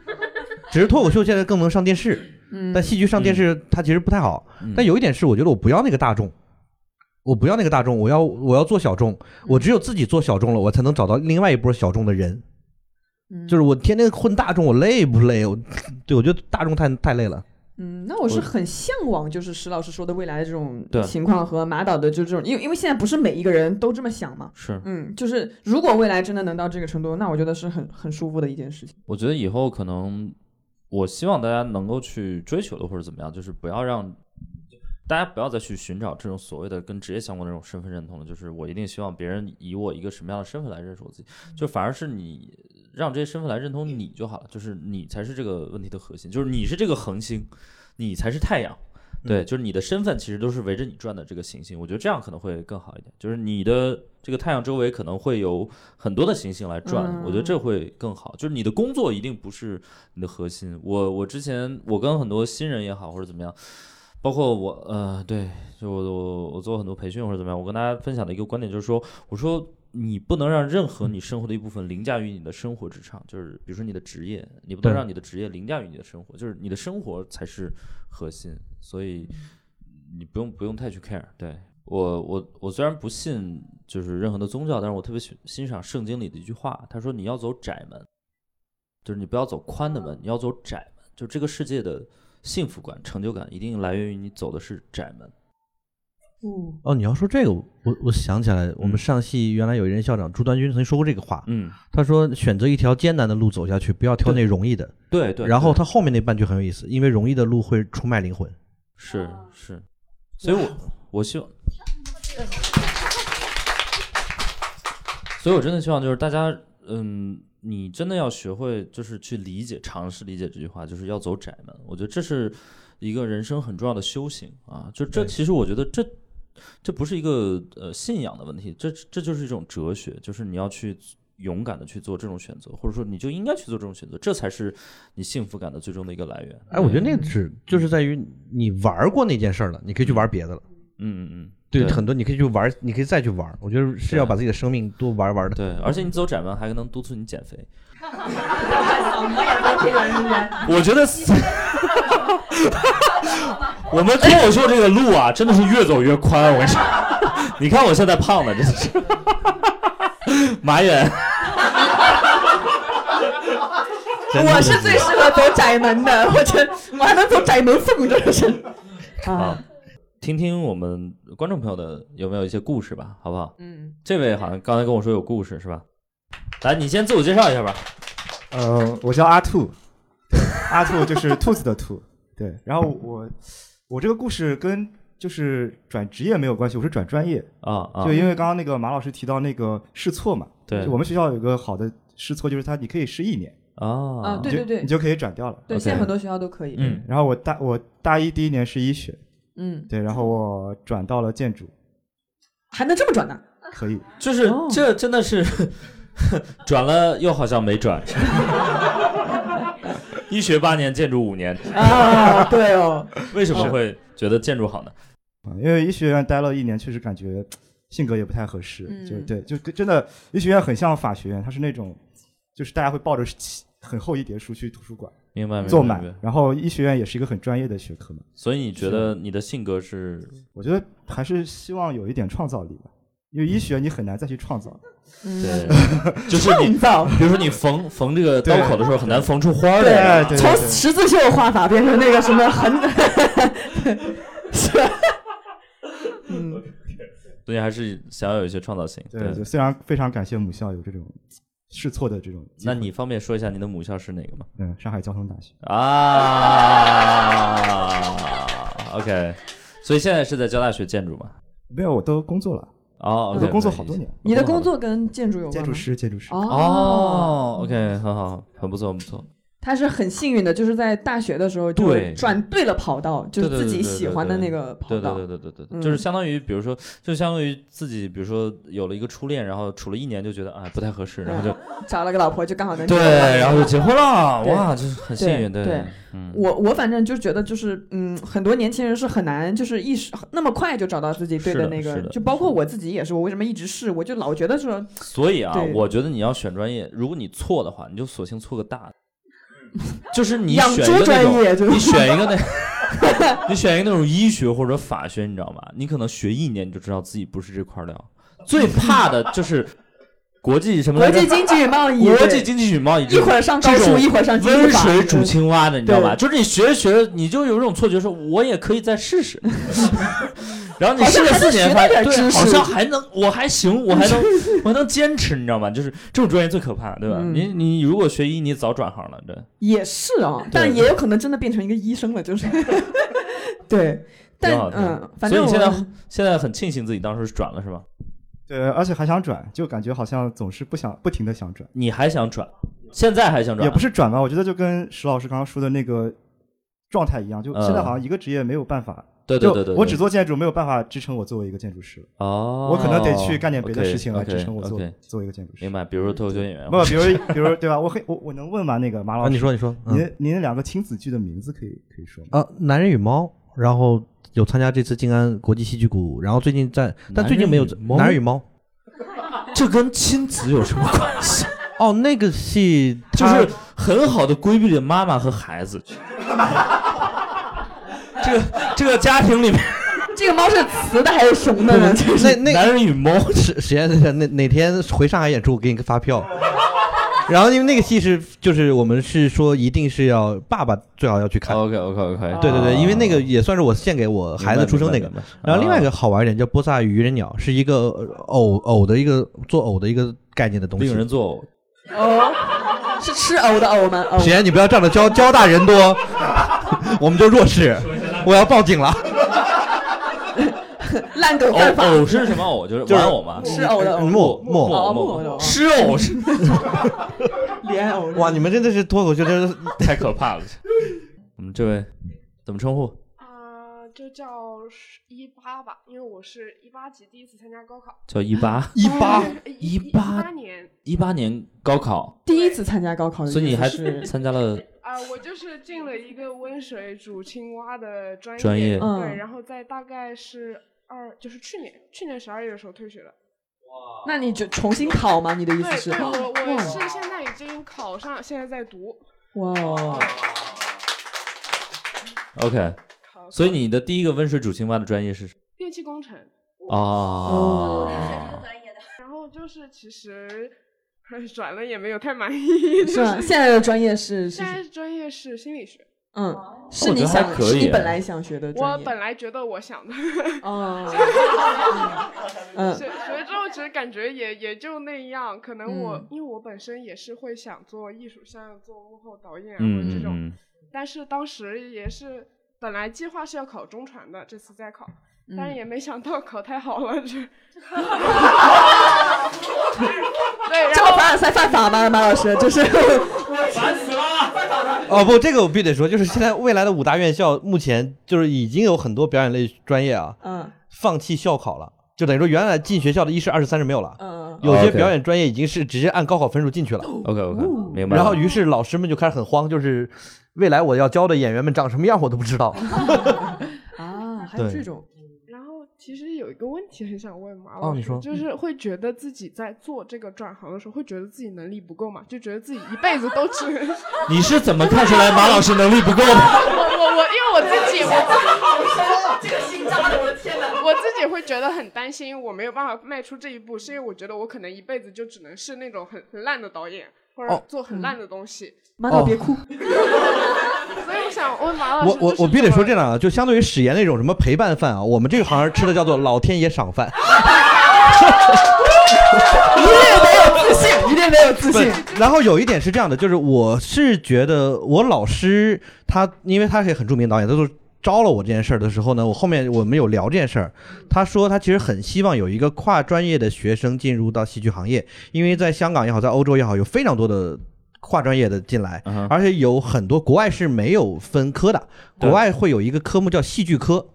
C: 只是脱口秀现在更能上电视，
B: 嗯
C: 但，戏剧上电视它其实不太好。
A: 嗯
C: 但有一点是，我觉得我不要那个大众。我不要那个大众，我要我要做小众，我只有自己做小众了，我才能找到另外一波小众的人。
B: 嗯
C: 就是我天天混大众，我累不累？我对我觉得大众太太累了。
B: 嗯，那我是很向往，就是石老师说的未来的这种
A: 对
B: 情况和马导的就这种，因为因为现在不是每一个人都这么想嘛。
A: 是，
B: 嗯，就是如果未来真的能到这个程度，那我觉得是很很舒服的一件事情。
A: 我觉得以后可能，我希望大家能够去追求的或者怎么样，就是不要让大家不要再去寻找这种所谓的跟职业相关的这种身份认同了。就是我一定希望别人以我一个什么样的身份来认识我自己，就反而是你让这些身份来认同你就好了，就是你才是这个问题的核心，就是你是这个恒星，你才是太阳。对，就是你的身份其实都是围着你转的这个行星，我觉得这样可能会更好一点。就是你的这个太阳周围可能会有很多的行星来转，我觉得这会更好。就是你的工作一定不是你的核心。我我之前我跟很多新人也好或者怎么样，包括我呃对，就我我我做很多培训或者怎么样，我跟大家分享的一个观点就是说，我说你不能让任何你生活的一部分凌驾于你的生活之上，就是比如说你的职业，你不能
C: 对
A: 让你的职业凌驾于你的生活，就是你的生活才是核心，所以你不用不用太去 care。对我我我虽然不信就是任何的宗教，但是我特别喜欣赏圣经里的一句话，他说你要走窄门，就是你不要走宽的门，你要走窄门，就这个世界的幸福感、成就感一定来源于你走的是窄门。
B: 嗯，
C: 哦，你要说这个，我我想起来，我们上戏原来有一任校长朱端军曾经说过这个话，
A: 嗯，
C: 他说选择一条艰难的路走下去，不要挑那容易的。
A: 对对。
C: 然后
A: 对
C: 他后面那半句很有意思，因为容易的路会出卖灵魂。
A: 是是，所以我我希望，所以我真的希望就是大家，嗯，你真的要学会就是去理解、尝试理解这句话，就是要走窄门。我觉得这是一个人生很重要的修行啊，就这
C: 对
A: 其实我觉得这。这不是一个呃信仰的问题，这这就是一种哲学，就是你要去勇敢的去做这种选择，或者说你就应该去做这种选择，这才是你幸福感的最终的一个来源。
C: 哎，我觉得那个是就是在于你玩过那件事儿了，你可以去玩别的了。
A: 嗯嗯嗯，
C: 对，很多你可以去玩，你可以再去玩。我觉得是要
A: 对
C: 把自己的生命多玩玩的。
A: 对，而且你走窄门还能督促你 减肥。我觉得 我们脱口秀这个路啊，真的是越走越宽。我跟你 说，你看我现在胖的，真是 马远。
C: 真的
B: 我是最适合走窄 门的，我觉得我还能走窄门缝，真的是。啊，
A: 啊，听听我们观众朋友的有没有一些故事吧，好不好？
B: 嗯，
A: 这位好像刚才跟我说有故事是吧？来，你先自我介绍一下吧。
H: 呃，我叫阿兔， 对，阿兔就是兔子的兔，对。然后我我这个故事跟就是转职业没有关系，我是转专业，
A: 啊啊
H: 就，因为刚刚那个马老师提到那个试错嘛，
A: 对
H: 就我们学校有个好的试错，就是它你可以试一年，
A: 啊
B: 啊对
H: 你就你就可以转掉了。
B: 对，
A: OK
B: 现在很多学校都可以。
A: 嗯
H: 然后我大我大一第一年是医学，
B: 嗯，
H: 对，然后我转到了建筑，
B: 还能这么 转呢？
H: 可以，
A: 就是
B: 哦
A: 这真的是转了又好像没转，医学八年，建筑五年，
B: 啊，对哦，
A: 为什么会觉得建筑好呢？
H: 啊因为医学院待了一年，确实感觉性格也不太合适，
B: 嗯
H: 就对，就跟真的医学院很像法学院，它是那种就是大家会抱着起很厚一叠书去图书馆。
A: 明白明白
H: 做
A: 明
H: 满
A: 白。
H: 然后医学院也是一个很专业的学科嘛，
A: 所以你觉得你的性格 是
H: 我觉得还是希望有一点创造力吧，因为医学你很难再去创造。
B: 嗯，
A: 对，就是你
B: 创造。
A: 比如说你缝缝这个刀口的时候很难缝出花
H: 对
A: 来，啊
H: 对
B: 从
H: 对
B: 十字绣画法变成那个 什么横，是吧，嗯，
A: 所以还是想要有一些创造性。
H: 对对，就虽然非常感谢母校有这种试错的这种机
A: 那
H: 会，
A: 你方便说一下你的母校是哪个吗？
H: 嗯，上海交通大学，
A: 啊，OK，所以现在是在交大学建筑嘛？
H: 没有，我都工作了，
A: 哦，
H: 我都工作好多年，
B: 你的工作跟建筑有关
H: 建
B: 吗？
H: 筑师，建筑师。
B: 哦，
A: 哦，OK，很好，很不错，很不错。
B: 他是很幸运的，就是在大学的时候就
A: 对
B: 转对了跑道，就是
A: 对对
B: 自己
A: 对对
B: 喜欢的那个跑
A: 对对
B: 道。
A: 对对对对，
B: 嗯
A: 对，就是相当于，比如说，就相当于自己，比如说有了一个初恋，然后处了一年就觉得啊不太合适，然后就
B: 找了个老婆就刚好能
A: 对，然后就结婚了，
B: 对
A: 哇，就是很幸运，
B: 对对
A: 嗯，
B: 我我反正就觉得就是嗯，很多年轻人是很难就是意识那么快就找到自己对
A: 是的
B: 那
A: 是
B: 个
A: 的，
B: 就包括我自己也是，我为什么一直试，我就老觉得说
A: 所以啊，
B: 对
A: 我觉得你要选专业，如果你错的话，你就索性错个大 的，就是你
B: 养
A: 选一
B: 猪
A: 个那
B: 专
A: 种。
B: 业就
A: 你选一个那，你选一个那 种医学或者法学，你知道吗？你可能学一年你就知道自己不是这块料。最怕的就是国际什么
B: 国
A: 来着
B: 际经济与贸易，
A: 国
B: 对
A: 际经济与贸易这
B: 一
A: 种
B: 会儿上高
A: 这
B: 数，
A: 种
B: 一会儿上经济
A: 温
B: 法
A: 水煮
B: 对
A: 青蛙的，你知道吧？
B: 对
A: 就是你学着学着，你就有一种错觉，说我也可以再试 试。然后你
B: 好
A: 试
B: 像
A: 了
B: 还
A: 四
B: 能
A: 年，
B: 学
A: 发
B: 到
A: 现
B: 点
A: 对，
B: 知识
A: 好像还能，我还 行，我还能，我还能坚持，你知道吗？就是这种专业最可怕，对吧？
B: 嗯
A: 你你如果学医，你早转行了，对。
B: 也是啊，但也有可能真的变成一个医生了，就是 对，但
A: 挺好挺好
B: 嗯，反
A: 所以
B: 正
A: 你现
B: 我
A: 在现在很庆幸自己当时转了，是吧？
H: 对，而且还想转，就感觉好像总是不想不停的想转，
A: 你还想转，现在还想转？
H: 也不是转吧，我觉得就跟石老师刚刚说的那个状态一样，就
A: 嗯
H: 现在好像一个职业没有办法，
A: 对对
H: 就
A: 对对，
H: 我只做建筑，没有办法支撑我作为一个建筑师了，
A: 哦，
H: 我可能得去干点别的
A: OK，
H: 事情来支撑我
A: OK，
H: 做
A: OK，
H: 作为一个建筑师
A: 明。白，比如说脱口秀演员，
H: 不，比如比如对吧？我可以我我能问吗？那个马老
C: 啊，
H: 师，
C: 你说你说，嗯
H: 您、您两个亲子剧的名字可以可以说吗？
C: 啊，男人与猫，然后有参加这次静安国际戏剧谷，然后最近在，但最近没有
A: 男人与猫
C: 男人与猫。
A: 这跟亲子有什么关系？
C: 哦，那个戏
A: 就
C: 它
A: 是很好的规避了妈妈和孩子。这个这个家庭里面，
B: 这个猫是雌的还是雄的呢？就是
C: 那那
A: 男人与猫，
C: 实实验那哪哪天回上海演出，我给你个发票。然后因为那个戏是就是我们是说一定是要爸爸最好要去看，
A: OK OK OK，
C: 对对对，因为那个也算是我献给我孩子出生那个。，然后另外一
A: 啊
C: 个好玩一点叫波萨与愚人鸟，是一个呃偶偶的一个做偶的一个概念的东西
A: 令。人作
B: 哦，是吃藕的藕吗？藕
C: 实验，你不要仗着交交大人多， 我们就弱势，我要报警了。
B: 烂梗
A: 呕，
B: 犯法，
A: 偶偶是什么偶？就是
C: 就是
A: 玩偶嘛，
B: 吃藕的藕，
C: 呃木木，
B: 哦
A: 偶
B: 木
A: 偶
B: 偶的偶，
A: 吃偶 是
B: 莲藕
C: 哇，你们真的是脱口秀，真是
A: 太可怕了。我们这位怎么称呼？
I: 啊、就叫一八吧，因为我是一八级第一次参加高考，
A: 叫一八
C: 一八，
I: 一
A: 18
I: 八年
A: 一八年高考，
B: 第一次参加高考的意思
A: 所以你还
B: 啊是
A: 参加了
I: 啊、我就是进了一个温水煮青蛙的专业，
A: 专业
I: 对，
B: 嗯
I: 然后在大概是二，就是去年去年十二月的时候退学的。
B: 那你就重新考吗？你的意
I: 对
B: 思是
I: 对，？我哦我
B: 哇
I: 是现在已经考上，现在在读。
B: 哇，
A: OK，
I: 考
A: 所以你的第一个温水煮青蛙的专业是什
I: 电气工程，
A: 么？哦
E: 专业的。
I: 然后就是其实 转了也没有太满 意。
B: 是吧？现在的专业是是
I: 现，在专业是心理学，
B: 嗯，
A: 那
B: 是
A: 我觉
B: 你
A: 得还
B: 想，
A: 可
B: 是
A: 以
B: 你本来想学的
I: 我
B: 专业。
I: 本来觉得我想的，
B: 哦， 嗯，
I: 学学之后其实感觉也也就那样。可能我、
B: 嗯
I: 因为我本身也是会想做艺术，像做幕后导演啊或者
A: 嗯
I: 这
A: 嗯
I: 种，
A: 嗯，
I: 但是当时也是本来计划是要考中传的，这次再考，但
B: 嗯
I: 是也没想到考太 好了，这。 对，然
B: 这个
I: 后
B: 凡尔赛犯法吗？马老师， 就是
C: 哦不，这个我必须得说，就是现在未来的五大院校目前就是已经有很多表演类专业啊，
B: 嗯
C: 放弃校考了，就等于说原来进学校的一试、二试、三试没有了，
B: 嗯
C: 有些
A: OK
C: 表演专业已经是直接按高考分数进去了。
A: OK OK，明
B: 哦
A: 白了。
C: 然后于是老师们就开始很慌，就是未来我要教的演员们长什么样我都不知道。
B: 啊，还有
C: 对
B: 这种
I: 然后其实有一个问题很想问马
C: 哦
I: 老
C: 你
I: 师，
C: 说
I: 就是会觉得自己在做这个转行的时候，会觉得自己能力不够嘛？就觉得自己一辈子都只
A: 你是怎么看出来马老师能力不够的？
I: 我我我，因为我啊自己我我自己会觉得很担心，我没有办法迈出这一步，是因为我觉得我可能一辈子就只能是那种很很烂的导演，或者
C: 哦
I: 做很烂的东西。
B: 妈妈别哭，
I: 所以我想问马老师，
C: 我我我必须得说这样啊，就相对于史岩那种什么陪伴饭啊，我们这个行吃的叫做老天爷赏饭。
B: 一定没有自信，一定没有自
C: 不
B: 信。，
C: 然后有一点是这样的，就是我是觉得我老师他，因为他是很著名导演，他都招了我这件事儿的时候呢，我后面我们有聊这件事儿，他说他其实很希望有一个跨专业的学生进入到戏剧行业，因为在香港也好，在欧洲也好，有非常多的跨专业的进来，
A: 嗯哼
C: 而且有很多国外是没有分科的，
A: 对
C: 国外会有一个科目叫戏剧科，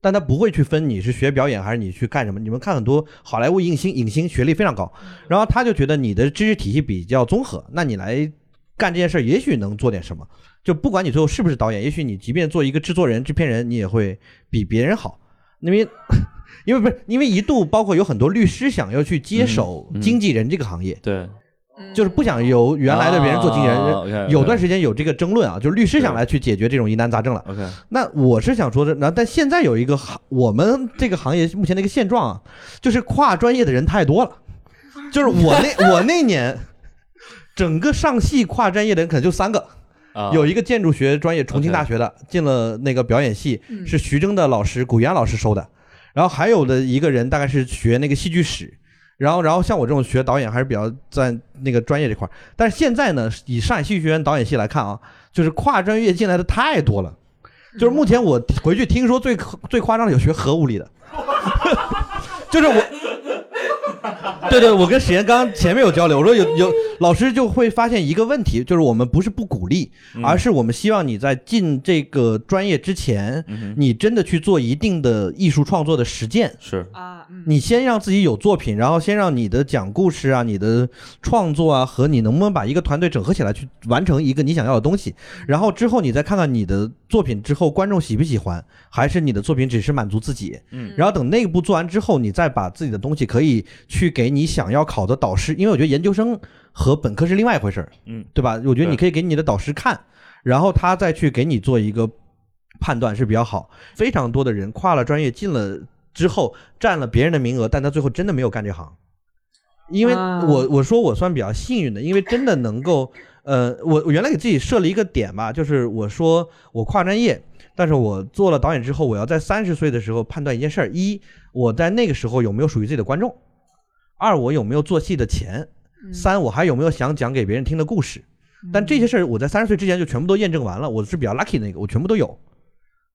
C: 但他不会去分你是学表演还是你去干什么。你们看很多好莱坞影星，影星学历非常高，
A: 嗯
C: 然后他就觉得你的知识体系比较综合，那你来干这件事儿，也许能做点什么。就不管你最后是不是导演，也许你即便做一个制作人、制片人，你也会比别人好，因为。 因为不是，因为一度包括有很多律师想要去接手
A: 嗯嗯
C: 哦经纪人这个行业，
A: 对，
C: 就是不想由原来的别人做经纪人，
A: 哦哎
C: 有段时间有这个争论啊，就是律师想来去解决这种疑难杂症了。
A: OK，
C: 那我是想说的，那但现在有一个行，我们这个行业目前的一个现状啊，就是跨专业的人太多了。就是我那我那年，整个上戏跨专业的人可能就三个，
A: 啊
C: 有一个建筑学专业，重庆
A: OK
C: 大学的进了那个表演系，
B: 嗯
C: 是徐峥的老师古元老师收的，然后还有的一个人大概是学那个戏剧史，然后然后像我这种学导演还是比较在那个专业这块儿，但是现在呢，以上海戏剧学院导演系来看啊，就是跨专业进来的太多了，就是目前我回去听说最最夸张的有学核物理的， 就是我。 对对，我跟史岩刚前面有交流，我说有有老师就会发现一个问题，就是我们不是不鼓励，
A: 嗯
C: 而是我们希望你在进这个专业之前，
A: 嗯哼
C: 你真的去做一定的艺术创作的实践。
A: 是
B: 啊，嗯
C: 你先让自己有作品，然后先让你的讲故事啊、你的创作啊和你能不能把一个团队整合起来去完成一个你想要的东西，然后之后你再看看你的作品之后观众喜不喜欢，还是你的作品只是满足自己。
A: 嗯
C: 然后等那一步做完之后，你再把自己的东西可以去给你想要考的导师，因为我觉得研究生和本科是另外一回事儿，
A: 嗯，
C: 对吧？我觉得
A: 对
C: 你可以给你的导师看，然后他再去给你做一个判断是比较好。非常多的人跨了专业进了之后，占了别人的名额，但他最后真的没有干这行。因为
B: 啊
C: 我我说我算比较幸运的，因为真的能够，呃，我我原来给自己设了一个点吧，就是我说我跨专业，但是我做了导演之后，我要在三十岁的时候判断一件事儿：一，我在那个时候有没有属于自己的观众；二，我有没有做戏的钱；三，我还有没有想讲给别人听的故事。
B: 嗯
C: 但这些事儿我在三十岁之前就全部都验证完了，我是比较 lucky 的那个，我全部都有。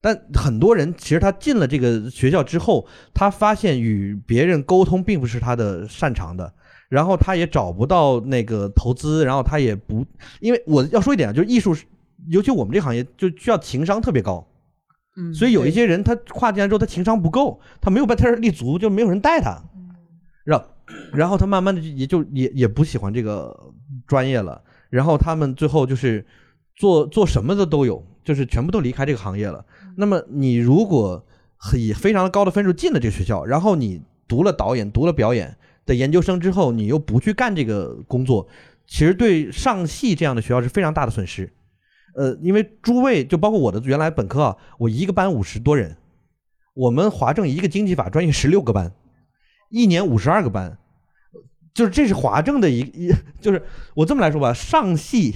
C: 但很多人其实他进了这个学校之后，他发现与别人沟通并不是他的擅长的，然后他也找不到那个投资，然后他也不，因为我要说一点啊，就是艺术是，尤其我们这行业就需要情商特别高，
B: 嗯
C: 所以有一些人他跨进来之后，他情商不够，他没有把他立足，就没有人带他，然后然后他慢慢的也就也也不喜欢这个专业了，然后他们最后就是做做什么的都有，就是全部都离开这个行业了。那么你如果很以非常高的分数进了这个学校，然后你读了导演、读了表演的研究生之后，你又不去干这个工作，其实对上戏这样的学校是非常大的损失。呃，因为诸位就包括我的原来本科啊，我一个班五十多人，我们华政一个经济法专业十六个班，一年五十二个班，就是这是华政的一一，就是我这么来说吧，上戏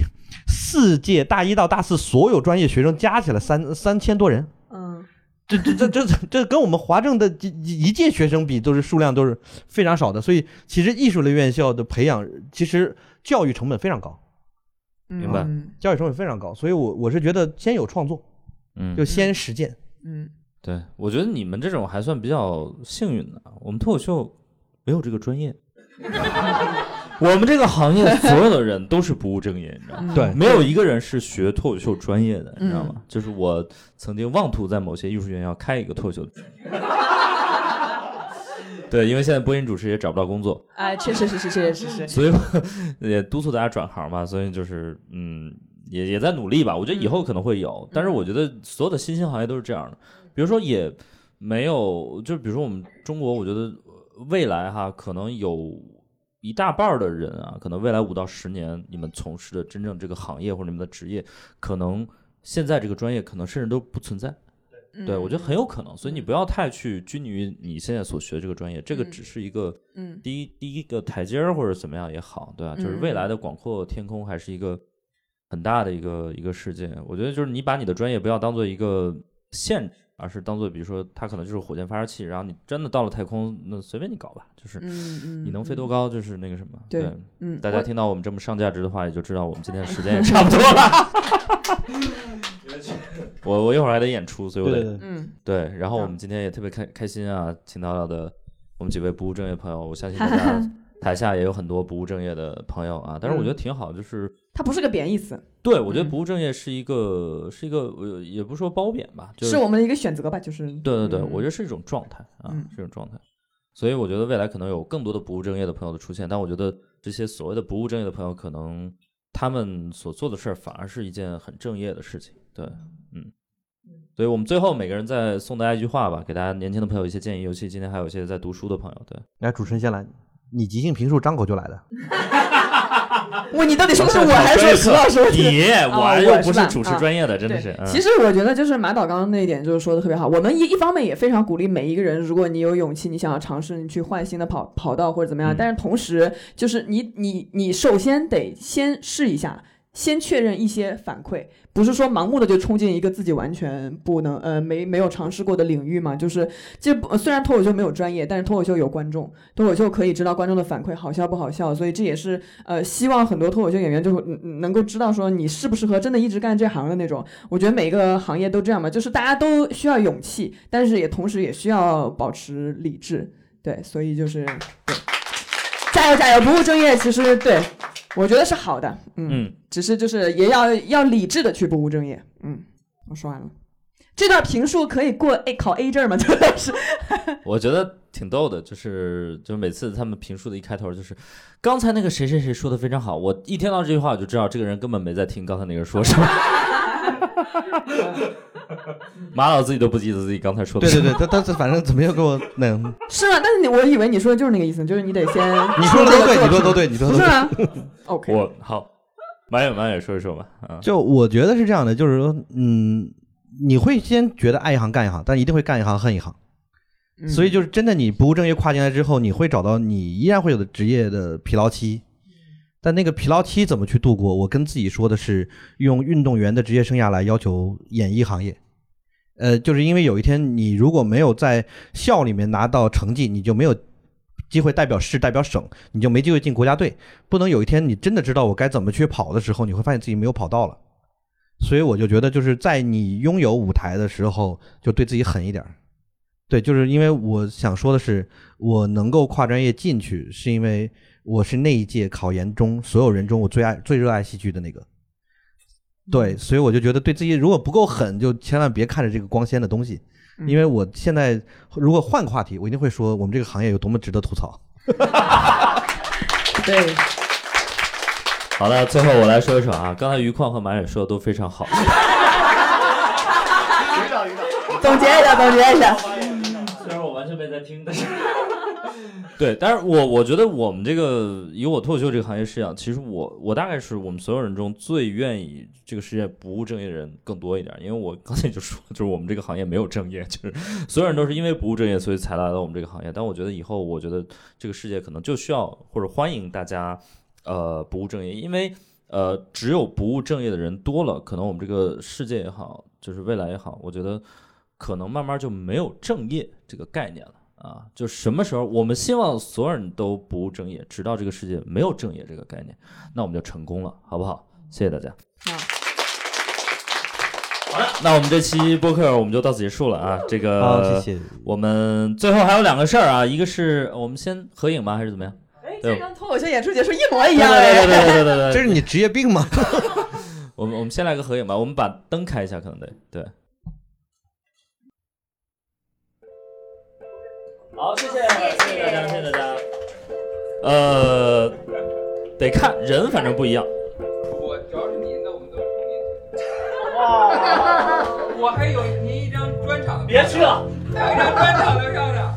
C: 四届大一到大四所有专业学生加起来三三千多人，
B: 嗯，
C: 这这这这这跟我们华政的一一一届学生比，都是数量都是非常少的，所以其实艺术类院校的培养，其实教育成本非常高，
B: 明
C: 白
B: 嗯
C: 教育成本非常高，所以我我是觉得先有创作，
A: 嗯
C: 就先实践。
B: 嗯，
A: 对，我觉得你们这种还算比较幸运的，我们脱口秀没有这个专 业。我们这个行业所有的人都是不务正业，你知道吗？
C: 对
A: 没有一个人是学脱口秀专业的，你知道吗？
B: 嗯
A: 就是我曾经妄图在某些艺术院校开一个脱口秀。 对，因为现在播音主持也找不到工作，
B: 哎，确实是是确实 是是，
A: 所以我也督促大家转行吧。所以就是，嗯，也也在努力吧。我觉得以后可能会有，但是我觉得所有的新兴行业都是这样的。比如说，也没有，就是比如说我们中国，我觉得未来哈，可能有一大半儿的人啊，可能未来五到十年，你们从事的真正这个行业或者你们的职业，可能现在这个专业可能甚至都不存在。对，我觉得很有可能，所以你不要太去拘泥于你现在所学的这个专业，这个
B: 嗯
A: 只是一个
B: 嗯
A: 第一第一个台阶儿或者怎么样也好，对吧、就是未
B: 嗯
A: 来的广阔天空还是一个很大的一个一个世界。我觉得就是你把你的专业不要当做一个限制，而是当做比如说它可能就是火箭发射器，然后你真的到了太空，那随便你搞吧，就是
B: 嗯嗯，
A: 你能飞多高就是那个什么。
B: 对嗯？嗯，
A: 大家
B: 我
A: 听到我们这么上价值的话，也就知道我们今天时间 也差不多了。 我我一会儿还得演出，所以我得
C: 对
B: 嗯，
A: 对，然后我们今天也特别开开心啊，请到了的我们几位不务正业朋友，我相信大 家台下也有很多不务正业的朋友啊，但是我觉得挺好，就是
B: 它不是个贬义词，
A: 对我觉得
B: 嗯
A: 不务正业是一个是一个呃也不是说褒贬吧，就是
B: 我们的一个选择吧，就是
A: 对对对，
B: 嗯
A: 我觉得是一种状态啊
B: 嗯，
A: 是一种状态，所以我觉得未来可能有更多的不务正业的朋友的出现，但我觉得这些所谓的不务正业的朋友，可能他们所做的事儿反而是一件很正业的事情，对，嗯，所以我们最后每个人再送大家一句话吧，给大家年轻的朋友一些建议，尤其今天还有一些在读书的朋友，对，
C: 来，哎主持人先来，你即兴评述张口就来的，
B: 我你到底说的是我还是说石老师？
A: 你
B: 啊
A: 我
B: 我
A: 又不
B: 是吧
A: 主持
B: 啊
A: 专业的，真的
B: 对
A: 是，嗯
B: 其实我觉得就是马导刚刚那一点就是说的特别好。我们一一方面也非常鼓励每一个人，如果你有勇气，你想要尝试，你去换新的跑跑道或者怎么样。
A: 嗯
B: 但是同时，就是你你你首先得先试一下，先确认一些反馈，不是说盲目的就冲进一个自己完全不能呃没没有尝试过的领域嘛。就是这不呃虽然脱口秀没有专业，但是脱口秀有观众，脱口秀可以知道观众的反馈好笑不好笑，所以这也是呃希望很多脱口秀演员就嗯嗯能够知道说你适不适合真的一直干这行的那种。我觉得每个行业都这样吧，就是大家都需要勇气，但是也同时也需要保持理智。对，所以就是对，加油加油，不务正业其实对我觉得是好的，嗯，
A: 嗯，
B: 只是就是也要要理智的去不务正业。嗯，我说完了。这段评述可以过 A 考 A 证吗？ 真的是，
A: 我觉得挺逗的，就是就每次他们评述的一开头就是，刚才那个谁谁谁说的非常好，我一听到这句话我就知道这个人根本没在听刚才那个人说 什么。马老自己都不记得自己刚才说的
C: 对
A: 什
C: 对
A: 么。
C: 对，他他他反正怎么又给我那，你
B: 是吗？但是你我以为你说的就是那个意思，就是你得先
C: 说的都对，你说的都对，你说的
B: 不
C: 都
B: 是
C: 对。
B: 吗？OK，
A: 我好，马远马远说一说吧，啊，
C: 就我觉得是这样的，就是说，嗯，你会先觉得爱一行干一行，但一定会干一行恨一行。
B: 嗯
C: 所以就是真的，你不务正业跨进来之后，你会找到你依然会有的职业的疲劳期，但那个疲劳期怎么去度过？我跟自己说的是，用运动员的职业生涯来要求演艺行业。呃，就是因为有一天你如果没有在校里面拿到成绩，你就没有机会代表市、代表省，你就没机会进国家队。不能有一天你真的知道我该怎么去跑的时候，你会发现自己没有跑到了。所以我就觉得，就是在你拥有舞台的时候，就对自己狠一点儿。对，就是因为我想说的是，我能够跨专业进去，是因为我是那一届考研中所有人中我最爱、最热爱戏剧的那个。对，所以我就觉得对自己如果不够狠，就千万别看着这个光鲜的东西，因为我现在如果换个话题，我一定会说我们这个行业有多么值得吐槽。
B: 对，
A: 好的，最后我来说一说啊，刚才于矿和马远说的都非常好，
B: 总结一下，总结一下。
A: 虽然我完全没在听，但是对，但是我我觉得我们这个以我脱口秀这个行业视角，其实我我大概是我们所有人中最愿意这个世界不务正业的人更多一点，因为我刚才就说， 就是我们这个行业没有正业，就是所有人都是因为不务正业，所以才来到我们这个行业。但我觉得以后，我觉得这个世界可能就需要或者欢迎大家，呃，不务正业，因为呃，只有不务正业的人多了，可能我们这个世界也好，就是未来也好，我觉得可能慢慢就没有正业这个概念了。啊，就什么时候我们希望所有人都不务正业，直到这个世界没有正业这个概念，那我们就成功了，好不好？谢谢大家。好了，那我们这期播客我们就到此结束了啊。这个，
C: 好谢谢。
A: 我们最后还有两个事儿啊，一个是我们先合影吗，还是怎么样？对，
B: 跟哎脱口秀演出结束一模
A: 对
B: 一样
A: 对对
B: 哎。
A: 对对对对
C: 这是你职业病吗？
A: 我们我们先来个合影吧，我们把灯开一下，可能得对。好，谢谢，谢谢大家，谢谢大家。呃，得看人，反正不一样。
J: 我只要是你，那我们都是同龄。我还有您一张专场的，
A: 别去了，
J: 还有一张专场的票呢。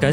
A: 感